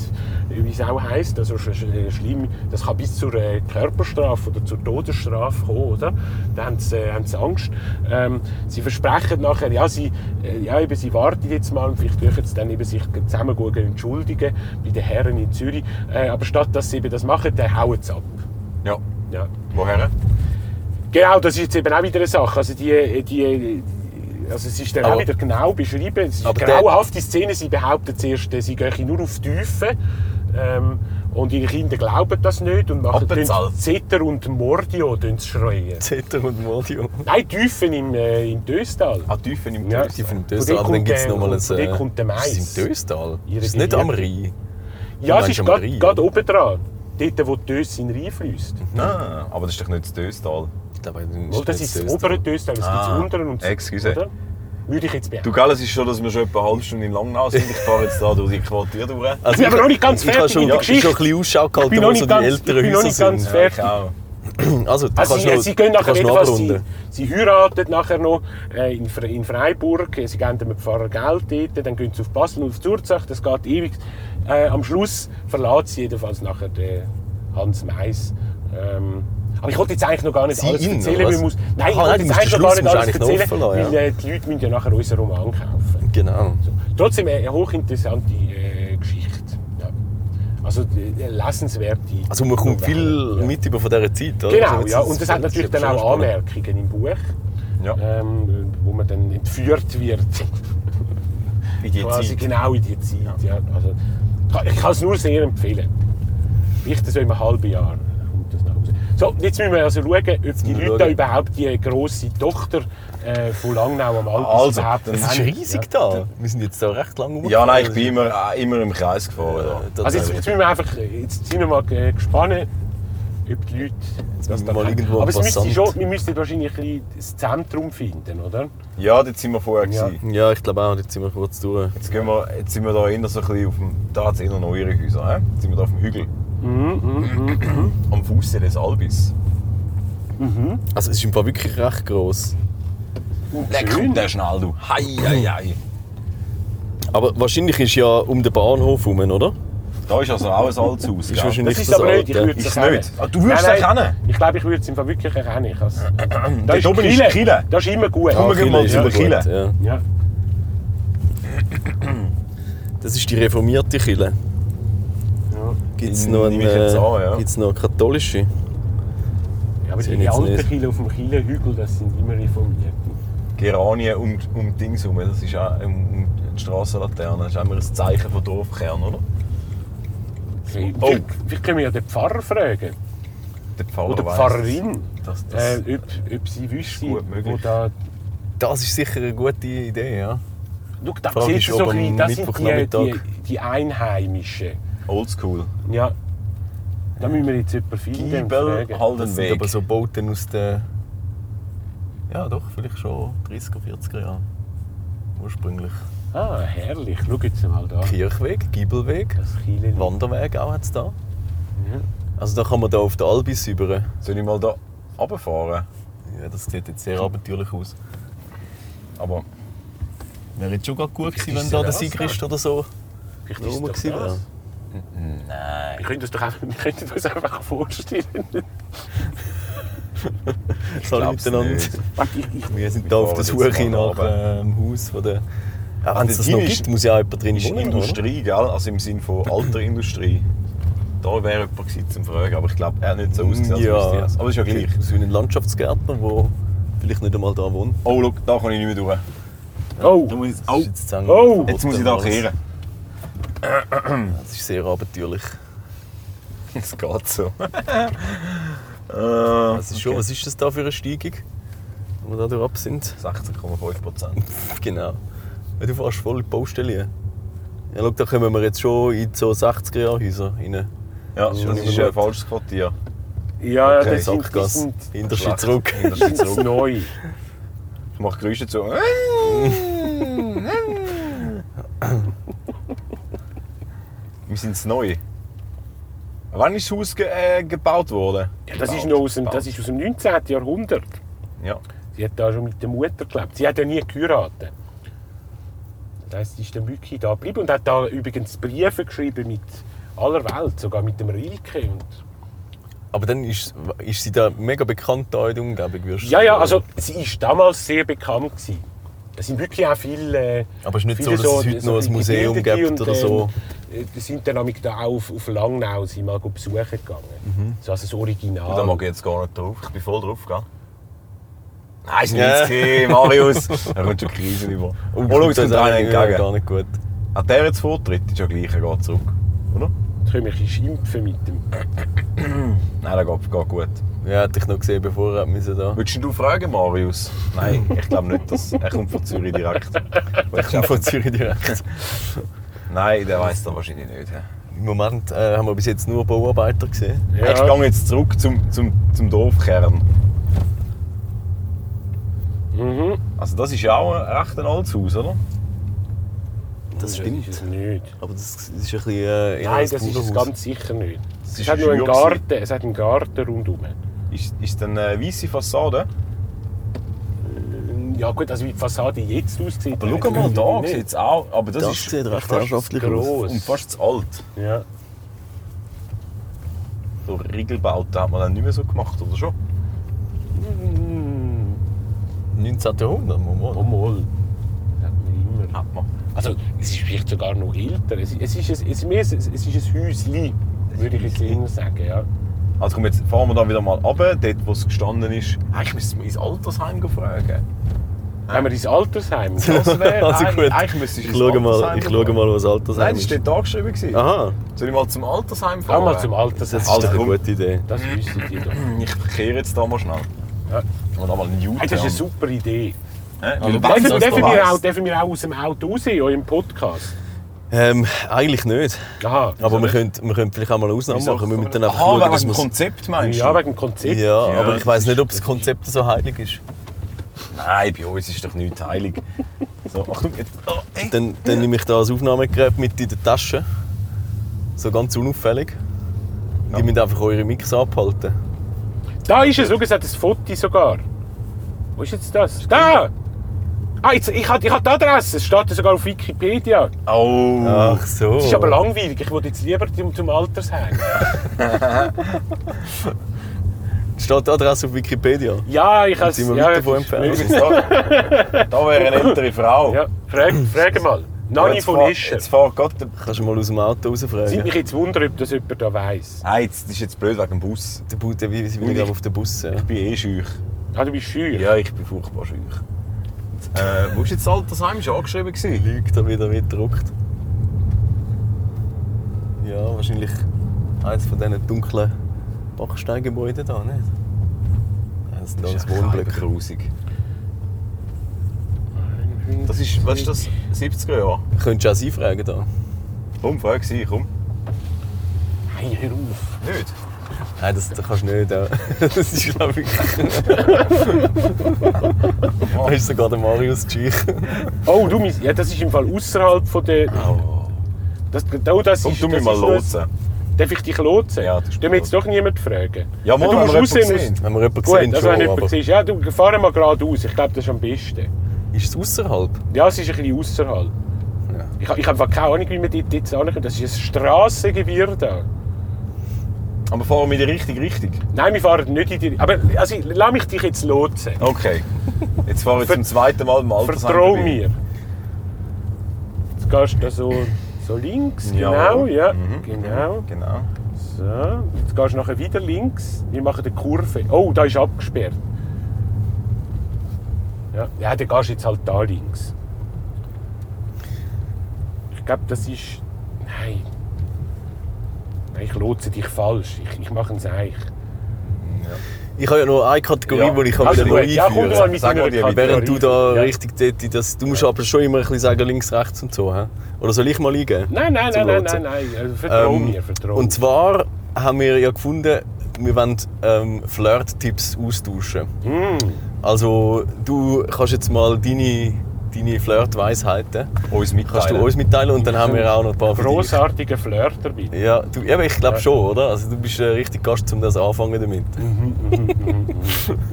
[SPEAKER 4] wie es auch heisst. Also sch sch äh, schlimm, das kann bis zur äh, Körperstrafe oder zur Todesstrafe kommen, oder? Da haben sie, äh, haben sie Angst. Ähm, sie versprechen nachher, ja, sie, äh, ja eben, sie warten jetzt mal und vielleicht dürfen sie dann eben sich zusammen gut entschuldigen bei den Herren in Zürich. Äh, aber statt dass sie eben das machen, dann hauen sie ab.
[SPEAKER 3] Ja.
[SPEAKER 4] Ja.
[SPEAKER 3] Woher?
[SPEAKER 4] Genau, das ist jetzt eben auch wieder eine Sache. Also, die, die, also es ist dann
[SPEAKER 2] Aber-
[SPEAKER 4] auch wieder genau beschrieben. Es ist eine
[SPEAKER 2] Aber der-
[SPEAKER 4] grauhafte Szene. Sie behaupten zuerst, sie gehen nur auf die Tiefe. Ähm, und ihre Kinder glauben das nicht und machen tun
[SPEAKER 3] Appenzell.
[SPEAKER 4] Zeter und Mordio tun sie schreien.
[SPEAKER 2] Zeter und Mordio.
[SPEAKER 4] Nein, Tiefen im, äh, im Döstal.
[SPEAKER 3] Ah, tief im
[SPEAKER 4] Ja.
[SPEAKER 3] Tief.
[SPEAKER 2] Die von dem
[SPEAKER 4] Von dort
[SPEAKER 2] Döstal.
[SPEAKER 4] kommt
[SPEAKER 2] Dann gibt es
[SPEAKER 4] der-
[SPEAKER 2] nochmal ein... äh,
[SPEAKER 4] von dort kommt der Mais.
[SPEAKER 2] Ist es im Döstal?
[SPEAKER 4] Ihre
[SPEAKER 2] Ist es nicht
[SPEAKER 4] Gebiete.
[SPEAKER 2] am Rhein?
[SPEAKER 4] Ja, es
[SPEAKER 2] meinst
[SPEAKER 4] ist
[SPEAKER 2] am
[SPEAKER 4] gerade
[SPEAKER 2] Rhein,
[SPEAKER 4] gerade oben dran. Dort, wo die Dös in den Rhein fließt.
[SPEAKER 3] Ah, aber das ist doch nicht das Döstal.
[SPEAKER 2] Ich glaube,
[SPEAKER 4] Oder Oh, das ist das
[SPEAKER 2] Also
[SPEAKER 4] obere Döstal, es gibt
[SPEAKER 3] Ah,
[SPEAKER 4] das untere und das
[SPEAKER 3] excuse.
[SPEAKER 4] oder? Würde ich jetzt behaupten.
[SPEAKER 3] Du, gell, es ist schon, dass wir schon etwa eine halbe Stunde in Langnau sind. Ich fahre jetzt da durch die Quartier durch.
[SPEAKER 2] Also
[SPEAKER 4] Ich bin aber noch nicht ganz
[SPEAKER 2] Ich habe
[SPEAKER 4] fertig
[SPEAKER 2] schon,
[SPEAKER 4] mit
[SPEAKER 2] ich
[SPEAKER 4] der
[SPEAKER 2] habe schon ein
[SPEAKER 4] Geschichte.
[SPEAKER 2] bisschen Ausschau
[SPEAKER 4] Ich bin
[SPEAKER 2] gehalten,
[SPEAKER 4] noch
[SPEAKER 2] wo
[SPEAKER 4] nicht
[SPEAKER 2] so die
[SPEAKER 4] ganz- ich
[SPEAKER 2] älteren
[SPEAKER 4] bin noch
[SPEAKER 2] Häuser
[SPEAKER 4] nicht ganz
[SPEAKER 2] sind.
[SPEAKER 3] Ja, ich
[SPEAKER 4] fertig.
[SPEAKER 3] auch.
[SPEAKER 2] Also, du
[SPEAKER 4] Also
[SPEAKER 2] kannst
[SPEAKER 4] sie,
[SPEAKER 2] noch,
[SPEAKER 4] sie gehen
[SPEAKER 2] du
[SPEAKER 4] nachher
[SPEAKER 2] kannst noch
[SPEAKER 4] jedenfalls, sie,
[SPEAKER 2] abrunden.
[SPEAKER 4] sie heiraten nachher noch äh, in, Fre in Freiburg, Äh, sie geben dem Pfarrer Geld dort, dann gehen sie auf Basel und auf Zurzach, das geht ewig. Äh, am Schluss verlässt sie jedenfalls nachher den Hans Mais. Ähm, aber ich wollte jetzt eigentlich noch gar nicht
[SPEAKER 2] Sie
[SPEAKER 4] alles
[SPEAKER 2] ihn,
[SPEAKER 4] erzählen.
[SPEAKER 2] oder was?
[SPEAKER 4] wir muss, nein, ich
[SPEAKER 2] Ah, nein,
[SPEAKER 4] wollte
[SPEAKER 2] du
[SPEAKER 4] jetzt
[SPEAKER 2] musst
[SPEAKER 4] eigentlich
[SPEAKER 2] den
[SPEAKER 4] noch gar
[SPEAKER 2] Schluss
[SPEAKER 4] nicht
[SPEAKER 2] musst
[SPEAKER 4] alles
[SPEAKER 2] du eigentlich
[SPEAKER 4] erzählen,
[SPEAKER 2] noch offen lassen,
[SPEAKER 4] weil äh, die Leute müssen ja nachher unseren Roman kaufen.
[SPEAKER 2] Genau.
[SPEAKER 4] So. Trotzdem eine hochinteressante äh, Geschichte. Ja. Also die- eine lesenswerte
[SPEAKER 2] Also man kommt
[SPEAKER 4] Novelle.
[SPEAKER 2] viel
[SPEAKER 4] Genau. Ja.
[SPEAKER 2] mit über von dieser Zeit, oder?
[SPEAKER 4] Genau,
[SPEAKER 2] Also,
[SPEAKER 4] ja. Und es hat
[SPEAKER 2] ist
[SPEAKER 4] natürlich
[SPEAKER 2] aber
[SPEAKER 4] dann
[SPEAKER 2] schon
[SPEAKER 4] auch
[SPEAKER 2] spannend.
[SPEAKER 4] Anmerkungen im Buch,
[SPEAKER 3] Ja,
[SPEAKER 4] ähm, wo man dann entführt wird.
[SPEAKER 3] in die
[SPEAKER 4] Quasi
[SPEAKER 3] Zeit.
[SPEAKER 4] genau in die Zeit. Ja. Also, ich kann es nur sehr empfehlen. Vielleicht so in einem halben Jahr kommt das noch raus. So, jetzt müssen wir also schauen, ob die
[SPEAKER 2] wir
[SPEAKER 4] Leute da
[SPEAKER 2] schauen.
[SPEAKER 4] überhaupt die grosse Tochter äh, von Langnau am Alpes
[SPEAKER 3] Also,
[SPEAKER 4] überhaupt
[SPEAKER 3] das
[SPEAKER 2] Es ist
[SPEAKER 4] haben.
[SPEAKER 2] riesig
[SPEAKER 4] Ja.
[SPEAKER 2] da. Wir sind jetzt da recht lang rumgefahren.
[SPEAKER 3] Ja, nein, ich bin immer, äh, immer im Kreis gefahren. da.
[SPEAKER 2] Das
[SPEAKER 4] Also jetzt, jetzt müssen wir einfach, jetzt sind wir mal äh, gespannt, ob die Leute das
[SPEAKER 2] müssen wir mal
[SPEAKER 4] kennen.
[SPEAKER 2] irgendwo
[SPEAKER 4] Aber es müsste
[SPEAKER 2] Passant.
[SPEAKER 4] schon, wir müssten wahrscheinlich ein bisschen das Zentrum finden, oder?
[SPEAKER 3] Ja, dort sind wir vorher. gewesen.
[SPEAKER 2] Ja, ich glaube auch, jetzt sind wir kurz durch.
[SPEAKER 3] Jetzt, gehen wir, jetzt sind wir da eher so ein bisschen auf dem... Da hat es eher neuere Häuser. hä? Jetzt sind wir da auf dem Hügel. Am Fuße des Albis.
[SPEAKER 2] Also es ist im Fall wirklich recht gross.
[SPEAKER 3] Leck, kommt der schnell, du. Hei, hei, hei.
[SPEAKER 2] Aber wahrscheinlich ist ja um den Bahnhof herum, oder?
[SPEAKER 3] Da ist also auch ein altes Haus.
[SPEAKER 2] Ist
[SPEAKER 3] gell?
[SPEAKER 2] wahrscheinlich-
[SPEAKER 4] Das
[SPEAKER 2] Nicht
[SPEAKER 4] ist
[SPEAKER 2] das
[SPEAKER 4] aber nicht, ich
[SPEAKER 2] Alte.
[SPEAKER 4] würde es
[SPEAKER 3] Ist
[SPEAKER 4] erkennen.
[SPEAKER 3] nicht? Ah, du würdest
[SPEAKER 4] Nein,
[SPEAKER 3] es
[SPEAKER 4] nein,
[SPEAKER 3] erkennen?
[SPEAKER 4] Ich glaube, ich würde es im Fall wirklich Also, erkennen. Ich has-
[SPEAKER 3] Da oben ist die Kille.
[SPEAKER 4] Das ist immer gut.
[SPEAKER 3] Komm, wir gehen mal
[SPEAKER 2] Kirche ist
[SPEAKER 3] über
[SPEAKER 2] immer
[SPEAKER 3] Kirche.
[SPEAKER 2] gut, ja.
[SPEAKER 4] Ja.
[SPEAKER 2] Das ist die reformierte Kirche.
[SPEAKER 4] Ja.
[SPEAKER 2] Gibt es
[SPEAKER 3] Die
[SPEAKER 2] noch,
[SPEAKER 3] nehme
[SPEAKER 2] eine-
[SPEAKER 3] ich jetzt an, ja.
[SPEAKER 2] gibt's noch eine katholische?
[SPEAKER 4] Ja, aber
[SPEAKER 2] Sehe
[SPEAKER 4] die
[SPEAKER 2] ich jetzt
[SPEAKER 4] alten
[SPEAKER 2] nicht.
[SPEAKER 4] Kille auf dem Kille-Hügel, das sind immer reformierte.
[SPEAKER 3] Geranien um, um die Dings herum, das ist auch um, um die Strassenlaterne, das ist auch immer ein Zeichen von Dorfkern, oder? Oh.
[SPEAKER 4] Vielleicht, vielleicht können wir ja den Pfarrer fragen.
[SPEAKER 3] Der Pfarrer
[SPEAKER 4] Oder die
[SPEAKER 3] Oh, weiss
[SPEAKER 4] Pfarrerin.
[SPEAKER 3] Das, das,
[SPEAKER 4] Äh, ob, ob sie wüsste,
[SPEAKER 3] gut möglich.
[SPEAKER 4] wo da
[SPEAKER 2] Das ist sicher eine gute Idee, ja.
[SPEAKER 4] Schau, da
[SPEAKER 2] Frage
[SPEAKER 4] siehst
[SPEAKER 2] ist,
[SPEAKER 4] du so
[SPEAKER 2] ob
[SPEAKER 4] ein bisschen,
[SPEAKER 2] am
[SPEAKER 4] das sind die,
[SPEAKER 2] Mittwochnachmittag-
[SPEAKER 4] die, die Einheimischen.
[SPEAKER 3] Oldschool.
[SPEAKER 4] Ja. Da müssen wir jetzt jemanden finden und
[SPEAKER 3] Giebel,
[SPEAKER 4] fragen.
[SPEAKER 2] Das sind
[SPEAKER 3] Haldenweg.
[SPEAKER 2] aber so Bauten aus den... Ja doch, vielleicht schon 30er, 40er Jahren. Ursprünglich.
[SPEAKER 4] Ah, herrlich. Schau jetzt mal da.
[SPEAKER 2] Kirchweg, Giebelweg,
[SPEAKER 4] Das Kiel.
[SPEAKER 2] Wanderweg auch hat's da. Also da kann man da auf der Albis über.
[SPEAKER 3] Soll ich mal da runterfahren?
[SPEAKER 2] Ja, das sieht jetzt sehr abenteuerlich aus.
[SPEAKER 3] Aber
[SPEAKER 2] Wäre jetzt schon grad gut gewesen,
[SPEAKER 3] Vielleicht
[SPEAKER 2] wenn
[SPEAKER 3] ist
[SPEAKER 2] da
[SPEAKER 3] sie
[SPEAKER 2] der
[SPEAKER 3] das,
[SPEAKER 2] Sigrist oder so
[SPEAKER 4] Vielleicht ist
[SPEAKER 2] rum
[SPEAKER 4] doch
[SPEAKER 2] gewesen wäre.
[SPEAKER 4] das. Wir können uns doch einfach, wir können uns einfach vorstellen.
[SPEAKER 2] Alle
[SPEAKER 3] glaub's
[SPEAKER 2] miteinander.
[SPEAKER 3] nicht.
[SPEAKER 4] Warte, ich, ich,
[SPEAKER 2] Wir sind da auf der
[SPEAKER 3] fahren jetzt
[SPEAKER 2] Suche
[SPEAKER 3] mal
[SPEAKER 2] nach dem Haus von der... Ja, wenn
[SPEAKER 3] Also
[SPEAKER 2] es das
[SPEAKER 3] die
[SPEAKER 2] noch
[SPEAKER 3] ist-
[SPEAKER 2] gibt, muss ja auch jemand drin
[SPEAKER 3] ist
[SPEAKER 2] wohnen, oder?
[SPEAKER 3] Industrie, gell? Also im Sinne von alter Industrie. Da wäre jemand gewesen zum Fragen, aber ich glaube, er hat nicht so
[SPEAKER 2] also
[SPEAKER 3] ausgesehen, als wüsste er es. Aber ist ja gleich.
[SPEAKER 2] So ein Landschaftsgärtner, der vielleicht nicht einmal da wohnt.
[SPEAKER 3] Oh, look, da kann ich nicht mehr durch. Da
[SPEAKER 4] oh,
[SPEAKER 3] muss ich,
[SPEAKER 2] Das
[SPEAKER 3] oh,
[SPEAKER 2] ist jetzt sagen,
[SPEAKER 4] Oh!
[SPEAKER 2] verboten,
[SPEAKER 3] jetzt muss ich da
[SPEAKER 2] alles.
[SPEAKER 3] kehren.
[SPEAKER 2] Das ist sehr abenteuerlich.
[SPEAKER 3] Es geht so. Äh,
[SPEAKER 2] Das ist schon, was ist das da für eine Steigung, wo wir da drauf sind?
[SPEAKER 3] 16,5 Prozent.
[SPEAKER 2] Genau. Ja, Du fährst voll in die Baustelle. rein. Ja, schau, da kommen wir jetzt schon in so 60er-Jahre-Häuser rein.
[SPEAKER 3] Ja, das
[SPEAKER 2] schon
[SPEAKER 3] ist
[SPEAKER 2] gut.
[SPEAKER 3] ein falsches Quartier.
[SPEAKER 4] ja,
[SPEAKER 3] Okay,
[SPEAKER 4] das sind, das
[SPEAKER 2] Sackgasse,
[SPEAKER 4] sind
[SPEAKER 2] Hinterstein
[SPEAKER 3] Schlecht.
[SPEAKER 2] zurück.
[SPEAKER 3] Das ist
[SPEAKER 4] das
[SPEAKER 3] zurück.
[SPEAKER 4] neu.
[SPEAKER 3] Ich mache Geräusche zu. Wir sind es neu. Wann ist das Haus ge äh, gebaut worden?
[SPEAKER 4] Das ist,
[SPEAKER 3] Gebaut,
[SPEAKER 4] noch aus dem,
[SPEAKER 3] gebaut.
[SPEAKER 4] das ist aus dem 19. Jahrhundert.
[SPEAKER 3] Ja.
[SPEAKER 4] Sie hat da schon mit der Mutter gelebt. Sie hat ja nie geheiratet. Das heisst, sie ist dann wirklich da geblieben und hat da übrigens Briefe geschrieben mit aller Welt, sogar mit dem Rilke. Und
[SPEAKER 2] Aber dann ist, ist sie da mega bekannt da in der Umgebung. würdest du
[SPEAKER 4] ja, ja,
[SPEAKER 2] sagen,
[SPEAKER 4] also sie war damals sehr bekannt. Gewesen. Es sind wirklich auch viele... Äh,
[SPEAKER 2] Aber es ist nicht
[SPEAKER 4] viele
[SPEAKER 2] so, dass es heute noch ein
[SPEAKER 4] die
[SPEAKER 2] Museum
[SPEAKER 4] Gebildete
[SPEAKER 2] gibt
[SPEAKER 4] und,
[SPEAKER 2] oder so?
[SPEAKER 4] ähm, äh, Die sind dann nämlich da auf, auf
[SPEAKER 2] Mhm.
[SPEAKER 4] Langnau sind mal besuchen gegangen. So, also das Original.
[SPEAKER 3] Da mag ich jetzt gar nicht drauf. Ich bin voll drauf, gell? Nein, ist nicht
[SPEAKER 2] Ja.
[SPEAKER 3] das Thema, Marius. Da kommt schon die Krise über. Oh, schau,
[SPEAKER 2] das
[SPEAKER 3] jetzt kommt
[SPEAKER 2] ist
[SPEAKER 3] einer
[SPEAKER 2] eigentlich
[SPEAKER 3] entgegen.
[SPEAKER 2] gar nicht gut.
[SPEAKER 3] Hat der jetzt Vortritt? Ist ja gleich, er geht zurück. Oder?
[SPEAKER 4] Jetzt können wir ein bisschen schimpfen mit dem.
[SPEAKER 3] Nein, der geht, geht gut.
[SPEAKER 2] Ja, hätte ich noch gesehen, bevor er müssen da.
[SPEAKER 3] Würdest du fragen, Marius? Nein, ich glaube nicht, dass er kommt von Zürich direkt. Willst du auch-
[SPEAKER 2] Von Zürich direkt.
[SPEAKER 3] Nein, der weiß das wahrscheinlich nicht. hä?
[SPEAKER 2] Im Moment äh, haben wir bis jetzt nur Bauarbeiter gesehen.
[SPEAKER 3] Ich gehe jetzt zurück zum, zum, zum Dorfkern.
[SPEAKER 4] Mhm.
[SPEAKER 3] Also das ist ja auch ein recht ein altes Haus, oder?
[SPEAKER 2] Das
[SPEAKER 4] Das ist es nicht.
[SPEAKER 2] Aber das ist ein bisschen. Äh, eher
[SPEAKER 4] Nein,
[SPEAKER 2] ein
[SPEAKER 4] das ist es
[SPEAKER 2] Bauernhaus.
[SPEAKER 4] ganz sicher nicht.
[SPEAKER 3] Das
[SPEAKER 4] Es
[SPEAKER 3] ist
[SPEAKER 4] hat
[SPEAKER 3] ein
[SPEAKER 4] nur einen
[SPEAKER 3] Schwur gewesen.
[SPEAKER 4] Garten, es hat einen Garten rundherum.
[SPEAKER 3] Ist, ist das eine weiße Fassade?
[SPEAKER 4] Ja gut, also wie die Fassade jetzt aussieht. äh,
[SPEAKER 3] Aber schau mal, da sieht es auch. Aber das,
[SPEAKER 2] Das
[SPEAKER 3] ist
[SPEAKER 2] sieht recht
[SPEAKER 3] fast
[SPEAKER 2] herrschaftlich
[SPEAKER 3] gross
[SPEAKER 4] aus.
[SPEAKER 3] Und fast zu alt.
[SPEAKER 4] Ja.
[SPEAKER 3] So Riegelbauten hat man dann nicht mehr so gemacht, oder schon?
[SPEAKER 4] Mm,
[SPEAKER 2] 19. Jahrhundert, Moment.
[SPEAKER 4] Obwohl. oh Das hat man immer.
[SPEAKER 3] Hat man.
[SPEAKER 4] Also es ist vielleicht sogar noch älter. Es, es, ist, ein, es, ist, mehr ein- es ist ein Häuschen, würde ich jetzt immer sagen. Ja.
[SPEAKER 3] Also komm, jetzt fahren wir da wieder mal runter, dort wo es gestanden ist. Eigentlich müssen wir ins Altersheim gehen fragen.
[SPEAKER 4] Wenn wir ins Altersheim gehen,
[SPEAKER 3] Das wär-
[SPEAKER 2] Also
[SPEAKER 3] nein,
[SPEAKER 2] gut.
[SPEAKER 3] Eigentlich müsstest du
[SPEAKER 2] Ich
[SPEAKER 3] ins
[SPEAKER 2] schaue mal,
[SPEAKER 3] Altersheim
[SPEAKER 2] ich schaue
[SPEAKER 3] gehen.
[SPEAKER 2] mal was Alters
[SPEAKER 3] Nein, das war dort angeschrieben. gewesen.
[SPEAKER 2] Aha,
[SPEAKER 3] Soll ich mal zum Altersheim fahren?
[SPEAKER 4] gehen wir zum
[SPEAKER 2] das
[SPEAKER 4] Altersheim.
[SPEAKER 2] ist
[SPEAKER 3] Also
[SPEAKER 2] doch eine
[SPEAKER 3] komm.
[SPEAKER 2] gute Idee.
[SPEAKER 4] Das wissen die doch.
[SPEAKER 3] Ich kehre jetzt da mal schnell.
[SPEAKER 4] Ja.
[SPEAKER 3] Und da mal einen U-Turn.
[SPEAKER 4] Hey, das ist eine super Idee.
[SPEAKER 3] Hä?
[SPEAKER 2] Also,
[SPEAKER 3] Weil
[SPEAKER 2] Weißt du,
[SPEAKER 4] Dürfen
[SPEAKER 3] das
[SPEAKER 2] dass
[SPEAKER 4] dürfen
[SPEAKER 3] da
[SPEAKER 4] wir,
[SPEAKER 3] weiss.
[SPEAKER 4] auch, dürfen wir auch aus dem Auto raus, in eurem Podcast?
[SPEAKER 2] Ähm, eigentlich nicht.
[SPEAKER 4] Aha.
[SPEAKER 2] Aber wir können, wir können vielleicht auch mal eine Ausnahme
[SPEAKER 3] Wieso?
[SPEAKER 2] machen. Wir müssen dann einfach
[SPEAKER 3] Aha,
[SPEAKER 2] schauen,
[SPEAKER 3] wegen
[SPEAKER 2] dass
[SPEAKER 3] dem
[SPEAKER 2] wir's-
[SPEAKER 3] Konzept meinst
[SPEAKER 4] ja,
[SPEAKER 3] du?
[SPEAKER 4] wegen dem Konzept.
[SPEAKER 2] Ja,
[SPEAKER 3] Ja,
[SPEAKER 2] aber
[SPEAKER 3] das
[SPEAKER 2] ich weiß
[SPEAKER 3] ist-
[SPEAKER 2] nicht, ob das Konzept so heilig ist.
[SPEAKER 3] Nein, bei uns ist doch nichts heilig. So, ach, jetzt. Oh, ey.
[SPEAKER 2] Dann, dann nehme ich da das Aufnahmegerät mit in der Tasche. So ganz unauffällig. Und Die müssen einfach eure Mix abhalten.
[SPEAKER 4] Da ist es, schau, es hat ein Foto sogar. Wo ist jetzt das? Da! Ah, jetzt, ich habe ich hab die Adresse, es steht sogar auf Wikipedia.
[SPEAKER 3] Oh.
[SPEAKER 2] Ach so.
[SPEAKER 4] Das ist aber langweilig, ich will jetzt lieber zum, zum Altersheim.
[SPEAKER 2] Steht die Adresse auf Wikipedia?
[SPEAKER 4] Ja, ich habe
[SPEAKER 2] Sind wir
[SPEAKER 4] ja,
[SPEAKER 2] weit davon
[SPEAKER 4] das ist
[SPEAKER 2] entfernt?
[SPEAKER 3] Da, da wäre eine ältere Frau.
[SPEAKER 4] möglich. Ja, frag, frag mal.
[SPEAKER 3] Aber
[SPEAKER 4] Nanni
[SPEAKER 3] jetzt
[SPEAKER 4] von
[SPEAKER 3] fahr-
[SPEAKER 4] Ischer.
[SPEAKER 3] Jetzt fährt Gott. der-
[SPEAKER 2] Kannst du mal aus dem Auto
[SPEAKER 4] Sind
[SPEAKER 2] rausfragen?
[SPEAKER 4] mich jetzt wundern, ob das jemand da weiss.
[SPEAKER 3] Nein, jetzt das ist jetzt blöd wegen dem Bus.
[SPEAKER 2] Der Bude, wie sind wir
[SPEAKER 3] Ich-
[SPEAKER 2] gerade auf den Bus? Ja.
[SPEAKER 3] Ich bin eh schüch.
[SPEAKER 4] Ah, du bist schüch.
[SPEAKER 3] Ja, ich bin furchtbar schüch. Äh, wo ist jetzt das Altersheim? Ist ja angeschrieben. gewesen.
[SPEAKER 2] Lügt da wieder mitdruckt. Ja, wahrscheinlich eines von diesen dunklen Backsteingebäuden da, nicht? Ja, Das ist alles Wohnblöcke.
[SPEAKER 3] grusig. Das ist, was ist das? 70er Jahre?
[SPEAKER 2] Könntest du auch sie fragen da?
[SPEAKER 3] Hm. Komm, frag sie, komm.
[SPEAKER 4] Hey, hör auf.
[SPEAKER 3] Nicht?
[SPEAKER 2] Nein, das, das kannst du nicht. Ja. Das ist, glaube ich. da ist sogar der Marius Tschich.
[SPEAKER 4] Oh, du, mein- ja, das ist im Fall außerhalb von der...
[SPEAKER 3] Oh.
[SPEAKER 4] Das, oh, das
[SPEAKER 3] Komm,
[SPEAKER 4] ist,
[SPEAKER 3] du
[SPEAKER 4] das
[SPEAKER 3] mich mal
[SPEAKER 4] ist nur-
[SPEAKER 3] lotsen.
[SPEAKER 4] Darf ich dich lotsen?
[SPEAKER 3] Ja, das ist
[SPEAKER 4] du
[SPEAKER 3] gut.
[SPEAKER 4] mir jetzt doch niemand fragen.
[SPEAKER 3] Ja, mal,
[SPEAKER 4] du
[SPEAKER 3] wenn
[SPEAKER 4] musst
[SPEAKER 3] wir
[SPEAKER 4] aussehen.
[SPEAKER 3] jemanden sehen.
[SPEAKER 2] Wenn wir jemanden
[SPEAKER 4] Gut,
[SPEAKER 2] sehen,
[SPEAKER 4] also wenn
[SPEAKER 2] schon.
[SPEAKER 4] jemand
[SPEAKER 2] Aber
[SPEAKER 4] siehst, ja, du fahr mal geradeaus. Ich glaube, das ist am besten.
[SPEAKER 2] ist es außerhalb?
[SPEAKER 4] Ja, es ist ein bisschen außerhalb.
[SPEAKER 2] Ja.
[SPEAKER 4] Ich, ich habe keine Ahnung, wie man dort jetzt ankommt. Das ist ein Strassengebiet da.
[SPEAKER 3] Aber fahren wir in die richtige Richtung?
[SPEAKER 4] Nein, wir fahren nicht in die... Aber also, lass mich dich jetzt lotsen.
[SPEAKER 3] Okay. Jetzt fahren wir
[SPEAKER 4] Ver-
[SPEAKER 3] zum zweiten Mal im Altersheim.
[SPEAKER 4] Vertrau
[SPEAKER 3] vorbei.
[SPEAKER 4] mir. Jetzt gehst du da so, so links. Genau,
[SPEAKER 3] Jawohl.
[SPEAKER 4] ja.
[SPEAKER 3] Mhm.
[SPEAKER 4] Genau.
[SPEAKER 3] Genau.
[SPEAKER 4] So. Jetzt gehst du nachher wieder links. Wir machen eine Kurve. Oh, da ist abgesperrt. Ja, ja dann gehst du jetzt halt da links. Ich glaube, das ist. Nein. Nein, ich lotse dich falsch. Ich, ich mache es eigentlich.
[SPEAKER 2] Ich habe ja noch eine Kategorie,
[SPEAKER 3] Ja.
[SPEAKER 2] die ich kann
[SPEAKER 4] Also
[SPEAKER 2] wieder neu
[SPEAKER 4] gut, ja, komm
[SPEAKER 2] einführen
[SPEAKER 4] du mal mit
[SPEAKER 3] Sag mal
[SPEAKER 4] deiner
[SPEAKER 3] die, wie
[SPEAKER 4] Kategorie.
[SPEAKER 2] Während du da
[SPEAKER 4] Ja.
[SPEAKER 2] richtig dort das, du musst aber schon immer ein bisschen sagen, links, rechts und so. hä? Oder soll ich mal liegen?
[SPEAKER 4] Nein, nein,
[SPEAKER 2] zum
[SPEAKER 4] nein, nein,
[SPEAKER 2] Lotsen?
[SPEAKER 4] nein, nein. Also, vertrau
[SPEAKER 2] Ähm,
[SPEAKER 4] mir, vertrau
[SPEAKER 2] Und zwar haben wir ja gefunden, wir wollen ähm, Flirt-Tipps austauschen.
[SPEAKER 4] mir. Mm.
[SPEAKER 2] Also du kannst jetzt mal deine, deine Flirt-Weisheiten
[SPEAKER 3] Uns
[SPEAKER 2] kannst
[SPEAKER 3] mitteilen.
[SPEAKER 2] du uns mitteilen und dann haben wir auch noch ein paar für dich.
[SPEAKER 4] Grossartiger Flirter bin ich.
[SPEAKER 2] Ja, du, eben, ich glaube schon, oder? Also du bist äh, richtig Gast, um das anfangen damit.
[SPEAKER 4] Mhm,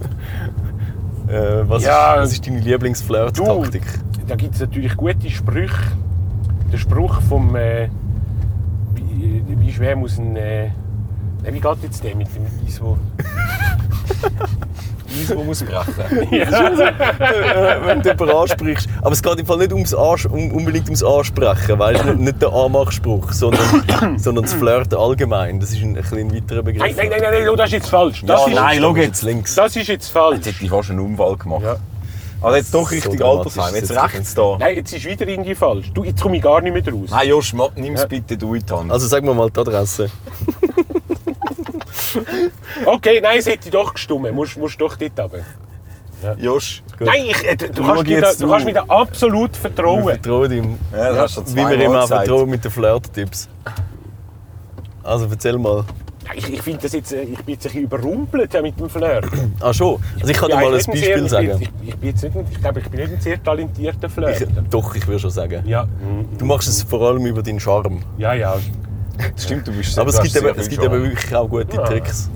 [SPEAKER 2] äh, was,
[SPEAKER 4] Ja,
[SPEAKER 2] ist, was ist deine Lieblingsflirt-Taktik?
[SPEAKER 4] Da gibt es natürlich gute Sprüche. Der Spruch vom äh, wie, wie schwer muss ein äh, nein, wie geht jetzt der mit dem Eis? Wo?
[SPEAKER 3] Eis, das muss brechen.
[SPEAKER 2] Äh, wenn du jemanden ansprichst. Aber es geht im Fall nicht ums Ans um, unbedingt ums Ansprechen, weißt du? Nicht, nicht der Anmachspruch, sondern, sondern das Flirten allgemein. Das ist ein, ein, bisschen ein weiterer Begriff.
[SPEAKER 4] Nein, nein, nein, nein, nein, das ist jetzt falsch. Das,
[SPEAKER 3] Ja,
[SPEAKER 4] ist,
[SPEAKER 3] nein, schau
[SPEAKER 2] das ist
[SPEAKER 3] jetzt.
[SPEAKER 2] links.
[SPEAKER 4] das ist jetzt falsch.
[SPEAKER 3] Jetzt hätte ich fast einen Unfall gemacht.
[SPEAKER 4] Ja.
[SPEAKER 3] Also jetzt doch
[SPEAKER 2] So
[SPEAKER 3] richtig
[SPEAKER 2] dramatisch
[SPEAKER 3] Altersheim.
[SPEAKER 2] ist
[SPEAKER 3] Jetzt
[SPEAKER 2] jetzt
[SPEAKER 3] rechts da.
[SPEAKER 4] Nein, jetzt ist wieder irgendwie falsch. Du, jetzt komme ich gar nicht mehr raus.
[SPEAKER 3] Nein, Josh, ma- nimm's
[SPEAKER 4] Ja.
[SPEAKER 3] bitte du in die Hand.
[SPEAKER 2] Also sagen wir mal die Adresse.
[SPEAKER 4] Okay, nein, es hätte doch gestimmt. Du musst, musst doch dort runter.
[SPEAKER 3] Josh,
[SPEAKER 4] Nein, ich, äh, du,
[SPEAKER 3] Schau
[SPEAKER 4] kannst mir da,
[SPEAKER 3] jetzt
[SPEAKER 4] du
[SPEAKER 3] zu.
[SPEAKER 4] kannst mir da absolut
[SPEAKER 2] Wir
[SPEAKER 4] vertrauen.
[SPEAKER 2] vertrauen ihm.
[SPEAKER 3] Ja, das hast du schon
[SPEAKER 2] Wie wir ihm
[SPEAKER 3] zweimal
[SPEAKER 2] auch
[SPEAKER 3] gesagt.
[SPEAKER 2] vertrauen mit den Flirt-Tipps. Also erzähl mal.
[SPEAKER 4] Ich, ich, finde das jetzt, äh, ich bin jetzt ein bisschen überrumpelt ja, mit dem Flirt.
[SPEAKER 2] Ah schon, also ich kann
[SPEAKER 4] Ja,
[SPEAKER 2] dir mal ein
[SPEAKER 4] ich bin nicht
[SPEAKER 2] Beispiel
[SPEAKER 4] sehr- ich bin-
[SPEAKER 2] sagen.
[SPEAKER 4] Ich, ich, bin jetzt nicht, ein- ich glaube, ich bin nicht ein sehr talentierter
[SPEAKER 2] Ich,
[SPEAKER 4] Flirt.
[SPEAKER 2] doch, ich würde schon sagen.
[SPEAKER 4] Ja,
[SPEAKER 2] Du machst es vor allem über deinen Charme.
[SPEAKER 4] ja, ja.
[SPEAKER 3] das stimmt, du bist
[SPEAKER 2] Aber
[SPEAKER 3] du
[SPEAKER 2] es
[SPEAKER 3] hast
[SPEAKER 2] gibt,
[SPEAKER 3] sehr
[SPEAKER 2] eben,
[SPEAKER 3] viel
[SPEAKER 2] es gibt
[SPEAKER 3] Charme.
[SPEAKER 2] eben wirklich auch gute
[SPEAKER 4] Ja.
[SPEAKER 2] Tricks.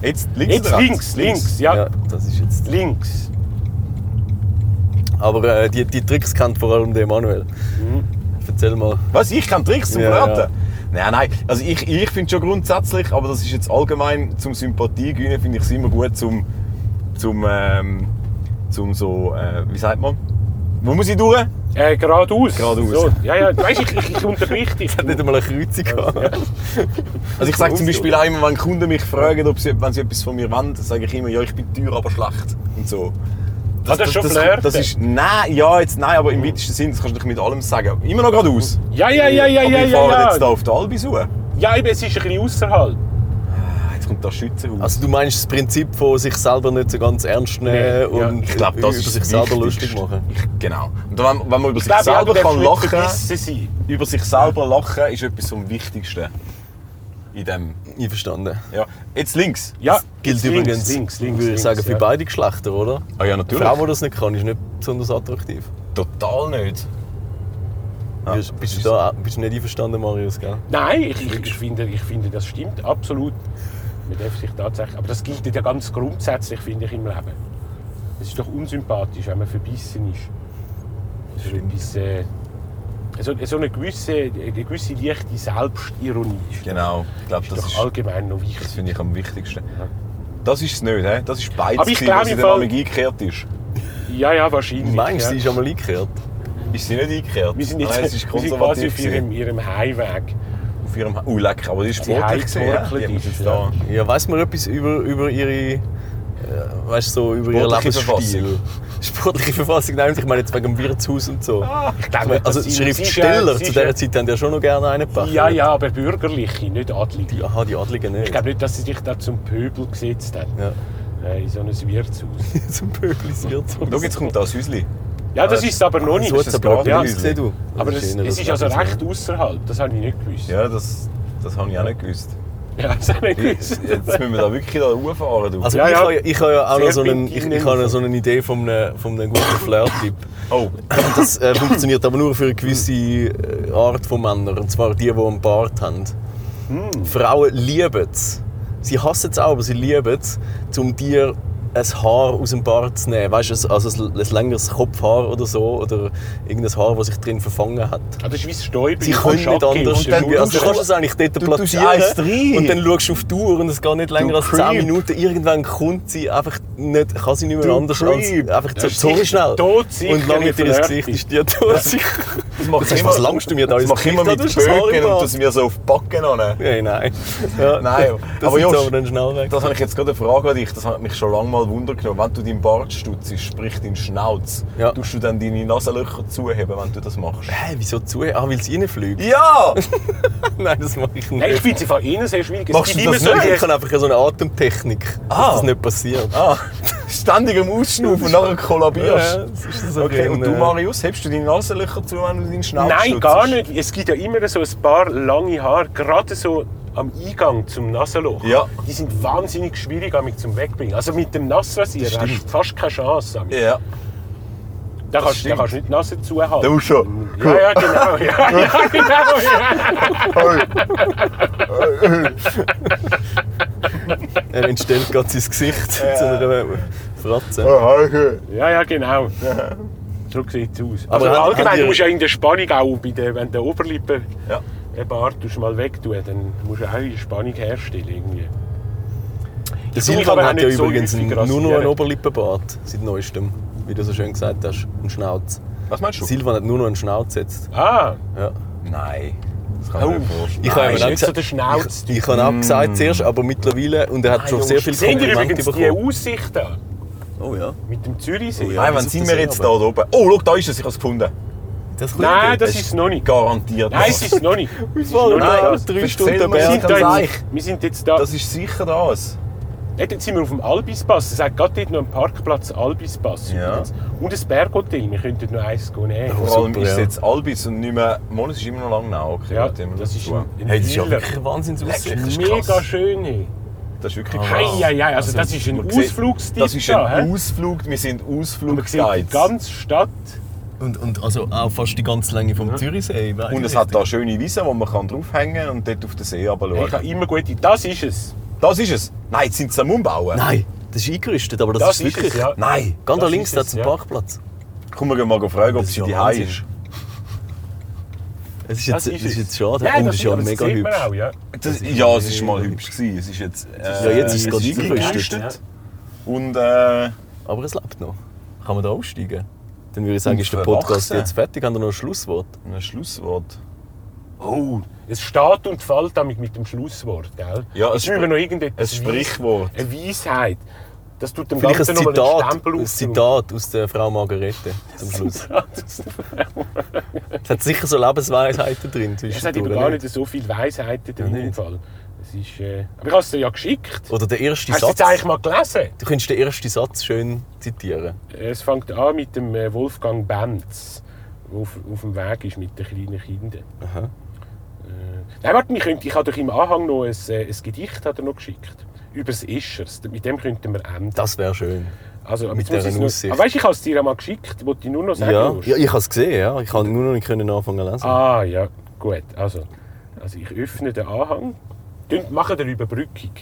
[SPEAKER 3] Jetzt links
[SPEAKER 4] Jetzt
[SPEAKER 3] oder rechts?
[SPEAKER 4] links, links, ja.
[SPEAKER 2] Ja, das ist jetzt
[SPEAKER 4] Links.
[SPEAKER 2] Aber äh, die, die Tricks kennt vor allem der Manuel. Erzähl mal.
[SPEAKER 3] Was? Ich kann Tricks zum
[SPEAKER 2] Ja,
[SPEAKER 3] Braten? Nein, nein. Also ich, ich finde schon grundsätzlich, aber das ist jetzt allgemein zum Sympathie gewinnen, finde ich es immer gut zum zum ähm, zum so äh, wie sagt man? Wo muss ich durch?
[SPEAKER 4] Äh, geradeaus.
[SPEAKER 3] Geradeaus.
[SPEAKER 4] So. Ja, ja, du weißt, ich, ich, ich unterbrich dich.
[SPEAKER 2] Nicht einmal eine Kreuzung gehabt.
[SPEAKER 3] Also ich sage zum Beispiel auch immer, wenn Kunden mich fragen, ob sie, wenn sie etwas von mir wollen, dann sage ich immer, ja, ich bin teuer, aber schlecht und so.
[SPEAKER 4] Ah, das ist schon
[SPEAKER 3] das,
[SPEAKER 4] flirten.
[SPEAKER 3] das ist nein, ja jetzt nein, aber im weitesten Sinn, das kannst du doch mit allem sagen. Immer noch geradeaus.
[SPEAKER 4] Ja, ja, ja, ja,
[SPEAKER 3] aber
[SPEAKER 4] ja,
[SPEAKER 3] wir fahren
[SPEAKER 4] ja.
[SPEAKER 3] jetzt da
[SPEAKER 4] Ja,
[SPEAKER 3] auf der Albi suchen.
[SPEAKER 4] ja eben, es ist ein bisschen außerhalb.
[SPEAKER 3] Ah, Jetzt kommt das Schützenhaus.
[SPEAKER 2] Also du meinst das Prinzip von sich selber nicht so ganz ernst
[SPEAKER 4] Nee,
[SPEAKER 2] nehmen
[SPEAKER 4] ja.
[SPEAKER 2] und
[SPEAKER 3] Ich glaube, das
[SPEAKER 2] über
[SPEAKER 3] ist
[SPEAKER 2] sich
[SPEAKER 3] das
[SPEAKER 2] selber
[SPEAKER 3] Wichtigste.
[SPEAKER 2] lustig machen.
[SPEAKER 3] Ich, genau. Und wenn, wenn man über sich
[SPEAKER 4] Ich glaube,
[SPEAKER 3] selber kann
[SPEAKER 4] ja, du darfst
[SPEAKER 3] lachen
[SPEAKER 4] nicht verbissen sein.
[SPEAKER 3] über sich selber lachen ist etwas vom Wichtigsten. In dem.
[SPEAKER 2] Einverstanden.
[SPEAKER 3] Ja. Jetzt links.
[SPEAKER 4] Ja,
[SPEAKER 2] das gilt
[SPEAKER 4] jetzt
[SPEAKER 2] übrigens,
[SPEAKER 4] links, links,
[SPEAKER 2] würde ich
[SPEAKER 4] links,
[SPEAKER 2] sagen, für
[SPEAKER 4] ja.
[SPEAKER 2] beide Geschlechter, oder?
[SPEAKER 3] Ah ja,
[SPEAKER 2] Eine
[SPEAKER 3] natürlich.
[SPEAKER 2] Frau, die das nicht kann, ist nicht besonders attraktiv.
[SPEAKER 3] Total nicht. Ja.
[SPEAKER 2] Bist, bist du da, bist du nicht einverstanden, Marius? Gell?
[SPEAKER 4] Nein, ich, ich, ich, finde, ich finde, das stimmt absolut. Man darf sich tatsächlich, aber das gilt ja ganz grundsätzlich, finde ich, im Leben. Es ist doch unsympathisch, wenn man verbissen ist. Das ist etwas, äh, so, so eine, gewisse, eine gewisse leichte Selbstironie ist,
[SPEAKER 3] Genau. Ich glaube,
[SPEAKER 4] ist
[SPEAKER 3] das,
[SPEAKER 4] doch
[SPEAKER 3] ist-
[SPEAKER 4] allgemein noch
[SPEAKER 3] das
[SPEAKER 4] wichtig.
[SPEAKER 3] finde ich am wichtigsten. Das ist es nicht, he? das ist beides,
[SPEAKER 4] Aber ich
[SPEAKER 3] gewesen,
[SPEAKER 4] glaube
[SPEAKER 3] was in
[SPEAKER 4] im
[SPEAKER 3] der
[SPEAKER 4] Fall-
[SPEAKER 3] Analogie eingekehrt ist.
[SPEAKER 4] Ja, ja, wahrscheinlich.
[SPEAKER 2] Meinst du,
[SPEAKER 4] ja.
[SPEAKER 2] sie ist einmal eingekehrt?
[SPEAKER 3] Ist sie nicht eingekehrt?
[SPEAKER 4] Wir sind
[SPEAKER 3] Nein,
[SPEAKER 4] jetzt
[SPEAKER 3] es ist
[SPEAKER 4] wir sind quasi
[SPEAKER 3] konservativ.
[SPEAKER 4] auf
[SPEAKER 3] gewesen.
[SPEAKER 4] ihrem, ihrem Heimweg.
[SPEAKER 3] Auf ihrem Ha- Uh, lecker, aber das ist
[SPEAKER 4] Die
[SPEAKER 3] gemütlich gewesen, ja.
[SPEAKER 4] Heimgurgel
[SPEAKER 3] Die haben uns
[SPEAKER 4] ist,
[SPEAKER 3] jetzt da.
[SPEAKER 2] Ja, weiss man etwas über, über ihre. Äh, weißt du, so, über ihren
[SPEAKER 3] Sportliche
[SPEAKER 2] Lebensstil? Sportliche Verfassung, nein, ich meine jetzt wegen dem Wirtshaus und so.
[SPEAKER 4] Ich glaube,
[SPEAKER 2] Also
[SPEAKER 4] das sind-
[SPEAKER 2] Schriftsteller
[SPEAKER 4] sie
[SPEAKER 2] zu
[SPEAKER 4] ist
[SPEAKER 2] dieser
[SPEAKER 4] ja-
[SPEAKER 2] Zeit haben ja schon noch gerne einen gepackt.
[SPEAKER 4] Ja, ja, aber bürgerliche, nicht adlige.
[SPEAKER 2] Die- Aha, die Adligen nicht.
[SPEAKER 4] Ich glaube nicht, dass sie dich da zum Pöbel gesetzt haben.
[SPEAKER 2] Ja.
[SPEAKER 4] Äh, In so ein Wirtshaus.
[SPEAKER 2] Zum Pöbelisiert.
[SPEAKER 3] Schau, jetzt kommt das Häuschen.
[SPEAKER 4] Ja, das ist es aber noch nicht.
[SPEAKER 2] So hat es
[SPEAKER 3] das
[SPEAKER 2] aber
[SPEAKER 3] gerade
[SPEAKER 2] ja,
[SPEAKER 3] Häuschen.
[SPEAKER 2] gesehen, du.
[SPEAKER 4] Aber
[SPEAKER 2] Das
[SPEAKER 4] es,
[SPEAKER 2] eher
[SPEAKER 4] es
[SPEAKER 2] das
[SPEAKER 4] ist also
[SPEAKER 2] Lebensstil.
[SPEAKER 4] recht außerhalb. Das habe ich nicht gewusst.
[SPEAKER 3] Ja, das, das habe ich auch nicht gewusst.
[SPEAKER 4] Ja, das habe ich nicht gewusst.
[SPEAKER 3] Jetzt müssen wir da wirklich da hochfahren. Du.
[SPEAKER 2] Also
[SPEAKER 4] Ja,
[SPEAKER 2] ich,
[SPEAKER 4] ja.
[SPEAKER 2] Habe, ja- ich habe ja auch
[SPEAKER 4] Sehr
[SPEAKER 2] noch so, einen,
[SPEAKER 4] pinky
[SPEAKER 2] ich, ich
[SPEAKER 4] News.
[SPEAKER 2] habe noch so eine Idee von einem, von einem guten Flirt-Tipp.
[SPEAKER 3] oh,
[SPEAKER 2] Und Das äh, funktioniert aber nur für eine gewisse äh, Art von Männern, und zwar die, die einen Bart haben. Frauen lieben es. Sie hassen es auch, aber sie lieben es, um dir ein Haar aus dem Bart zu nehmen. Weißt du, also ein, ein längeres Kopfhaar oder so, oder irgendein Haar, das sich drin verfangen hat.
[SPEAKER 4] Ah, das ist wie das Stäubchen.
[SPEAKER 2] Sie können nicht anders.
[SPEAKER 3] und dann
[SPEAKER 2] Irgendwie, also
[SPEAKER 3] tust
[SPEAKER 2] du kannst es eigentlich dort
[SPEAKER 3] du tust
[SPEAKER 2] platzieren
[SPEAKER 3] eins rein.
[SPEAKER 2] und dann schaust du auf die Uhr und es geht nicht länger als 10
[SPEAKER 3] Creep.
[SPEAKER 2] Minuten. Irgendwann kommt sie einfach nicht, kann sie nicht mehr
[SPEAKER 3] Du
[SPEAKER 2] anders
[SPEAKER 3] Creep.
[SPEAKER 2] als einfach so,
[SPEAKER 4] ist
[SPEAKER 2] sorry
[SPEAKER 4] sicher
[SPEAKER 2] schnell
[SPEAKER 4] todsichere
[SPEAKER 2] und lange dir ins
[SPEAKER 4] Flirty.
[SPEAKER 2] Gesicht ist die todsicher.
[SPEAKER 3] das mache
[SPEAKER 2] Jetzt hast du was langst du mir da
[SPEAKER 3] das
[SPEAKER 2] ins
[SPEAKER 3] mache ich immer
[SPEAKER 2] Gesicht, da tust
[SPEAKER 3] mit
[SPEAKER 2] du das Haar
[SPEAKER 3] Bögen
[SPEAKER 2] im
[SPEAKER 3] und
[SPEAKER 2] Bart.
[SPEAKER 3] das mir so auf die Backen an.
[SPEAKER 2] Nein, nein. Ja,
[SPEAKER 3] Nein,
[SPEAKER 2] das
[SPEAKER 3] aber
[SPEAKER 2] ist
[SPEAKER 3] Josh,
[SPEAKER 2] aber dann schnell weg.
[SPEAKER 3] Das habe ich jetzt gerade eine Frage an dich, das hat mich schon lange mal Wunder genommen. Wenn du deinen Bart stutzt, sprich deinen Schnauz,
[SPEAKER 2] Ja.
[SPEAKER 3] tust du dann deine Nasenlöcher zuheben, wenn du das machst?
[SPEAKER 2] Hä, wieso zu? Ah, weil es reinfliegt?
[SPEAKER 3] Ja!
[SPEAKER 2] Nein, das mache ich nicht.
[SPEAKER 4] Nein, ich finde es von innen sehr schwierig. Es
[SPEAKER 3] Machst
[SPEAKER 4] gibt
[SPEAKER 3] du das
[SPEAKER 4] immer
[SPEAKER 3] nicht?
[SPEAKER 4] solche-
[SPEAKER 2] ich habe einfach so eine Atemtechnik,
[SPEAKER 3] Ah.
[SPEAKER 2] dass das nicht passiert.
[SPEAKER 3] ah, ständig am Ausschnaufen und nachher kollabierst.
[SPEAKER 2] Ja, Genau. das ist so äh,
[SPEAKER 3] Okay,
[SPEAKER 2] ein-
[SPEAKER 3] und du Marius, hebst du deine Nasenlöcher zu, wenn du deinen Schnauz
[SPEAKER 4] Nein,
[SPEAKER 3] stutzt?
[SPEAKER 4] gar nicht. Es gibt ja immer so ein paar lange Haare, gerade so am Eingang zum Nasenloch.
[SPEAKER 3] Ja.
[SPEAKER 4] Die sind wahnsinnig schwierig damit zum Wegbringen. Also mit dem Nassrasieren hast du fast keine Chance. damit.
[SPEAKER 3] Ja.
[SPEAKER 4] Da kannst, da
[SPEAKER 3] stimmt.
[SPEAKER 4] kannst du nicht die Nase zuhalten.
[SPEAKER 3] Du schon.
[SPEAKER 4] Ja, ja, genau. Ja, ja, genau. Ja.
[SPEAKER 2] Er entstellt gerade sein Gesicht zu einer Fratze.
[SPEAKER 4] Ja, ja, genau. So sieht es aus.
[SPEAKER 2] Aber
[SPEAKER 4] Aber also,
[SPEAKER 2] hat-
[SPEAKER 4] allgemein,
[SPEAKER 2] hat ihr-
[SPEAKER 4] du musst ja in der Spannung auch, bei der, wenn der Oberlippe
[SPEAKER 3] Ja.
[SPEAKER 4] den Bart tust du mal wegtun, dann musst du auch eine Spannung herstellen. Irgendwie.
[SPEAKER 2] Der
[SPEAKER 4] Suche
[SPEAKER 2] Silvan
[SPEAKER 4] aber auch
[SPEAKER 2] hat ja
[SPEAKER 4] nicht so
[SPEAKER 2] übrigens
[SPEAKER 4] häufig
[SPEAKER 2] nur noch
[SPEAKER 4] rasieren.
[SPEAKER 2] einen Oberlippenbart, seit neuestem, wie du so schön gesagt hast, einen Schnauz.
[SPEAKER 3] Was meinst du?
[SPEAKER 2] Silvan hat nur noch einen Schnauz jetzt.
[SPEAKER 4] Ah,
[SPEAKER 2] Ja.
[SPEAKER 3] Nein. Das kann ich mir nicht vorstellen.
[SPEAKER 2] Ich
[SPEAKER 4] Nein,
[SPEAKER 2] habe ihm
[SPEAKER 4] ist
[SPEAKER 2] auch
[SPEAKER 4] nicht so
[SPEAKER 2] gesagt-
[SPEAKER 4] der Schnauz-Typ.
[SPEAKER 2] Ich, ich habe auch gesagt zuerst, aber mittlerweile, und er hat schon sehr viel
[SPEAKER 4] seht ihr
[SPEAKER 2] Komplimente
[SPEAKER 4] übrigens die
[SPEAKER 2] bekommen.
[SPEAKER 4] Aussicht da
[SPEAKER 2] Oh ja.
[SPEAKER 4] mit dem Zürichsee?
[SPEAKER 2] Oh ja.
[SPEAKER 3] Nein, wann
[SPEAKER 2] wieso das
[SPEAKER 3] sind wir jetzt da
[SPEAKER 2] aber?
[SPEAKER 3] oben? Oh, schau, da ist es, ich habe es gefunden.
[SPEAKER 2] Das
[SPEAKER 4] Nein,
[SPEAKER 2] kommt
[SPEAKER 4] das
[SPEAKER 3] Das
[SPEAKER 4] ist es noch nicht.
[SPEAKER 3] Garantiert.
[SPEAKER 4] Nein, es ist es noch nicht. Es ist noch
[SPEAKER 2] voll
[SPEAKER 4] nicht
[SPEAKER 2] nein,
[SPEAKER 4] da.
[SPEAKER 2] das drei
[SPEAKER 3] Erzähl
[SPEAKER 2] Stunden
[SPEAKER 3] mir,
[SPEAKER 2] Berg
[SPEAKER 4] Wir sind,
[SPEAKER 3] Ganz
[SPEAKER 4] da
[SPEAKER 3] ehrlich.
[SPEAKER 4] jetzt, wir sind jetzt da.
[SPEAKER 3] Das ist sicher das.
[SPEAKER 4] Nicht, jetzt sind wir auf dem Albispass. Es hat gerade dort noch einen Parkplatz Albispass.
[SPEAKER 3] Ja.
[SPEAKER 4] übrigens. Und ein Berghotel. Wir könnten noch eins nehmen.
[SPEAKER 2] Oh,
[SPEAKER 3] Vor allem
[SPEAKER 2] super,
[SPEAKER 3] ist es
[SPEAKER 2] ja.
[SPEAKER 3] jetzt Albis und nicht mehr... Mol, es ist immer noch lang nah. Okay,
[SPEAKER 4] Ja,
[SPEAKER 3] gut, immer noch
[SPEAKER 4] das ist
[SPEAKER 3] zu.
[SPEAKER 4] ein- ein
[SPEAKER 3] hey, das ist ja
[SPEAKER 4] Wieler.
[SPEAKER 3] wirklich...
[SPEAKER 2] eine Wahnsinnsaussicht.
[SPEAKER 3] das ist
[SPEAKER 4] Mega
[SPEAKER 3] krass.
[SPEAKER 4] schön. Hey.
[SPEAKER 3] Das ist wirklich
[SPEAKER 4] Hei, hei, hei. Also, das ist ein
[SPEAKER 3] man sieht,
[SPEAKER 4] Ausflugstipp
[SPEAKER 3] Das ist
[SPEAKER 4] da,
[SPEAKER 3] ein
[SPEAKER 4] hä?
[SPEAKER 3] Ausflug. Wir sind
[SPEAKER 4] Man sieht die
[SPEAKER 3] Ausflugguides.
[SPEAKER 4] ganze Stadt.
[SPEAKER 2] Und, und also auch fast die ganze Länge vom Zürichsee. in beide
[SPEAKER 3] Und es hat da schöne Wiesen, wo man kann draufhängen kann und dort auf den See
[SPEAKER 4] Ich
[SPEAKER 3] runterschauen
[SPEAKER 4] habe immer gute. Das ist es.
[SPEAKER 3] Das ist es. Nein, jetzt sind sie am Umbauen.
[SPEAKER 2] Nein, das ist eingerüstet, aber das,
[SPEAKER 4] Das
[SPEAKER 2] ist
[SPEAKER 4] ist es,
[SPEAKER 2] wirklich...
[SPEAKER 4] ja.
[SPEAKER 2] Nein, ganz da
[SPEAKER 4] Das
[SPEAKER 2] links
[SPEAKER 4] ist
[SPEAKER 2] da
[SPEAKER 4] es,
[SPEAKER 2] ist ein
[SPEAKER 4] ja.
[SPEAKER 2] Parkplatz.
[SPEAKER 3] Komm, wir gehen mal fragen, ob
[SPEAKER 2] Das ist
[SPEAKER 3] sie
[SPEAKER 2] ja
[SPEAKER 3] die
[SPEAKER 2] Wahnsinn.
[SPEAKER 3] ist.
[SPEAKER 2] Es ist
[SPEAKER 4] Das
[SPEAKER 2] jetzt,
[SPEAKER 4] ist
[SPEAKER 2] es
[SPEAKER 4] es.
[SPEAKER 2] ist jetzt schade.
[SPEAKER 4] Nein,
[SPEAKER 2] und
[SPEAKER 4] das
[SPEAKER 2] es ist ja
[SPEAKER 4] aber das
[SPEAKER 2] mega
[SPEAKER 4] sieht man
[SPEAKER 2] hübsch.
[SPEAKER 4] auch, ja.
[SPEAKER 3] Das, ja, es ist mal hübsch. Gewesen. Es ist jetzt. Äh,
[SPEAKER 2] Ja, jetzt ist es gerade
[SPEAKER 3] eingerüstet.
[SPEAKER 4] eingerüstet,
[SPEAKER 3] Und äh,
[SPEAKER 2] Aber es lebt noch. Kann man da aussteigen? Dann würde ich sagen,
[SPEAKER 3] Und
[SPEAKER 2] ist der Podcast
[SPEAKER 3] verwachsen.
[SPEAKER 2] jetzt fertig. Haben wir noch ein Schlusswort?
[SPEAKER 3] ein Schlusswort.
[SPEAKER 4] Oh, es steht und fällt damit mit dem Schlusswort, gell?
[SPEAKER 3] Ja,
[SPEAKER 4] Jetzt
[SPEAKER 3] es
[SPEAKER 4] müssen wir
[SPEAKER 3] spr-
[SPEAKER 4] noch irgendetwas
[SPEAKER 3] ein Sprichwort.
[SPEAKER 4] Weis- Eine Weisheit. Das tut dem
[SPEAKER 2] Vielleicht ein
[SPEAKER 4] Ganzen noch mal einen
[SPEAKER 2] Zitat,
[SPEAKER 4] Stempel
[SPEAKER 2] ein
[SPEAKER 4] auf.
[SPEAKER 2] Zitat aus der Frau Margarete zum Schluss. Es hat sicher so Lebensweisheiten drin.
[SPEAKER 4] Es hat eben
[SPEAKER 2] zwischendurch,
[SPEAKER 4] gar
[SPEAKER 2] nicht?
[SPEAKER 4] nicht so viele Weisheiten drin
[SPEAKER 2] Ja,
[SPEAKER 4] im
[SPEAKER 2] nicht.
[SPEAKER 4] Fall. Es ist, äh, aber ich habe es dir ja geschickt.
[SPEAKER 2] Oder der erste
[SPEAKER 4] Hast du
[SPEAKER 2] Satz.
[SPEAKER 4] jetzt eigentlich mal gelesen?
[SPEAKER 2] Du könntest den ersten Satz schön zitieren.
[SPEAKER 4] Es fängt an mit dem äh, Wolfgang Benz, der auf, auf dem Weg ist mit den kleinen Kindern.
[SPEAKER 2] Aha.
[SPEAKER 4] Äh, nein, warte, ich, könnte, ich habe doch im Anhang noch ein, äh, ein Gedicht hat er noch geschickt. Über das Ischers. Mit dem könnten wir enden.
[SPEAKER 2] Das wäre schön.
[SPEAKER 4] Also,
[SPEAKER 2] Mit
[SPEAKER 4] jetzt muss
[SPEAKER 2] dieser
[SPEAKER 4] ich's nur-
[SPEAKER 2] Aussicht.
[SPEAKER 4] Aber weißt du, ich habe es dir ja mal geschickt, wo du nur noch sagen
[SPEAKER 2] Ja,
[SPEAKER 4] musst.
[SPEAKER 2] ja ich habe es gesehen. Ja. Ich konnte nur noch nicht können anfangen zu lesen.
[SPEAKER 4] Ah, ja, gut. Also, also ich öffne den Anhang. Dünnt- Machen eine Überbrückung.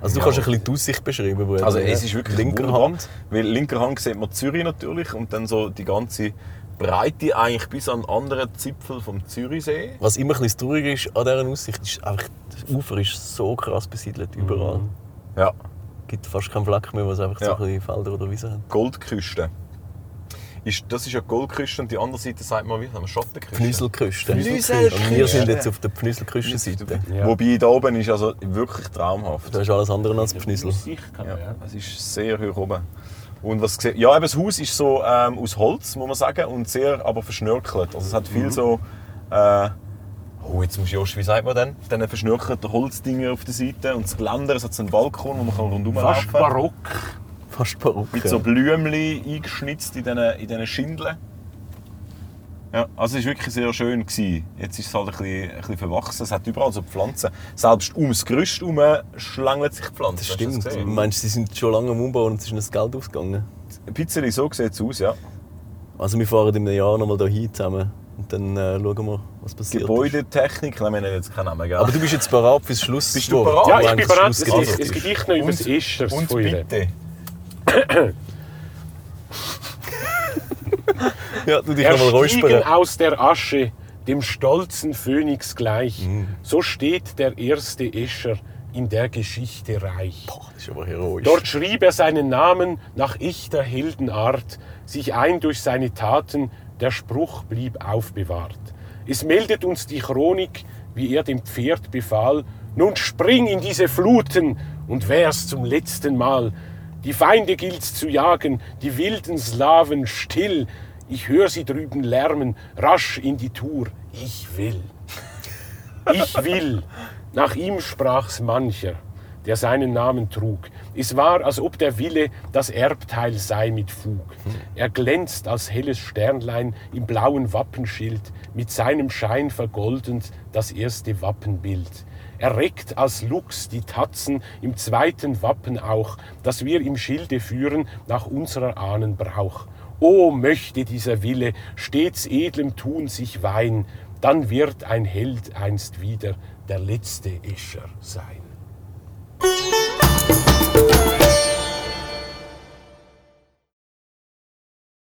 [SPEAKER 2] Also du
[SPEAKER 3] Ja.
[SPEAKER 2] kannst ein bisschen die Aussicht beschreiben. Bruder.
[SPEAKER 3] Also es ist wirklich
[SPEAKER 2] Linker
[SPEAKER 3] wunderbar,
[SPEAKER 2] Hand.
[SPEAKER 3] Weil linker Hand sieht man Zürich natürlich und dann so die ganze Breite eigentlich bis an den anderen Zipfel vom Zürichsee.
[SPEAKER 2] Was immer ein bisschen traurig ist an dieser Aussicht, ist einfach, das Ufer ist so krass besiedelt überall.
[SPEAKER 3] Ja.
[SPEAKER 2] Es gibt fast keinen Fleck mehr, was einfach so
[SPEAKER 3] Ja.
[SPEAKER 2] ein bisschen Felder oder Wiesen hat.
[SPEAKER 3] Goldküste. Ist, das ist ja Goldküste und die andere Seite sagt man, wie haben wir Schattenküste?
[SPEAKER 2] Pfnüselküste.
[SPEAKER 3] Pfnüselküste.
[SPEAKER 2] Und wir sind jetzt auf der Pfnüselküstenseite.
[SPEAKER 4] Ja.
[SPEAKER 3] Wobei da oben ist also wirklich traumhaft.
[SPEAKER 2] Da ist alles andere als Pfnüsel.
[SPEAKER 4] Aussicht kann man, ja.
[SPEAKER 3] Ja, es ist sehr hoch oben. Und was gesehen, ja, eben das Haus ist so ähm, aus Holz, muss man sagen, und sehr aber verschnörkelt. Also es hat viel so. Äh, oh, jetzt muss ich Josh, wie sagt man denn? Dann verschnörkelten Holzdinger auf der Seite und das Geländer, es hat so einen Balkon, wo man kann rundherum
[SPEAKER 4] Fast
[SPEAKER 3] laufen kann.
[SPEAKER 4] barock.
[SPEAKER 2] Fast Barocke.
[SPEAKER 3] Mit so Blümchen eingeschnitzt in diesen, in diesen Schindeln. Ja, also es war wirklich sehr schön. Gewesen. Jetzt ist es halt ein bisschen, ein bisschen verwachsen. Es hat überall so Pflanzen. Selbst ums Gerüst herum schlängelt sich die Pflanzen.
[SPEAKER 2] das
[SPEAKER 3] Hast du
[SPEAKER 2] stimmt.
[SPEAKER 3] gesehen?
[SPEAKER 2] Meinst du, sie sind schon lange am Umbau und es ist ihnen das Geld ausgegangen?
[SPEAKER 3] Ein bisschen so sieht es aus, ja.
[SPEAKER 2] Also wir fahren in einem Jahr nochmal da hin zusammen und dann äh, schauen wir, was passiert.
[SPEAKER 3] Gebäudetechnik, nein, wir nennen jetzt keinen Namen, gell?
[SPEAKER 2] Aber du bist jetzt bereit fürs Schlusswort.
[SPEAKER 3] Bist du bereit?
[SPEAKER 2] wo
[SPEAKER 4] Ja, ich
[SPEAKER 2] eigentlich
[SPEAKER 4] bin bereit.
[SPEAKER 2] das
[SPEAKER 4] Es
[SPEAKER 2] Schlusswort
[SPEAKER 4] ist ein
[SPEAKER 2] ist.
[SPEAKER 4] Gedicht noch über das Ischers
[SPEAKER 3] und
[SPEAKER 4] von ihr.
[SPEAKER 3] bitte.
[SPEAKER 2] Ja, du dich
[SPEAKER 4] Er
[SPEAKER 2] nochmal
[SPEAKER 4] stiegen
[SPEAKER 2] räuspern.
[SPEAKER 4] aus der Asche, dem stolzen Phönix gleich. So steht der erste Escher in der Geschichte reich.
[SPEAKER 2] Boah, das ist aber heroisch.
[SPEAKER 4] Dort schrieb er seinen Namen nach ichter Heldenart, sich ein durch seine Taten, der Spruch blieb aufbewahrt. Es meldet uns die Chronik, wie er dem Pferd befahl, nun spring in diese Fluten und wär's zum letzten Mal. Die Feinde gilt's zu jagen, die wilden Slaven still. Ich hör sie drüben lärmen, rasch in die Tour, ich will. Ich will. Nach ihm sprach's mancher, der seinen Namen trug. Es war, als ob der Wille das Erbteil sei mit Fug. Er glänzt als helles Sternlein im blauen Wappenschild, mit seinem Schein vergoldend das erste Wappenbild. Er reckt als Luchs die Tatzen im zweiten Wappen auch, das wir im Schilde führen nach unserer Ahnen Brauch. O möchte dieser Wille stets edlem Tun sich weihen, dann wird ein Held einst wieder der letzte Escher sein.